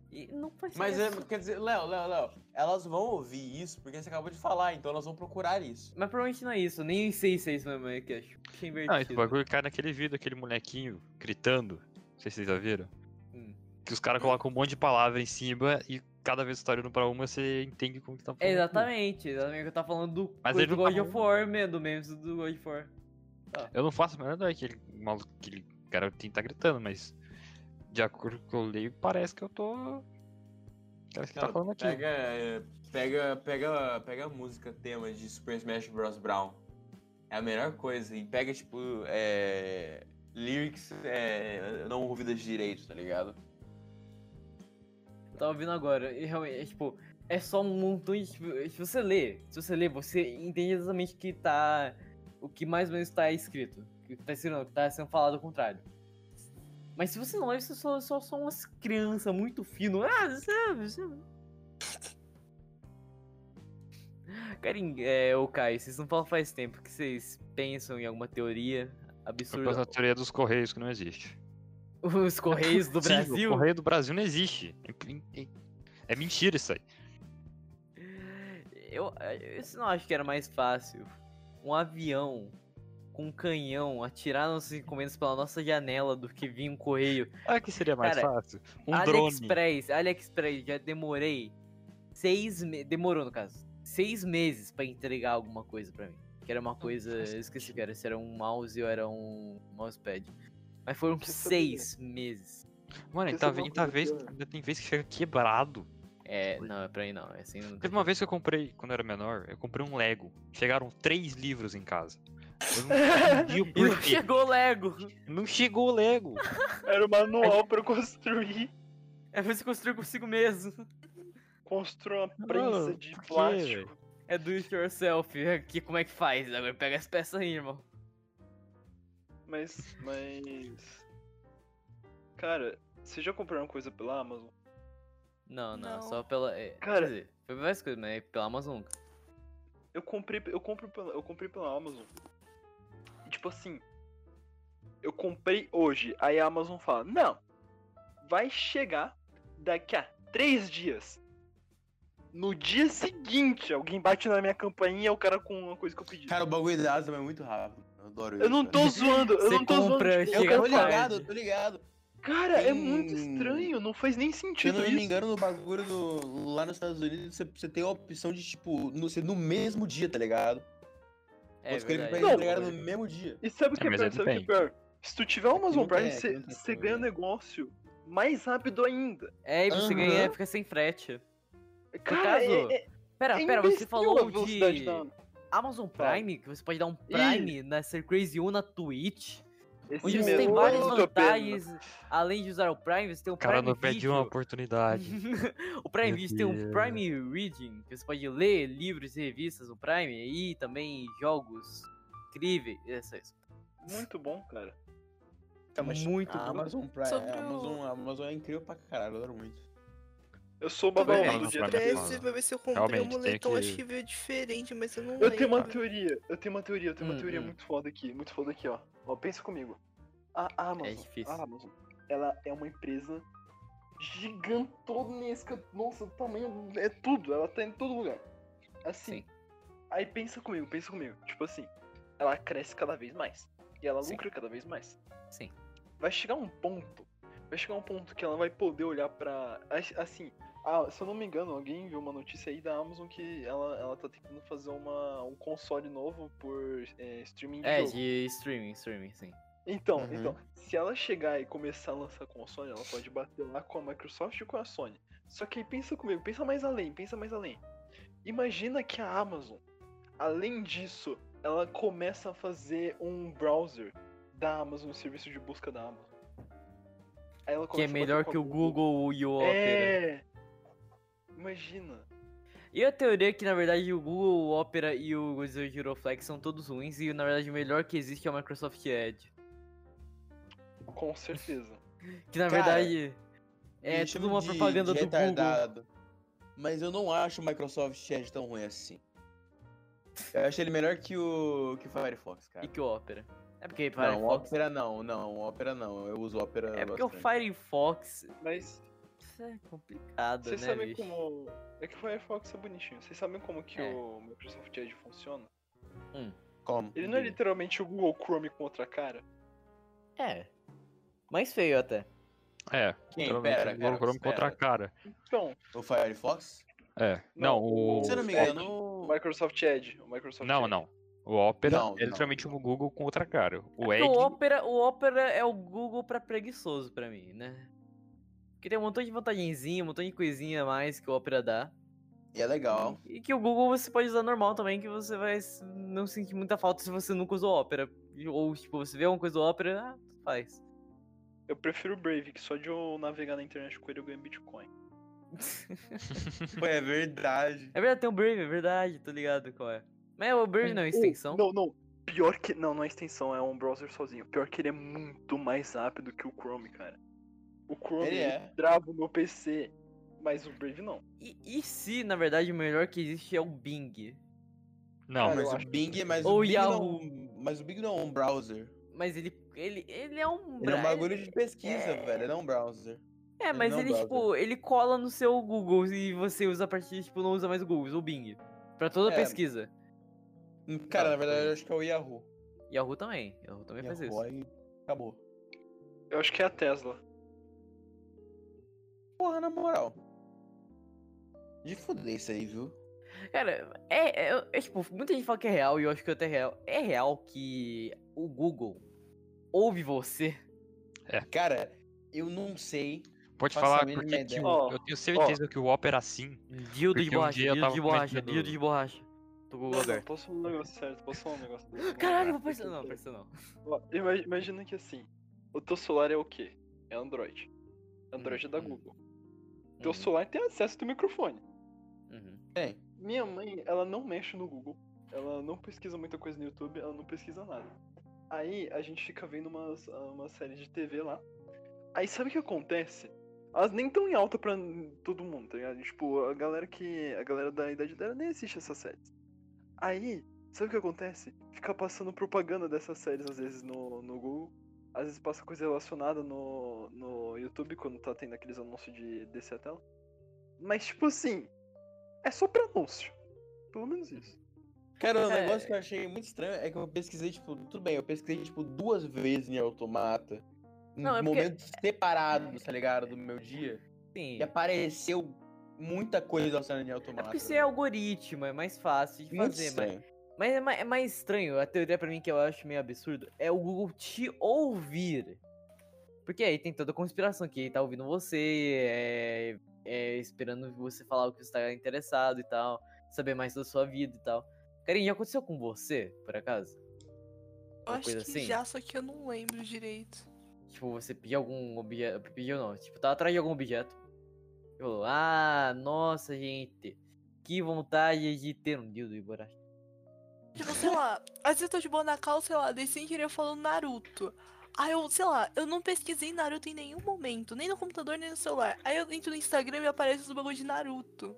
[SPEAKER 1] E não faz
[SPEAKER 4] Mas é,
[SPEAKER 1] sentido.
[SPEAKER 4] quer dizer, Léo, Léo, Léo, elas vão ouvir isso porque você acabou de falar, então elas vão procurar isso.
[SPEAKER 1] Mas provavelmente não é isso, nem sei se é isso mesmo, é que a Xuxa
[SPEAKER 2] Ah, esse
[SPEAKER 1] invertida.
[SPEAKER 2] bagulho cai naquele vídeo daquele molequinho gritando. Não sei se vocês já viram.
[SPEAKER 1] Hum.
[SPEAKER 2] Que os caras colocam um monte de palavra em cima e cada vez que você tá olhando pra uma, você entende como que tá falando.
[SPEAKER 1] Exatamente, exatamente o que eu tava falando do,
[SPEAKER 2] Mas
[SPEAKER 1] coisa
[SPEAKER 2] ele
[SPEAKER 1] do
[SPEAKER 2] não tá
[SPEAKER 1] God of War, mesmo, do memes do God of War.
[SPEAKER 2] Eu não faço a menor ideia que ele, maluco, que ele cara tem tá gritando, mas de acordo com o que eu leio, parece que eu tô. Parece que tá
[SPEAKER 4] Cara,
[SPEAKER 2] falando aqui.
[SPEAKER 4] Pega, é, pega, pega, pega a música tema de Super Smash Bros. Brown. É a melhor coisa. E pega, tipo, é, lyrics é, não ouvidas direito, tá ligado?
[SPEAKER 1] Eu tava ouvindo agora, e realmente, é, tipo, é só um montão de. Tipo, se você lê, se você lê, você entende exatamente o que tá. O que mais ou menos tá escrito. O que tá escrito, não, o que tá sendo falado ao contrário. Mas se você não lê, você só, só são umas crianças muito fino. Ah, sabe, sabe. Cara, em- é, ô Caio, vocês não falam faz tempo que vocês pensam em alguma teoria
[SPEAKER 2] Foi
[SPEAKER 1] absurda
[SPEAKER 2] pela teoria dos Correios que não existe.
[SPEAKER 1] Os Correios do
[SPEAKER 2] Sim,
[SPEAKER 1] Brasil?
[SPEAKER 2] O Correio do Brasil não existe. É imp- É, é mentira isso aí.
[SPEAKER 1] Eu, eu isso não acho que era mais fácil. Um avião com um canhão atirar nossas encomendas pela nossa janela do que vir um correio.
[SPEAKER 2] Ah, que seria mais
[SPEAKER 1] Cara,
[SPEAKER 2] fácil. Um drone.
[SPEAKER 1] AliExpress, AliExpress, já demorei seis meses. Demorou, no caso. Seis meses pra entregar alguma coisa pra mim. Que era uma coisa.
[SPEAKER 2] faz
[SPEAKER 1] Eu esqueci o que era. Se era um mouse ou era um mousepad. Mas foram
[SPEAKER 5] Que sabedoria.
[SPEAKER 1] seis meses.
[SPEAKER 2] Mano, e
[SPEAKER 5] Isso
[SPEAKER 2] tá,
[SPEAKER 5] é uma
[SPEAKER 2] ve- e tá
[SPEAKER 5] coisa
[SPEAKER 2] vez,
[SPEAKER 5] pior.
[SPEAKER 2] ainda tem vez que chega quebrado.
[SPEAKER 1] É, não, é pra mim não. É assim, não tem
[SPEAKER 2] Teve uma
[SPEAKER 1] jeito.
[SPEAKER 2] vez que eu comprei, quando eu era menor, eu comprei um Lego. Chegaram três livros em casa. Eu não entendi
[SPEAKER 1] E
[SPEAKER 2] o
[SPEAKER 1] não
[SPEAKER 2] porquê.
[SPEAKER 1] chegou o Lego!
[SPEAKER 2] Não chegou o Lego.
[SPEAKER 5] Era o manual pra eu construir.
[SPEAKER 1] É você construir consigo mesmo.
[SPEAKER 5] Construir uma
[SPEAKER 2] Mano,
[SPEAKER 5] prensa de
[SPEAKER 2] por quê,
[SPEAKER 5] plástico.
[SPEAKER 1] É do it yourself. Aqui como é que faz? Agora pega as peças aí, irmão.
[SPEAKER 5] Mas, mas. Cara, você já comprou uma coisa pela Amazon?
[SPEAKER 1] Não, não,
[SPEAKER 3] Não.
[SPEAKER 1] só pela. é,
[SPEAKER 5] Cara-
[SPEAKER 1] Quer dizer, foi várias coisas, mas é pela Amazon.
[SPEAKER 5] Eu comprei, eu compro pela, eu comprei pela Amazon. E, tipo assim, eu comprei hoje, aí a Amazon fala: "Não. Vai chegar daqui a três dias." No dia seguinte, alguém bate na minha campainha, é o cara com uma coisa que eu pedi.
[SPEAKER 4] Cara, o bagulho da Asa é muito rápido. Eu adoro isso.
[SPEAKER 5] eu não
[SPEAKER 4] cara.
[SPEAKER 5] tô zoando, eu
[SPEAKER 1] Você
[SPEAKER 5] não tô
[SPEAKER 1] compra,
[SPEAKER 5] zoando. tipo,
[SPEAKER 4] Eu
[SPEAKER 5] Eu
[SPEAKER 1] chega
[SPEAKER 4] tô
[SPEAKER 5] quero
[SPEAKER 1] tarde.
[SPEAKER 5] falar.
[SPEAKER 4] ligado, eu tô ligado.
[SPEAKER 5] Cara, é
[SPEAKER 4] Tem-
[SPEAKER 5] muito estranho, não faz nem
[SPEAKER 4] Se eu
[SPEAKER 5] sentido
[SPEAKER 4] não me
[SPEAKER 5] Tipo isso.
[SPEAKER 4] engano, no bagulho do, lá nos Estados Unidos, você, você tem a opção de, tipo, no, ser no mesmo dia, tá ligado?
[SPEAKER 1] É,
[SPEAKER 4] Os caras pra
[SPEAKER 1] verdade. é
[SPEAKER 5] Não,
[SPEAKER 4] entregar no mesmo dia.
[SPEAKER 5] E sabe o que
[SPEAKER 2] É,
[SPEAKER 5] é,
[SPEAKER 2] mas
[SPEAKER 5] pior?
[SPEAKER 2] aí
[SPEAKER 5] Sabe o que é pior? Se tu tiver o Amazon
[SPEAKER 4] não tem-
[SPEAKER 5] Prime,
[SPEAKER 4] aqui
[SPEAKER 5] você
[SPEAKER 4] não tem
[SPEAKER 5] você
[SPEAKER 4] como,
[SPEAKER 5] ganha
[SPEAKER 4] né?
[SPEAKER 5] negócio mais rápido ainda.
[SPEAKER 1] É, e você
[SPEAKER 4] Aham.
[SPEAKER 1] ganha fica sem frete.
[SPEAKER 5] Cara, é-
[SPEAKER 1] caso,
[SPEAKER 5] é-
[SPEAKER 1] Pera,
[SPEAKER 5] É
[SPEAKER 1] pera, você
[SPEAKER 5] imbecil a
[SPEAKER 1] falou
[SPEAKER 5] velocidade
[SPEAKER 1] de
[SPEAKER 5] da Ana.
[SPEAKER 1] Amazon
[SPEAKER 5] Fala.
[SPEAKER 1] Prime, que você pode dar um Prime na Ser Crazy 1 na Twitch.
[SPEAKER 5] Esse é
[SPEAKER 1] Onde
[SPEAKER 4] Sim,
[SPEAKER 1] você tem
[SPEAKER 4] mesmo.
[SPEAKER 1] várias
[SPEAKER 5] muito a pena.
[SPEAKER 1] vantagens. Além de usar o Prime, você tem o
[SPEAKER 2] O cara
[SPEAKER 1] Prime
[SPEAKER 2] não perde
[SPEAKER 1] Video.
[SPEAKER 2] uma
[SPEAKER 1] Uhum.
[SPEAKER 2] oportunidade.
[SPEAKER 1] o Prime
[SPEAKER 2] Meu
[SPEAKER 1] Video tem um
[SPEAKER 2] Deus.
[SPEAKER 1] Prime Reading, que você pode ler livros e revistas no Prime e também jogos incríveis. É só isso.
[SPEAKER 5] Muito bom, cara.
[SPEAKER 4] Tá, mas
[SPEAKER 1] Muito
[SPEAKER 2] Ah,
[SPEAKER 4] a
[SPEAKER 1] bom.
[SPEAKER 4] Amazon Prime,
[SPEAKER 3] Sobre
[SPEAKER 4] a
[SPEAKER 3] o-
[SPEAKER 4] Amazon, a Amazon é incrível pra caralho, eu adoro muito.
[SPEAKER 5] Eu sou o
[SPEAKER 3] Tô
[SPEAKER 5] babau
[SPEAKER 3] vendo
[SPEAKER 5] do dia
[SPEAKER 2] pra
[SPEAKER 5] da
[SPEAKER 2] mim.
[SPEAKER 5] semana.
[SPEAKER 3] Parece pra ver se eu comprei um
[SPEAKER 2] Realmente, tem
[SPEAKER 3] moletom,
[SPEAKER 2] que-
[SPEAKER 3] acho que veio diferente, mas eu não
[SPEAKER 5] Eu
[SPEAKER 3] lembro.
[SPEAKER 5] tenho uma teoria, eu tenho uma teoria, eu tenho uma
[SPEAKER 1] Hum,
[SPEAKER 5] teoria
[SPEAKER 1] hum.
[SPEAKER 5] muito foda aqui, muito foda aqui, ó. Ó, pensa comigo. A a Amazon,
[SPEAKER 1] É difícil.
[SPEAKER 5] a Amazon, ela é uma empresa gigantonesca, nossa, o tamanho é tudo, ela tá em todo lugar. Assim,
[SPEAKER 1] Sim.
[SPEAKER 5] aí pensa comigo, pensa comigo, tipo assim, ela cresce cada vez mais, e ela
[SPEAKER 1] Sim.
[SPEAKER 5] lucra cada vez mais.
[SPEAKER 1] Sim.
[SPEAKER 5] Vai chegar um ponto, vai chegar um ponto que ela vai poder olhar pra, as- assim, ah, se eu não me engano, alguém viu uma notícia aí da Amazon que ela, ela tá tentando fazer uma, um console novo por é, streaming de
[SPEAKER 1] É,
[SPEAKER 5] jogo.
[SPEAKER 1] de streaming, streaming, sim.
[SPEAKER 5] Então,
[SPEAKER 4] Uhum.
[SPEAKER 5] então, se ela chegar e começar a lançar com a Sony, ela pode bater lá com a Microsoft e com a Sony. Só que aí pensa comigo, pensa mais além, pensa mais além. Imagina que a Amazon, além disso, ela começa a fazer um browser da Amazon, um serviço de busca da Amazon. Aí ela
[SPEAKER 1] Que é
[SPEAKER 5] começa a bater
[SPEAKER 1] melhor
[SPEAKER 5] com a
[SPEAKER 1] que o Google e o Opera.
[SPEAKER 5] É. Imagina.
[SPEAKER 1] E a teoria é que, na verdade, o Google, o Opera e o Giroflex são todos ruins e, na verdade, o melhor que existe é o Microsoft Edge.
[SPEAKER 5] Com certeza.
[SPEAKER 1] Que, na
[SPEAKER 4] Cara,
[SPEAKER 1] verdade,
[SPEAKER 4] Me
[SPEAKER 1] é tudo
[SPEAKER 4] chama
[SPEAKER 1] uma
[SPEAKER 4] de-
[SPEAKER 1] propaganda
[SPEAKER 4] de
[SPEAKER 1] do Google.
[SPEAKER 4] retardado, Mas eu não acho o Microsoft Edge tão ruim assim. Eu acho ele melhor que o que o Firefox, cara.
[SPEAKER 1] E que o Opera. É porque
[SPEAKER 4] Não, o
[SPEAKER 1] Firefox...
[SPEAKER 4] Opera não, não, o Opera não. Eu uso o Opera
[SPEAKER 1] É porque o
[SPEAKER 4] bastante.
[SPEAKER 1] Firefox...
[SPEAKER 5] Mas
[SPEAKER 1] Isso é complicado,
[SPEAKER 5] vocês
[SPEAKER 1] né,
[SPEAKER 5] sabem
[SPEAKER 1] bicho?
[SPEAKER 5] como. É que o Firefox é bonitinho. Vocês sabem como que
[SPEAKER 1] É.
[SPEAKER 5] o Microsoft Edge funciona?
[SPEAKER 4] Como?
[SPEAKER 5] Ele não é literalmente o Google Chrome com outra cara.
[SPEAKER 1] É. Mais feio até.
[SPEAKER 2] É,
[SPEAKER 4] Quem?
[SPEAKER 2] literalmente,
[SPEAKER 4] Pera,
[SPEAKER 2] o
[SPEAKER 4] pera,
[SPEAKER 2] Chrome contra a
[SPEAKER 4] pera.
[SPEAKER 2] cara.
[SPEAKER 5] Então,
[SPEAKER 4] O Firefox?
[SPEAKER 2] É,
[SPEAKER 5] Não,
[SPEAKER 2] não, o...
[SPEAKER 4] Se eu não me
[SPEAKER 5] Edge.
[SPEAKER 4] engano,
[SPEAKER 5] o
[SPEAKER 4] o-
[SPEAKER 5] Microsoft Edge. O Microsoft
[SPEAKER 2] Não,
[SPEAKER 5] Edge.
[SPEAKER 2] não. O Opera
[SPEAKER 4] Não,
[SPEAKER 2] é
[SPEAKER 4] não,
[SPEAKER 2] literalmente
[SPEAKER 4] não.
[SPEAKER 2] um Google com outra cara.
[SPEAKER 5] É
[SPEAKER 2] O
[SPEAKER 1] Porque
[SPEAKER 2] Edge...
[SPEAKER 1] É O Opera, o Opera é o Google pra preguiçoso pra mim, né? Porque tem um montão de vantagenzinha, um montão de coisinha a mais que o Opera dá.
[SPEAKER 4] e é legal.
[SPEAKER 1] E que o Google você pode usar normal também, que você vai s- não sentir muita falta se você nunca usou Opera. E- Ou, tipo, você vê alguma coisa do Opera, ah, tu faz.
[SPEAKER 5] Eu prefiro o Brave, que só de eu navegar na internet com ele eu ganho Bitcoin.
[SPEAKER 4] Pô, é verdade.
[SPEAKER 1] É verdade, tem o Brave, é verdade, tô ligado qual é. Mas o Brave não é extensão.
[SPEAKER 5] Não, não. Pior que. Não, não é extensão, é um browser sozinho. Pior que ele é muito mais rápido que o Chrome, cara. O Chrome
[SPEAKER 4] Ele
[SPEAKER 5] ele
[SPEAKER 4] é.
[SPEAKER 5] trava o meu PC, mas o Brave não.
[SPEAKER 1] E, e se, na verdade, o melhor que existe é o Bing?
[SPEAKER 2] Não,
[SPEAKER 5] Cara,
[SPEAKER 4] mas
[SPEAKER 5] eu
[SPEAKER 4] o
[SPEAKER 5] acho que-
[SPEAKER 4] Bing, mas
[SPEAKER 1] Ou
[SPEAKER 4] o Bing não, é
[SPEAKER 1] Yahoo.
[SPEAKER 4] um- mas o Big não é um browser.
[SPEAKER 1] Mas ele, ele, ele é um...
[SPEAKER 4] Ele é
[SPEAKER 1] bra-
[SPEAKER 4] um bagulho de pesquisa,
[SPEAKER 1] É.
[SPEAKER 4] velho. Ele é um browser.
[SPEAKER 1] É, mas
[SPEAKER 4] não
[SPEAKER 1] ele,
[SPEAKER 4] dá,
[SPEAKER 1] tipo, ele cola no seu Google e você usa a partir, tipo, não usa mais o Google, usa o Bing. Pra toda
[SPEAKER 4] É.
[SPEAKER 1] pesquisa.
[SPEAKER 4] Cara, na verdade, eu acho que é o Yahoo.
[SPEAKER 1] Yahoo também. Yahoo também faz
[SPEAKER 4] Yahoo,
[SPEAKER 1] isso.
[SPEAKER 4] aí acabou.
[SPEAKER 5] Eu acho que é a Tesla.
[SPEAKER 4] Porra, na moral. De fuder isso aí, viu?
[SPEAKER 1] Cara, é, é- é, tipo, muita gente fala que é real e eu acho que até é real. É real que o Google ouve você?
[SPEAKER 4] Cara, eu não sei.
[SPEAKER 2] pode
[SPEAKER 4] faço a
[SPEAKER 2] falar
[SPEAKER 4] mínima
[SPEAKER 2] porque que
[SPEAKER 4] ideia.
[SPEAKER 2] o-
[SPEAKER 5] Ó,
[SPEAKER 2] eu tenho certeza que o Opera sim.
[SPEAKER 1] Dildo de
[SPEAKER 2] Porque um
[SPEAKER 1] borracha,
[SPEAKER 2] dia eu
[SPEAKER 1] dildo de
[SPEAKER 2] tava
[SPEAKER 1] borracha,
[SPEAKER 2] comentando-
[SPEAKER 1] dildo de borracha. Do Google
[SPEAKER 5] Não, não,
[SPEAKER 1] aberto.
[SPEAKER 5] posso falar um negócio certo, posso falar um negócio certo.
[SPEAKER 1] Caralho, vou aparecer. Não, apareceu não.
[SPEAKER 5] Ó, ima- Imagina que assim, o teu celular é o quê? É Android. Android é da
[SPEAKER 1] Uhum.
[SPEAKER 5] Google.
[SPEAKER 4] Uhum.
[SPEAKER 5] Teu celular tem acesso do microfone.
[SPEAKER 1] Uhum.
[SPEAKER 4] Bem,
[SPEAKER 5] Minha mãe, ela não mexe no Google. Ela não pesquisa muita coisa no YouTube, ela não pesquisa nada. Aí a gente fica vendo umas, uma série de TV lá. Aí sabe o que acontece? Elas nem tão em alta pra n- todo mundo, tá ligado? Tipo, a galera que. A galera da idade dela nem assiste essas séries. Aí, sabe o que acontece? Fica passando propaganda dessas séries, às vezes, no, no Google. Às vezes passa coisa relacionada no, no YouTube, quando tá tendo aqueles anúncios de descer a tela. Mas, tipo assim, é só pra anúncio. Pelo menos isso.
[SPEAKER 4] Cara, um
[SPEAKER 1] É.
[SPEAKER 4] negócio que eu achei muito estranho é que eu pesquisei, tipo, tudo bem, eu pesquisei, tipo, duas vezes em automata. Em
[SPEAKER 1] Não, é porque-
[SPEAKER 4] momentos separados, tá ligado? Do meu dia.
[SPEAKER 1] Sim.
[SPEAKER 4] E é apareceu muita coisa relacionada em
[SPEAKER 1] É
[SPEAKER 4] automata.
[SPEAKER 1] porque isso é algoritmo, é mais fácil de
[SPEAKER 4] muito
[SPEAKER 1] fazer, mas.
[SPEAKER 4] estranho.
[SPEAKER 1] Mas é ma- é mais, estranho, a teoria pra mim que eu acho meio absurdo é o Google te ouvir. Porque aí tem toda a conspiração que ele tá ouvindo você, é, é esperando você falar o que você tá interessado e tal, saber mais da sua vida e tal. Karim, já aconteceu com você, por acaso?
[SPEAKER 3] Eu acho que
[SPEAKER 1] coisa assim?
[SPEAKER 3] já, só que eu não lembro direito.
[SPEAKER 1] Tipo, você pediu algum objeto. Pediu não, tipo, tá atrás de algum objeto. E falou, ah, nossa, gente, que vontade de ter um dildo de borracha.
[SPEAKER 3] Tipo, sei lá, às vezes eu tô de boa na calça, sei lá, daí sem querer eu falo Naruto. Aí eu, sei lá, eu não pesquisei Naruto em nenhum momento, nem no computador, nem no celular. Aí eu entro no Instagram e aparece os bagulhos de Naruto.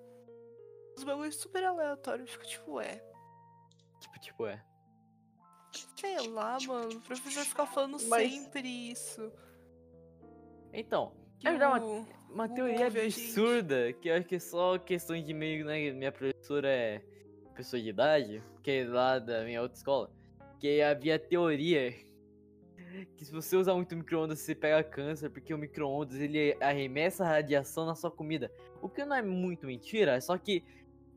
[SPEAKER 3] Os bagulhos super aleatórios, eu fico tipo, ué,
[SPEAKER 1] Tipo, tipo, é.
[SPEAKER 3] sei lá, mano, o professor fica falando
[SPEAKER 5] Mas-
[SPEAKER 3] sempre isso. Tipo,
[SPEAKER 1] Então,
[SPEAKER 3] Que
[SPEAKER 1] É verdade,
[SPEAKER 3] o-
[SPEAKER 1] Uma
[SPEAKER 3] Google
[SPEAKER 1] teoria
[SPEAKER 3] ouve a gente.
[SPEAKER 1] absurda, que eu acho que é só questão de meio, né? Minha professora é pessoa de idade, que é lá da minha outra escola, que havia a teoria que se você usar muito micro-ondas você pega câncer, porque o micro-ondas ele arremessa a radiação na sua comida. O que não é muito mentira, só que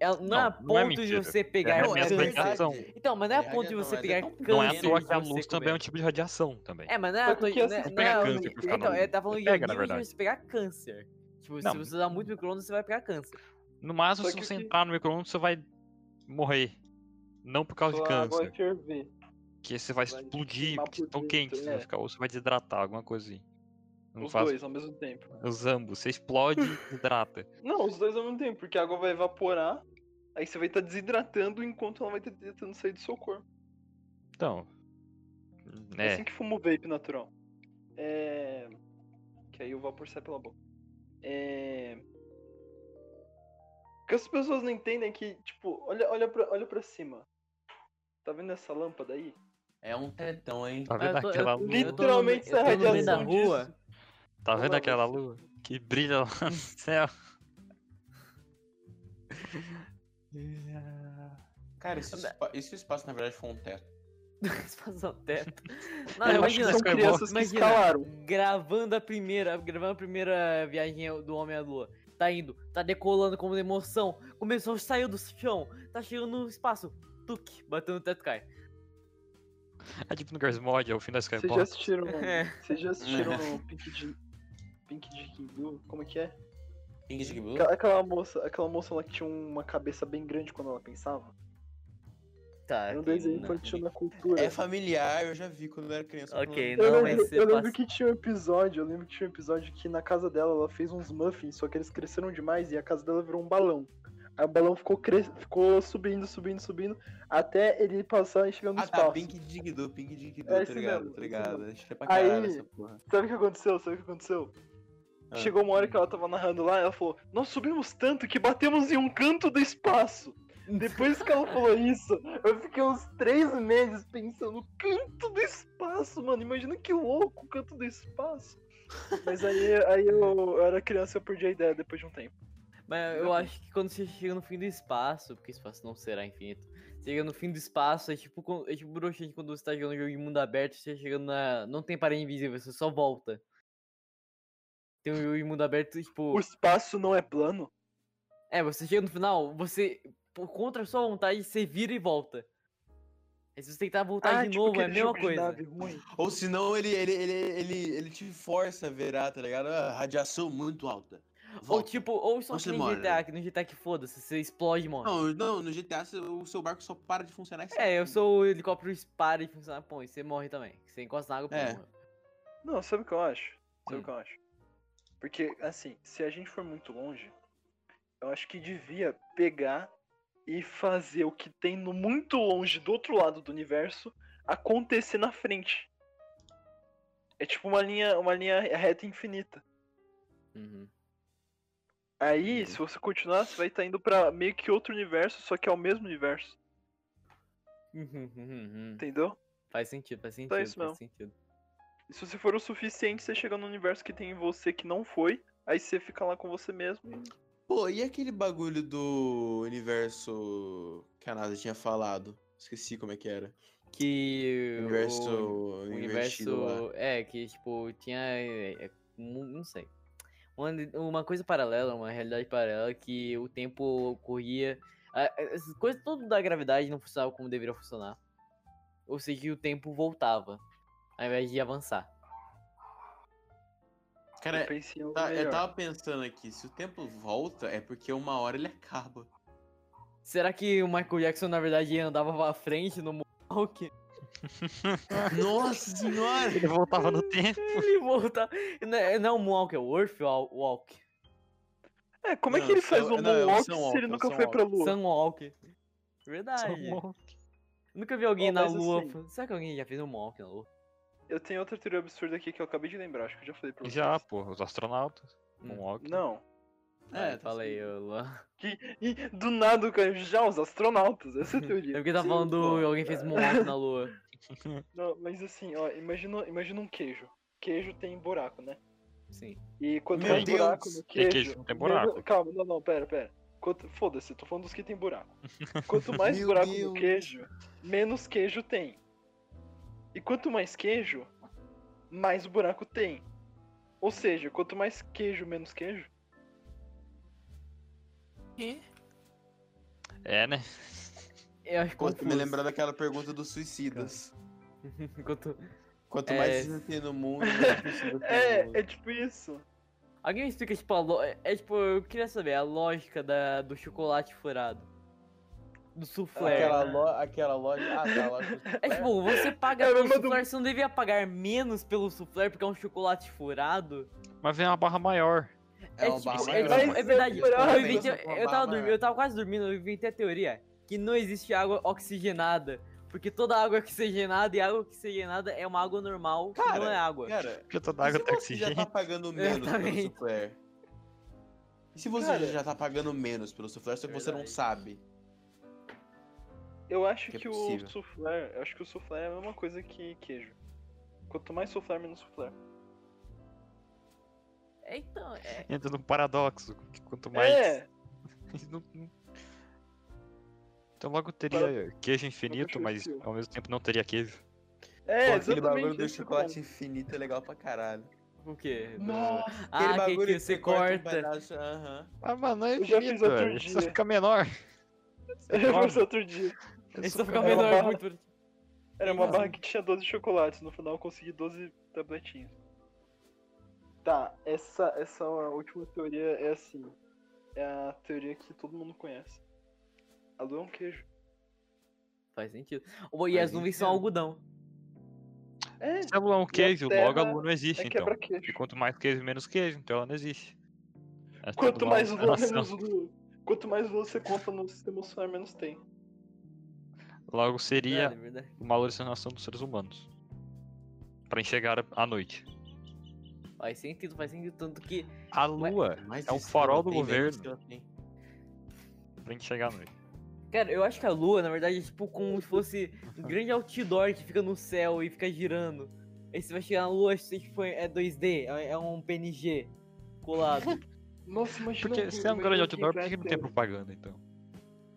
[SPEAKER 1] Ela não, é
[SPEAKER 2] Não,
[SPEAKER 1] a
[SPEAKER 2] não é
[SPEAKER 1] ponto de
[SPEAKER 2] mentira.
[SPEAKER 1] você pegar.
[SPEAKER 2] É
[SPEAKER 1] Não,
[SPEAKER 2] arremesso
[SPEAKER 1] é
[SPEAKER 2] da
[SPEAKER 1] verdade.
[SPEAKER 2] radiação.
[SPEAKER 1] Então, mas não é
[SPEAKER 4] É
[SPEAKER 1] a ponto de
[SPEAKER 4] radiação,
[SPEAKER 1] você
[SPEAKER 4] mas é
[SPEAKER 1] pegar
[SPEAKER 4] tão
[SPEAKER 1] câncer.
[SPEAKER 2] Não é à
[SPEAKER 1] de
[SPEAKER 2] toa que a
[SPEAKER 1] você
[SPEAKER 2] luz também é
[SPEAKER 1] comer.
[SPEAKER 2] um tipo de radiação também.
[SPEAKER 1] É, mas não é
[SPEAKER 5] Só
[SPEAKER 1] à toa
[SPEAKER 5] que
[SPEAKER 1] não
[SPEAKER 5] assim,
[SPEAKER 1] é-
[SPEAKER 5] você
[SPEAKER 1] não
[SPEAKER 2] pega
[SPEAKER 1] é-
[SPEAKER 2] câncer por ficar
[SPEAKER 1] Então,
[SPEAKER 2] na
[SPEAKER 1] é, tá falando
[SPEAKER 2] luz.
[SPEAKER 1] que é o
[SPEAKER 2] Pega, na
[SPEAKER 1] nível de
[SPEAKER 2] verdade.
[SPEAKER 1] você pegar câncer. Tipo,
[SPEAKER 2] Não.
[SPEAKER 1] se você usar muito micro-ondas, você vai pegar câncer.
[SPEAKER 2] No máximo,
[SPEAKER 5] Só
[SPEAKER 2] se
[SPEAKER 5] que o
[SPEAKER 2] você
[SPEAKER 5] que-
[SPEAKER 2] entrar no micro-ondas, você vai morrer. Não por causa de
[SPEAKER 5] Sua água
[SPEAKER 2] câncer.
[SPEAKER 5] ferver.
[SPEAKER 2] Que você vai
[SPEAKER 5] vai
[SPEAKER 2] explodir,
[SPEAKER 5] queimar
[SPEAKER 2] porque
[SPEAKER 5] por
[SPEAKER 2] tão
[SPEAKER 5] dentro,
[SPEAKER 2] quente, você
[SPEAKER 5] é.
[SPEAKER 2] vai ficar, ou você vai desidratar, alguma coisa assim. Não
[SPEAKER 5] Os
[SPEAKER 2] faz
[SPEAKER 5] dois ao mesmo tempo.
[SPEAKER 2] os ambos. Você explode e desidrata.
[SPEAKER 5] Não, os dois ao mesmo tempo, porque a água vai evaporar, aí você vai estar desidratando enquanto ela vai estar tentando sair do seu corpo.
[SPEAKER 2] Então.
[SPEAKER 5] É,
[SPEAKER 2] É,
[SPEAKER 5] assim que fuma o vape natural. É. Que aí o vapor sai pela boca. É. O que as pessoas não entendem é que, tipo, olha, olha, pra, olha pra cima. Tá vendo essa lâmpada aí?
[SPEAKER 4] É um tetão, hein?
[SPEAKER 2] tá
[SPEAKER 1] Ah,
[SPEAKER 2] vendo
[SPEAKER 1] eu tô- eu
[SPEAKER 2] aquela
[SPEAKER 1] tô- eu tô no
[SPEAKER 2] lua?
[SPEAKER 1] meio-
[SPEAKER 5] Literalmente
[SPEAKER 1] eu
[SPEAKER 5] sai
[SPEAKER 1] tô no meio da
[SPEAKER 5] radiação
[SPEAKER 1] rua.
[SPEAKER 5] disso.
[SPEAKER 2] Tá
[SPEAKER 5] Olha
[SPEAKER 2] vendo
[SPEAKER 5] lá,
[SPEAKER 2] aquela
[SPEAKER 5] você.
[SPEAKER 2] lua que brilha lá no céu?
[SPEAKER 4] Cara, isso, e se o espaço na verdade for um teto?
[SPEAKER 1] Espaço ao teto. Não,
[SPEAKER 2] Eu acho que
[SPEAKER 1] imagina, tipo,
[SPEAKER 2] são crianças
[SPEAKER 5] que
[SPEAKER 1] imagina,
[SPEAKER 5] escalaram.
[SPEAKER 1] Gravando a primeira, gravando a primeira viagem do Homem à Lua. Tá indo, tá decolando como de emoção. Começou, saiu do chão, tá chegando no espaço. Tuque, bateu no teto cai.
[SPEAKER 2] É tipo no Girls Mod, é o fim da
[SPEAKER 5] Vocês já
[SPEAKER 2] Skybox.
[SPEAKER 5] assistiram, um-
[SPEAKER 1] É.
[SPEAKER 5] vocês já assistiram o Pink de... Pink de Kingu? Como é que é?
[SPEAKER 4] Pink de Blue?
[SPEAKER 5] Aquela, aquela moça, aquela moça lá que tinha uma cabeça bem grande quando ela pensava.
[SPEAKER 1] Tá.
[SPEAKER 5] Era um
[SPEAKER 1] ok,
[SPEAKER 5] desenho
[SPEAKER 1] não.
[SPEAKER 5] infantil na cultura.
[SPEAKER 4] É familiar, eu já vi quando eu era criança.
[SPEAKER 1] Ok,
[SPEAKER 5] Eu
[SPEAKER 1] não,
[SPEAKER 5] lembro,
[SPEAKER 1] mas você
[SPEAKER 5] eu lembro
[SPEAKER 1] passa.
[SPEAKER 5] que tinha um episódio, eu lembro que tinha um episódio que na casa dela ela fez uns muffins, só que eles cresceram demais e a casa dela virou um balão. Aí o balão ficou, cres... ficou subindo, subindo, subindo, até ele passar e chegar no
[SPEAKER 4] Ah, tá,
[SPEAKER 5] espaço.
[SPEAKER 4] Pink Digdu, Pink Digdu,
[SPEAKER 5] É
[SPEAKER 4] tá
[SPEAKER 5] esse
[SPEAKER 4] ligado,
[SPEAKER 5] mesmo,
[SPEAKER 4] tá
[SPEAKER 5] esse
[SPEAKER 4] ligado? Achei pra
[SPEAKER 5] Aí-
[SPEAKER 4] caralho essa porra.
[SPEAKER 5] Sabe o que aconteceu? Sabe o que aconteceu?
[SPEAKER 4] Ah.
[SPEAKER 5] Chegou uma hora que ela tava narrando lá, ela falou: Nós subimos tanto que batemos em um canto do espaço. Depois que ela falou isso, eu fiquei uns três meses pensando: canto do espaço, mano. Imagina que louco, canto do espaço. Mas aí, aí eu, eu era criança e eu perdi a ideia depois de um tempo.
[SPEAKER 1] Mas eu acho que quando você chega no fim do espaço, porque espaço não será infinito, chega no fim do espaço, é tipo, quan- é tipo broxante quando você tá jogando um jogo em mundo aberto, você chegando na. Não tem parede invisível, você só volta. Tem um jogo em mundo aberto, tipo.
[SPEAKER 5] O espaço não é plano?
[SPEAKER 1] É, você chega no final, você, por contra a sua vontade, você vira e volta. Aí se você tentar voltar de
[SPEAKER 5] tipo
[SPEAKER 1] novo, é a
[SPEAKER 5] aquele
[SPEAKER 1] mesma
[SPEAKER 5] jogo de
[SPEAKER 1] coisa.
[SPEAKER 5] nave ruim.
[SPEAKER 4] Ou senão ele, ele, ele, ele, ele te força a virar, tá ligado? Ah, radiação muito alta.
[SPEAKER 1] Ou
[SPEAKER 4] Volta.
[SPEAKER 1] tipo, ou só
[SPEAKER 4] Você
[SPEAKER 1] que nem
[SPEAKER 4] morre.
[SPEAKER 1] GTA, que no GTA que foda-se, você explode e morre.
[SPEAKER 4] né? Não, não, no GTA se- o seu barco só para de funcionar. e
[SPEAKER 1] É, eu
[SPEAKER 4] sai.
[SPEAKER 1] sou o helicóptero dispara e funciona, pô, e você morre também. Você encosta na água, pô,
[SPEAKER 4] É.
[SPEAKER 1] morre.
[SPEAKER 5] Não, sabe o que eu acho? Sabe
[SPEAKER 1] Hum.
[SPEAKER 5] o que eu acho? Porque, assim, se a gente for muito longe, eu acho que devia pegar e fazer o que tem no muito longe do outro lado do universo acontecer na frente. É tipo uma linha, uma linha reta infinita.
[SPEAKER 1] Uhum.
[SPEAKER 4] Uhum.
[SPEAKER 5] Aí, se você continuar, você vai estar indo pra meio que outro universo, só que é o mesmo universo,
[SPEAKER 1] Uhum, uhum, uhum.
[SPEAKER 5] entendeu?
[SPEAKER 1] Faz sentido, faz sentido,
[SPEAKER 5] Então é isso
[SPEAKER 1] faz
[SPEAKER 5] mesmo.
[SPEAKER 1] sentido.
[SPEAKER 5] E se você for o suficiente, você chega no universo que tem em você que não foi, aí você fica lá com você mesmo.
[SPEAKER 4] Uhum.
[SPEAKER 5] e-
[SPEAKER 4] Pô, e aquele bagulho do universo que a NASA tinha falado? Esqueci como é que era.
[SPEAKER 1] Que o-
[SPEAKER 4] Universo
[SPEAKER 1] o
[SPEAKER 4] invertido lá.
[SPEAKER 1] universo, é, que tipo, tinha, é, é, mu- não sei, uma, uma coisa paralela, uma realidade paralela que o tempo corria, a- a- essas coisas todas da gravidade não funcionavam como deveria funcionar, ou seja, que o tempo voltava, ao invés de avançar.
[SPEAKER 4] Cara,
[SPEAKER 5] eu pensei em algo
[SPEAKER 4] tá- eu
[SPEAKER 5] melhor.
[SPEAKER 4] tava pensando aqui, se o tempo volta, é porque uma hora ele acaba.
[SPEAKER 1] Será que o Michael Jackson, na verdade, andava pra frente no Moonwalk?
[SPEAKER 4] Nossa senhora!
[SPEAKER 2] Ele voltava no tempo.
[SPEAKER 1] Ele voltava, não é, não é o Moonwalk, é o Earthwalk,
[SPEAKER 5] É, como é
[SPEAKER 4] Não,
[SPEAKER 5] que ele
[SPEAKER 4] Sun-
[SPEAKER 5] faz o
[SPEAKER 4] não, é o
[SPEAKER 5] moonwalk
[SPEAKER 4] Sunwalk,
[SPEAKER 5] se ele
[SPEAKER 4] é o
[SPEAKER 5] nunca foi
[SPEAKER 4] Sunwalk.
[SPEAKER 5] pra lua?
[SPEAKER 1] Sunwalk, verdade. Nunca vi alguém
[SPEAKER 5] Ó,
[SPEAKER 1] na
[SPEAKER 5] mas
[SPEAKER 1] lua.
[SPEAKER 5] assim-
[SPEAKER 1] fa- Será que alguém já fez um mock na lua?
[SPEAKER 5] Eu tenho outra teoria absurda aqui que eu acabei de lembrar, acho que eu já falei pra vocês.
[SPEAKER 2] Já, pô, os astronautas.
[SPEAKER 1] Hum.
[SPEAKER 2] Moonwalk.
[SPEAKER 5] Não.
[SPEAKER 1] É,
[SPEAKER 4] tá
[SPEAKER 1] fala aí,
[SPEAKER 4] certo.
[SPEAKER 1] ô, Luan.
[SPEAKER 5] Que, e do nada, cara, já é os astronautas, essa é a
[SPEAKER 1] É
[SPEAKER 5] teoria.
[SPEAKER 1] porque tá
[SPEAKER 4] Sim,
[SPEAKER 1] falando
[SPEAKER 4] pô.
[SPEAKER 1] do- alguém fez mock na lua.
[SPEAKER 5] Não, mas assim, ó, imagina, imagina um queijo. Queijo tem buraco, né?
[SPEAKER 1] Sim.
[SPEAKER 5] E quanto
[SPEAKER 4] Meu
[SPEAKER 5] mais
[SPEAKER 4] Deus.
[SPEAKER 5] buraco no
[SPEAKER 2] É Que
[SPEAKER 5] queijo.
[SPEAKER 2] queijo não tem buraco?
[SPEAKER 5] Calma, não, não, pera, pera. Quanto- Foda-se, eu tô falando dos que tem buraco. Quanto mais
[SPEAKER 4] Meu
[SPEAKER 5] buraco
[SPEAKER 4] Deus.
[SPEAKER 5] no queijo, menos queijo tem. E quanto mais queijo, mais buraco tem. Ou seja, quanto mais queijo, menos queijo.
[SPEAKER 3] Quê?
[SPEAKER 2] É, né?
[SPEAKER 1] Eu acho
[SPEAKER 4] Enquanto me
[SPEAKER 1] confuso. assim,
[SPEAKER 4] lembrar daquela pergunta dos suicidas.
[SPEAKER 1] Enquanto-
[SPEAKER 4] Quanto
[SPEAKER 1] É.
[SPEAKER 4] mais você tem no mundo, mais suicida tem no
[SPEAKER 5] É,
[SPEAKER 4] mundo.
[SPEAKER 5] é tipo isso.
[SPEAKER 1] Alguém me explica, tipo, a lo... é, é, tipo, eu queria saber a lógica da... do chocolate furado. Do soufflé.
[SPEAKER 4] Aquela, lo... aquela loja. Ah, tá, a loja. do
[SPEAKER 1] É
[SPEAKER 4] Sinclair.
[SPEAKER 1] tipo, você paga
[SPEAKER 5] É,
[SPEAKER 1] pelo
[SPEAKER 5] mas do-
[SPEAKER 1] soufflé, você não devia pagar menos pelo soufflé porque é um chocolate furado?
[SPEAKER 2] Mas vem uma barra maior.
[SPEAKER 4] É uma
[SPEAKER 1] tipo,
[SPEAKER 4] barra
[SPEAKER 1] é,
[SPEAKER 4] maior. Tipo,
[SPEAKER 1] tipo, é verdade.
[SPEAKER 5] Mas
[SPEAKER 1] Eu,
[SPEAKER 5] é
[SPEAKER 1] inventei-
[SPEAKER 4] uma
[SPEAKER 1] eu
[SPEAKER 4] barra
[SPEAKER 1] tava dormindo,
[SPEAKER 4] maior.
[SPEAKER 1] eu tava quase dormindo, eu inventei a teoria que não existe água oxigenada. Porque toda água oxigenada e água oxigenada é uma água normal que não
[SPEAKER 4] Cara,
[SPEAKER 1] é água.
[SPEAKER 4] Cara,
[SPEAKER 2] Já tá da
[SPEAKER 4] e
[SPEAKER 2] água
[SPEAKER 4] se
[SPEAKER 2] até
[SPEAKER 4] você já
[SPEAKER 2] oxigênio.
[SPEAKER 4] tá pagando menos pelo
[SPEAKER 1] Exatamente.
[SPEAKER 4] Soufflé? E se você
[SPEAKER 5] Cara.
[SPEAKER 4] já tá pagando menos pelo Soufflé, só que você não
[SPEAKER 1] Verdade.
[SPEAKER 4] sabe?
[SPEAKER 5] Eu acho
[SPEAKER 4] Que
[SPEAKER 5] que,
[SPEAKER 4] é
[SPEAKER 5] o
[SPEAKER 4] possível.
[SPEAKER 5] soufflé, eu acho que o soufflé é a mesma coisa que queijo. Quanto mais soufflé, menos soufflé.
[SPEAKER 1] É, então, é.
[SPEAKER 2] Entra num paradoxo. que Quanto mais.
[SPEAKER 5] É,
[SPEAKER 2] Não- não- Então logo teria queijo infinito,
[SPEAKER 5] Nunca
[SPEAKER 2] mas
[SPEAKER 5] existiu.
[SPEAKER 2] ao mesmo tempo não teria queijo.
[SPEAKER 5] é,
[SPEAKER 4] Pô, aquele bagulho
[SPEAKER 5] exatamente.
[SPEAKER 4] do
[SPEAKER 5] isso que eu
[SPEAKER 4] chocolate infinito é legal pra caralho.
[SPEAKER 1] O quê?
[SPEAKER 5] falo. Nossa,
[SPEAKER 1] Ah,
[SPEAKER 4] aquele
[SPEAKER 1] que,
[SPEAKER 4] bagulho
[SPEAKER 1] que você corta.
[SPEAKER 4] um pedaço, aham.
[SPEAKER 2] Ah, mano, é
[SPEAKER 5] Eu já fiz
[SPEAKER 2] infinito,
[SPEAKER 5] outro
[SPEAKER 2] velho. Só
[SPEAKER 5] dia.
[SPEAKER 2] fica menor.
[SPEAKER 5] eu fiz outro dia.
[SPEAKER 1] Ele só fica
[SPEAKER 5] Era uma
[SPEAKER 1] menor,
[SPEAKER 5] barra-
[SPEAKER 1] muito.
[SPEAKER 5] Era uma
[SPEAKER 1] Nossa.
[SPEAKER 5] barra que tinha 12 chocolates, no final eu consegui 12 tabletinhas. Tá, essa, essa última teoria é assim. É a teoria que todo mundo conhece. A lua é um queijo.
[SPEAKER 1] Faz sentido. Ô, E as
[SPEAKER 4] Faz
[SPEAKER 1] nuvens são
[SPEAKER 4] sentido.
[SPEAKER 1] algodão.
[SPEAKER 5] É,
[SPEAKER 2] Se a lua é um queijo, logo a
[SPEAKER 5] Terra
[SPEAKER 2] lua não existe,
[SPEAKER 5] é
[SPEAKER 2] então.
[SPEAKER 5] quebra-queijo.
[SPEAKER 2] E quanto mais queijo, menos queijo, então ela não existe. Essa
[SPEAKER 5] Quanto
[SPEAKER 2] lua é
[SPEAKER 5] mais
[SPEAKER 2] uma
[SPEAKER 5] lua,
[SPEAKER 2] alucinação.
[SPEAKER 5] menos lua. Quanto mais lua você conta no sistema solar, menos tem.
[SPEAKER 2] Logo
[SPEAKER 1] Verdade,
[SPEAKER 2] seria
[SPEAKER 1] É, verdade.
[SPEAKER 2] uma alucinação dos seres humanos. Pra enxergar a- à noite.
[SPEAKER 1] Faz sentido, faz sentido. Tanto que.
[SPEAKER 2] A
[SPEAKER 1] Ué,
[SPEAKER 2] lua,
[SPEAKER 4] Mais
[SPEAKER 2] É o
[SPEAKER 4] estrela
[SPEAKER 2] farol do
[SPEAKER 4] tem, menos
[SPEAKER 2] governo.
[SPEAKER 4] estrela tem.
[SPEAKER 2] pra enxergar à noite.
[SPEAKER 1] Cara, eu acho que a lua, na verdade, é tipo como se fosse um grande outdoor que fica no céu e fica girando. Aí você vai chegar na lua, isso tipo, é 2D, é é um PNG colado.
[SPEAKER 5] Nossa, imagina
[SPEAKER 2] Porque
[SPEAKER 5] alguém-
[SPEAKER 2] se é um
[SPEAKER 5] imagina
[SPEAKER 2] grande
[SPEAKER 5] alguém
[SPEAKER 2] outdoor, por
[SPEAKER 5] vai
[SPEAKER 2] que não
[SPEAKER 5] até-
[SPEAKER 2] tem propaganda, então?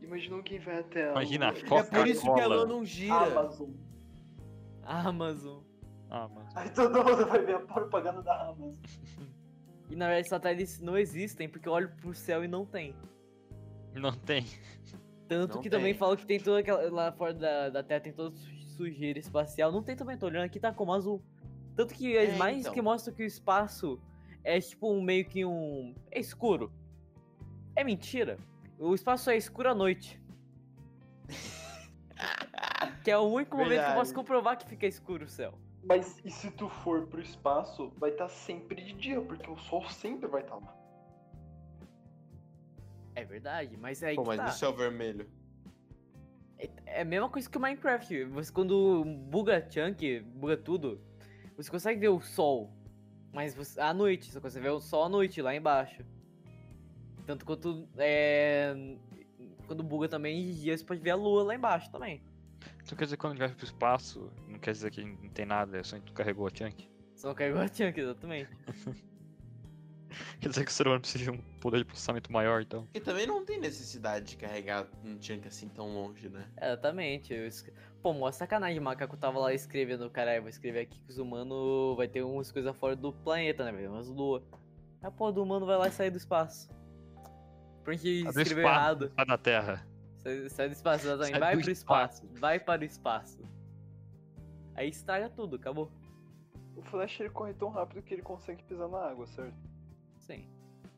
[SPEAKER 5] Imagina alguém vai até a
[SPEAKER 2] Imagina a
[SPEAKER 5] lua.
[SPEAKER 2] Coca-
[SPEAKER 4] É por isso que a lua
[SPEAKER 2] Coca-Cola.
[SPEAKER 4] não gira.
[SPEAKER 5] Amazon.
[SPEAKER 1] Amazon.
[SPEAKER 2] Ah, mas.
[SPEAKER 5] Aí todo mundo vai ver a propaganda da Amazon.
[SPEAKER 1] E na verdade, satélites não existem porque eu olho pro céu e não tem.
[SPEAKER 2] Não tem.
[SPEAKER 1] Tanto
[SPEAKER 4] Não
[SPEAKER 1] que também
[SPEAKER 4] tem.
[SPEAKER 1] falo que tem toda aquela. Lá fora da, da Terra tem toda su- sujeira espacial. Não tem também, tô olhando aqui, tá como azul. Tanto que as
[SPEAKER 4] É,
[SPEAKER 1] mais
[SPEAKER 4] então.
[SPEAKER 1] que mostram que o espaço é tipo um meio que um. É escuro. É mentira. O espaço é escuro à noite. que é o único momento que eu posso
[SPEAKER 4] Verdade.
[SPEAKER 1] comprovar que fica escuro o céu.
[SPEAKER 5] Mas e se tu for pro espaço, vai estar sempre de dia, porque o sol sempre vai estar lá.
[SPEAKER 1] É verdade, mas é aí
[SPEAKER 4] Pô,
[SPEAKER 1] que
[SPEAKER 4] mas
[SPEAKER 1] tá.
[SPEAKER 4] no céu vermelho.
[SPEAKER 1] É a mesma coisa que o Minecraft. Você quando buga chunk, buga tudo, você consegue ver o sol. Mas você- à noite, você consegue ver o sol à noite lá embaixo. Tanto quanto é, quando buga também de dia, você pode ver a lua lá embaixo também.
[SPEAKER 2] Então quer dizer que quando a gente vai pro espaço, não quer dizer que não tem nada, é só que tu carregou a chunk.
[SPEAKER 1] Você não carregou a chunk, exatamente.
[SPEAKER 2] Quer dizer que o ser humano precisa de um poder de processamento maior, então.
[SPEAKER 4] E também não tem necessidade de carregar um chunk assim tão longe, né?
[SPEAKER 1] Exatamente. eu es- Pô, mó sacanagem, o macaco tava lá escrevendo, caralho, vou escrever aqui que os humanos vai ter umas coisas fora do planeta, né, velho? Umas lua. A porra do humano vai lá e sai do espaço. Pra gente
[SPEAKER 2] Tá do
[SPEAKER 1] escrever
[SPEAKER 2] espaço,
[SPEAKER 1] errado.
[SPEAKER 2] Sai da Terra.
[SPEAKER 1] Sai, sai do espaço, exatamente.
[SPEAKER 2] Sai
[SPEAKER 1] vai
[SPEAKER 2] do
[SPEAKER 1] pro espaço. Vai para o espaço. Aí estraga tudo, acabou.
[SPEAKER 5] O Flash ele corre tão rápido que ele consegue pisar na água, certo?
[SPEAKER 1] Sim,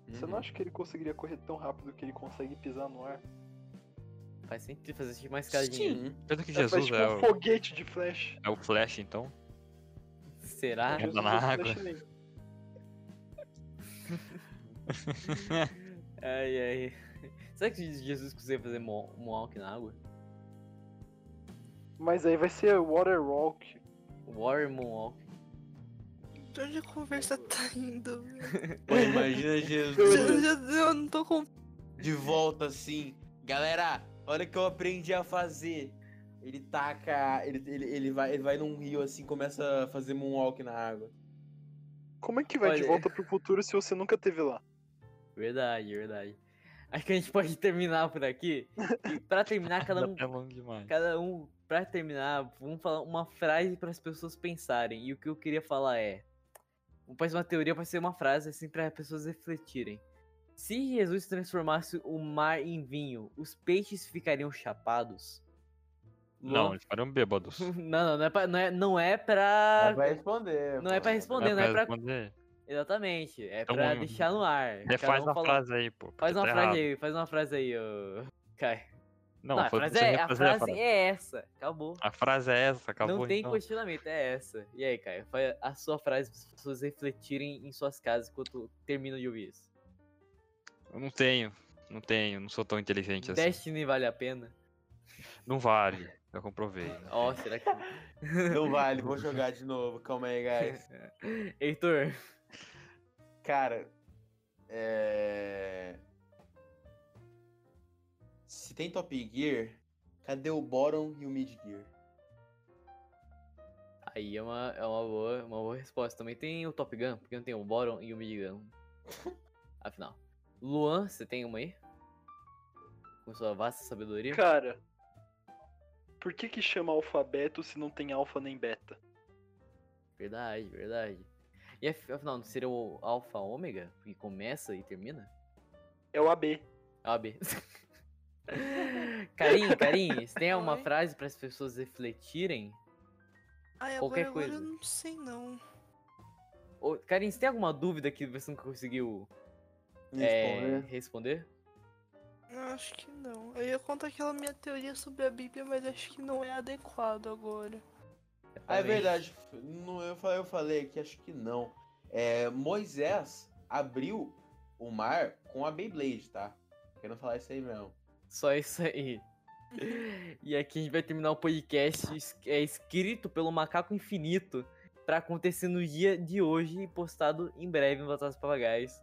[SPEAKER 4] Uhum.
[SPEAKER 5] Você
[SPEAKER 2] Uhum.
[SPEAKER 5] não acha que ele conseguiria correr tão rápido que ele consegue pisar no ar?
[SPEAKER 1] faz sentido fazer tipo uma escadinha.
[SPEAKER 4] Sim.
[SPEAKER 2] Quer dizer que
[SPEAKER 5] Faz
[SPEAKER 2] Jesus
[SPEAKER 5] tipo
[SPEAKER 2] é
[SPEAKER 5] um
[SPEAKER 2] o,
[SPEAKER 5] foguete de Flash.
[SPEAKER 2] é o Flash, então?
[SPEAKER 1] Será?
[SPEAKER 2] É.
[SPEAKER 5] Jesus
[SPEAKER 2] tá na
[SPEAKER 5] é o
[SPEAKER 2] água.
[SPEAKER 5] Flash nem.
[SPEAKER 1] Ai, ai. Será que Jesus conseguia fazer mo- moonwalk na água?
[SPEAKER 5] Mas aí vai ser Water Walk.
[SPEAKER 1] War Moonwalk.
[SPEAKER 3] De onde a conversa tá indo?
[SPEAKER 4] Pô, imagina
[SPEAKER 3] Eu,
[SPEAKER 4] Jesus
[SPEAKER 3] já- eu não tô com.
[SPEAKER 4] de volta assim. Galera, olha o que eu aprendi a fazer. Ele taca. Ele, ele, ele, vai, ele vai num rio assim, começa a fazer moonwalk na água.
[SPEAKER 5] Como é que vai de
[SPEAKER 1] Olha.
[SPEAKER 5] volta pro futuro se você nunca teve lá?
[SPEAKER 1] Verdade, verdade. Acho que a gente pode terminar por aqui. E pra terminar, cada um
[SPEAKER 2] É longo demais.
[SPEAKER 1] Cada um, pra terminar, vamos falar uma frase para as pessoas pensarem. E o que eu queria falar é. Faz uma teoria para ser uma frase, assim, para as pessoas refletirem. Se Jesus transformasse o mar em vinho, os peixes ficariam chapados?
[SPEAKER 2] Não,
[SPEAKER 1] Luan?
[SPEAKER 2] eles foram bêbados.
[SPEAKER 1] Não, não, não é pra. Não é, não é pra.
[SPEAKER 4] Não vai responder.
[SPEAKER 1] Não é
[SPEAKER 4] pô.
[SPEAKER 1] pra responder, não é pra.
[SPEAKER 2] responder.
[SPEAKER 1] Exatamente. É
[SPEAKER 2] Então,
[SPEAKER 1] pra deixar no ar. Cada
[SPEAKER 2] Refaz
[SPEAKER 1] um
[SPEAKER 2] uma
[SPEAKER 1] fala-
[SPEAKER 2] frase aí, pô. porque
[SPEAKER 1] Faz uma
[SPEAKER 2] tá
[SPEAKER 1] frase
[SPEAKER 2] errado.
[SPEAKER 1] aí, faz uma frase aí, ô. Kai.
[SPEAKER 2] Não,
[SPEAKER 1] a
[SPEAKER 2] foi-
[SPEAKER 1] frase,
[SPEAKER 2] você
[SPEAKER 1] é, a
[SPEAKER 2] refazer a
[SPEAKER 1] frase
[SPEAKER 2] frase.
[SPEAKER 1] é essa. Acabou.
[SPEAKER 2] A frase é essa, acabou
[SPEAKER 1] não tem
[SPEAKER 2] então.
[SPEAKER 1] questionamento, é essa. E aí, Caio, faz a sua frase para as pessoas refletirem em suas casas enquanto terminam de ouvir isso.
[SPEAKER 2] Eu não tenho, não tenho, não sou tão inteligente assim.
[SPEAKER 1] Destiny vale a pena?
[SPEAKER 2] Não vale, eu comprovei.
[SPEAKER 1] Ó, será que.
[SPEAKER 4] Não vale, vou jogar de novo. Calma aí, guys.
[SPEAKER 1] Heitor,
[SPEAKER 4] Cara, é. Se tem Top Gear, cadê o Bottom e o Mid Gear?
[SPEAKER 1] aí é uma, é uma, boa, uma boa resposta. Também tem o Top Gun, porque não tem o Boron e o Mid Gun. Afinal. Luan, você tem uma aí? Com sua vasta sabedoria?
[SPEAKER 5] Cara, por que que chama alfabeto se não tem alfa nem beta?
[SPEAKER 1] Verdade, verdade. E af- afinal, não seria o Alpha Ômega? Que começa e termina?
[SPEAKER 5] É o AB.
[SPEAKER 1] Ah, B. Carim, Carim, você tem uma
[SPEAKER 3] Oi.
[SPEAKER 1] frase para as pessoas refletirem?
[SPEAKER 3] Ai,
[SPEAKER 1] Qualquer
[SPEAKER 3] agora, agora
[SPEAKER 1] coisa.
[SPEAKER 3] eu não sei não.
[SPEAKER 1] Ou, Carim, você tem alguma dúvida que você nunca conseguiu é,
[SPEAKER 4] Responder.
[SPEAKER 1] responder?
[SPEAKER 3] Eu acho que não. Eu ia contar aquela minha teoria sobre a Bíblia, mas acho que não é adequado agora.
[SPEAKER 4] Ah, é
[SPEAKER 1] Além-
[SPEAKER 4] verdade. Não, eu, falei, eu falei aqui, acho que não. É, Moisés abriu o mar com a Beyblade, tá? Querendo falar isso aí mesmo.
[SPEAKER 1] Só isso aí. E aqui a gente vai terminar o podcast es- é, escrito pelo Macaco Infinito para acontecer no dia de hoje e postado em breve no Batalhas Papagaios.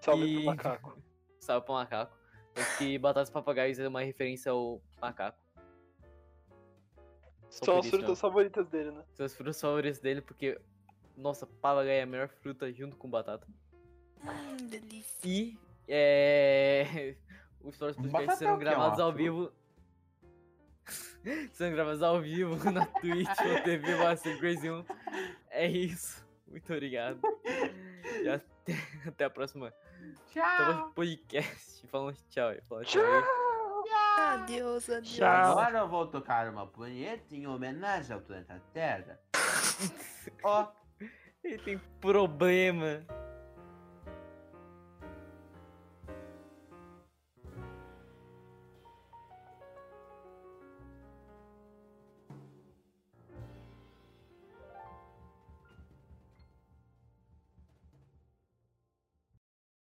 [SPEAKER 5] Salve
[SPEAKER 1] E-
[SPEAKER 5] pro macaco.
[SPEAKER 1] Salve pro macaco. Tanto que Batalhas Papagaios é uma referência ao macaco.
[SPEAKER 5] São
[SPEAKER 1] por
[SPEAKER 5] as
[SPEAKER 1] isso,
[SPEAKER 5] frutas favoritas dele, né?
[SPEAKER 1] São as frutas favoritas dele, porque, nossa, papagaio é a melhor fruta junto com batata.
[SPEAKER 3] Hum, delícia.
[SPEAKER 1] E é... os próximos podcasts
[SPEAKER 4] Batata é
[SPEAKER 1] serão
[SPEAKER 4] o quê? É uma
[SPEAKER 1] gravados ao
[SPEAKER 4] fruta?
[SPEAKER 1] vivo. serão gravados ao vivo na Twitch, ou TV Master Crazy 1. É isso. Muito obrigado. E até, até a próxima.
[SPEAKER 4] Então,
[SPEAKER 1] Tchau. Podcast. Falando tchau. aí, Falando tchau. aí.
[SPEAKER 3] Adeus, adeus.
[SPEAKER 2] Tchau.
[SPEAKER 4] Agora eu vou tocar uma punheta em homenagem ao planeta Terra. Ó.
[SPEAKER 1] Ele tem problema.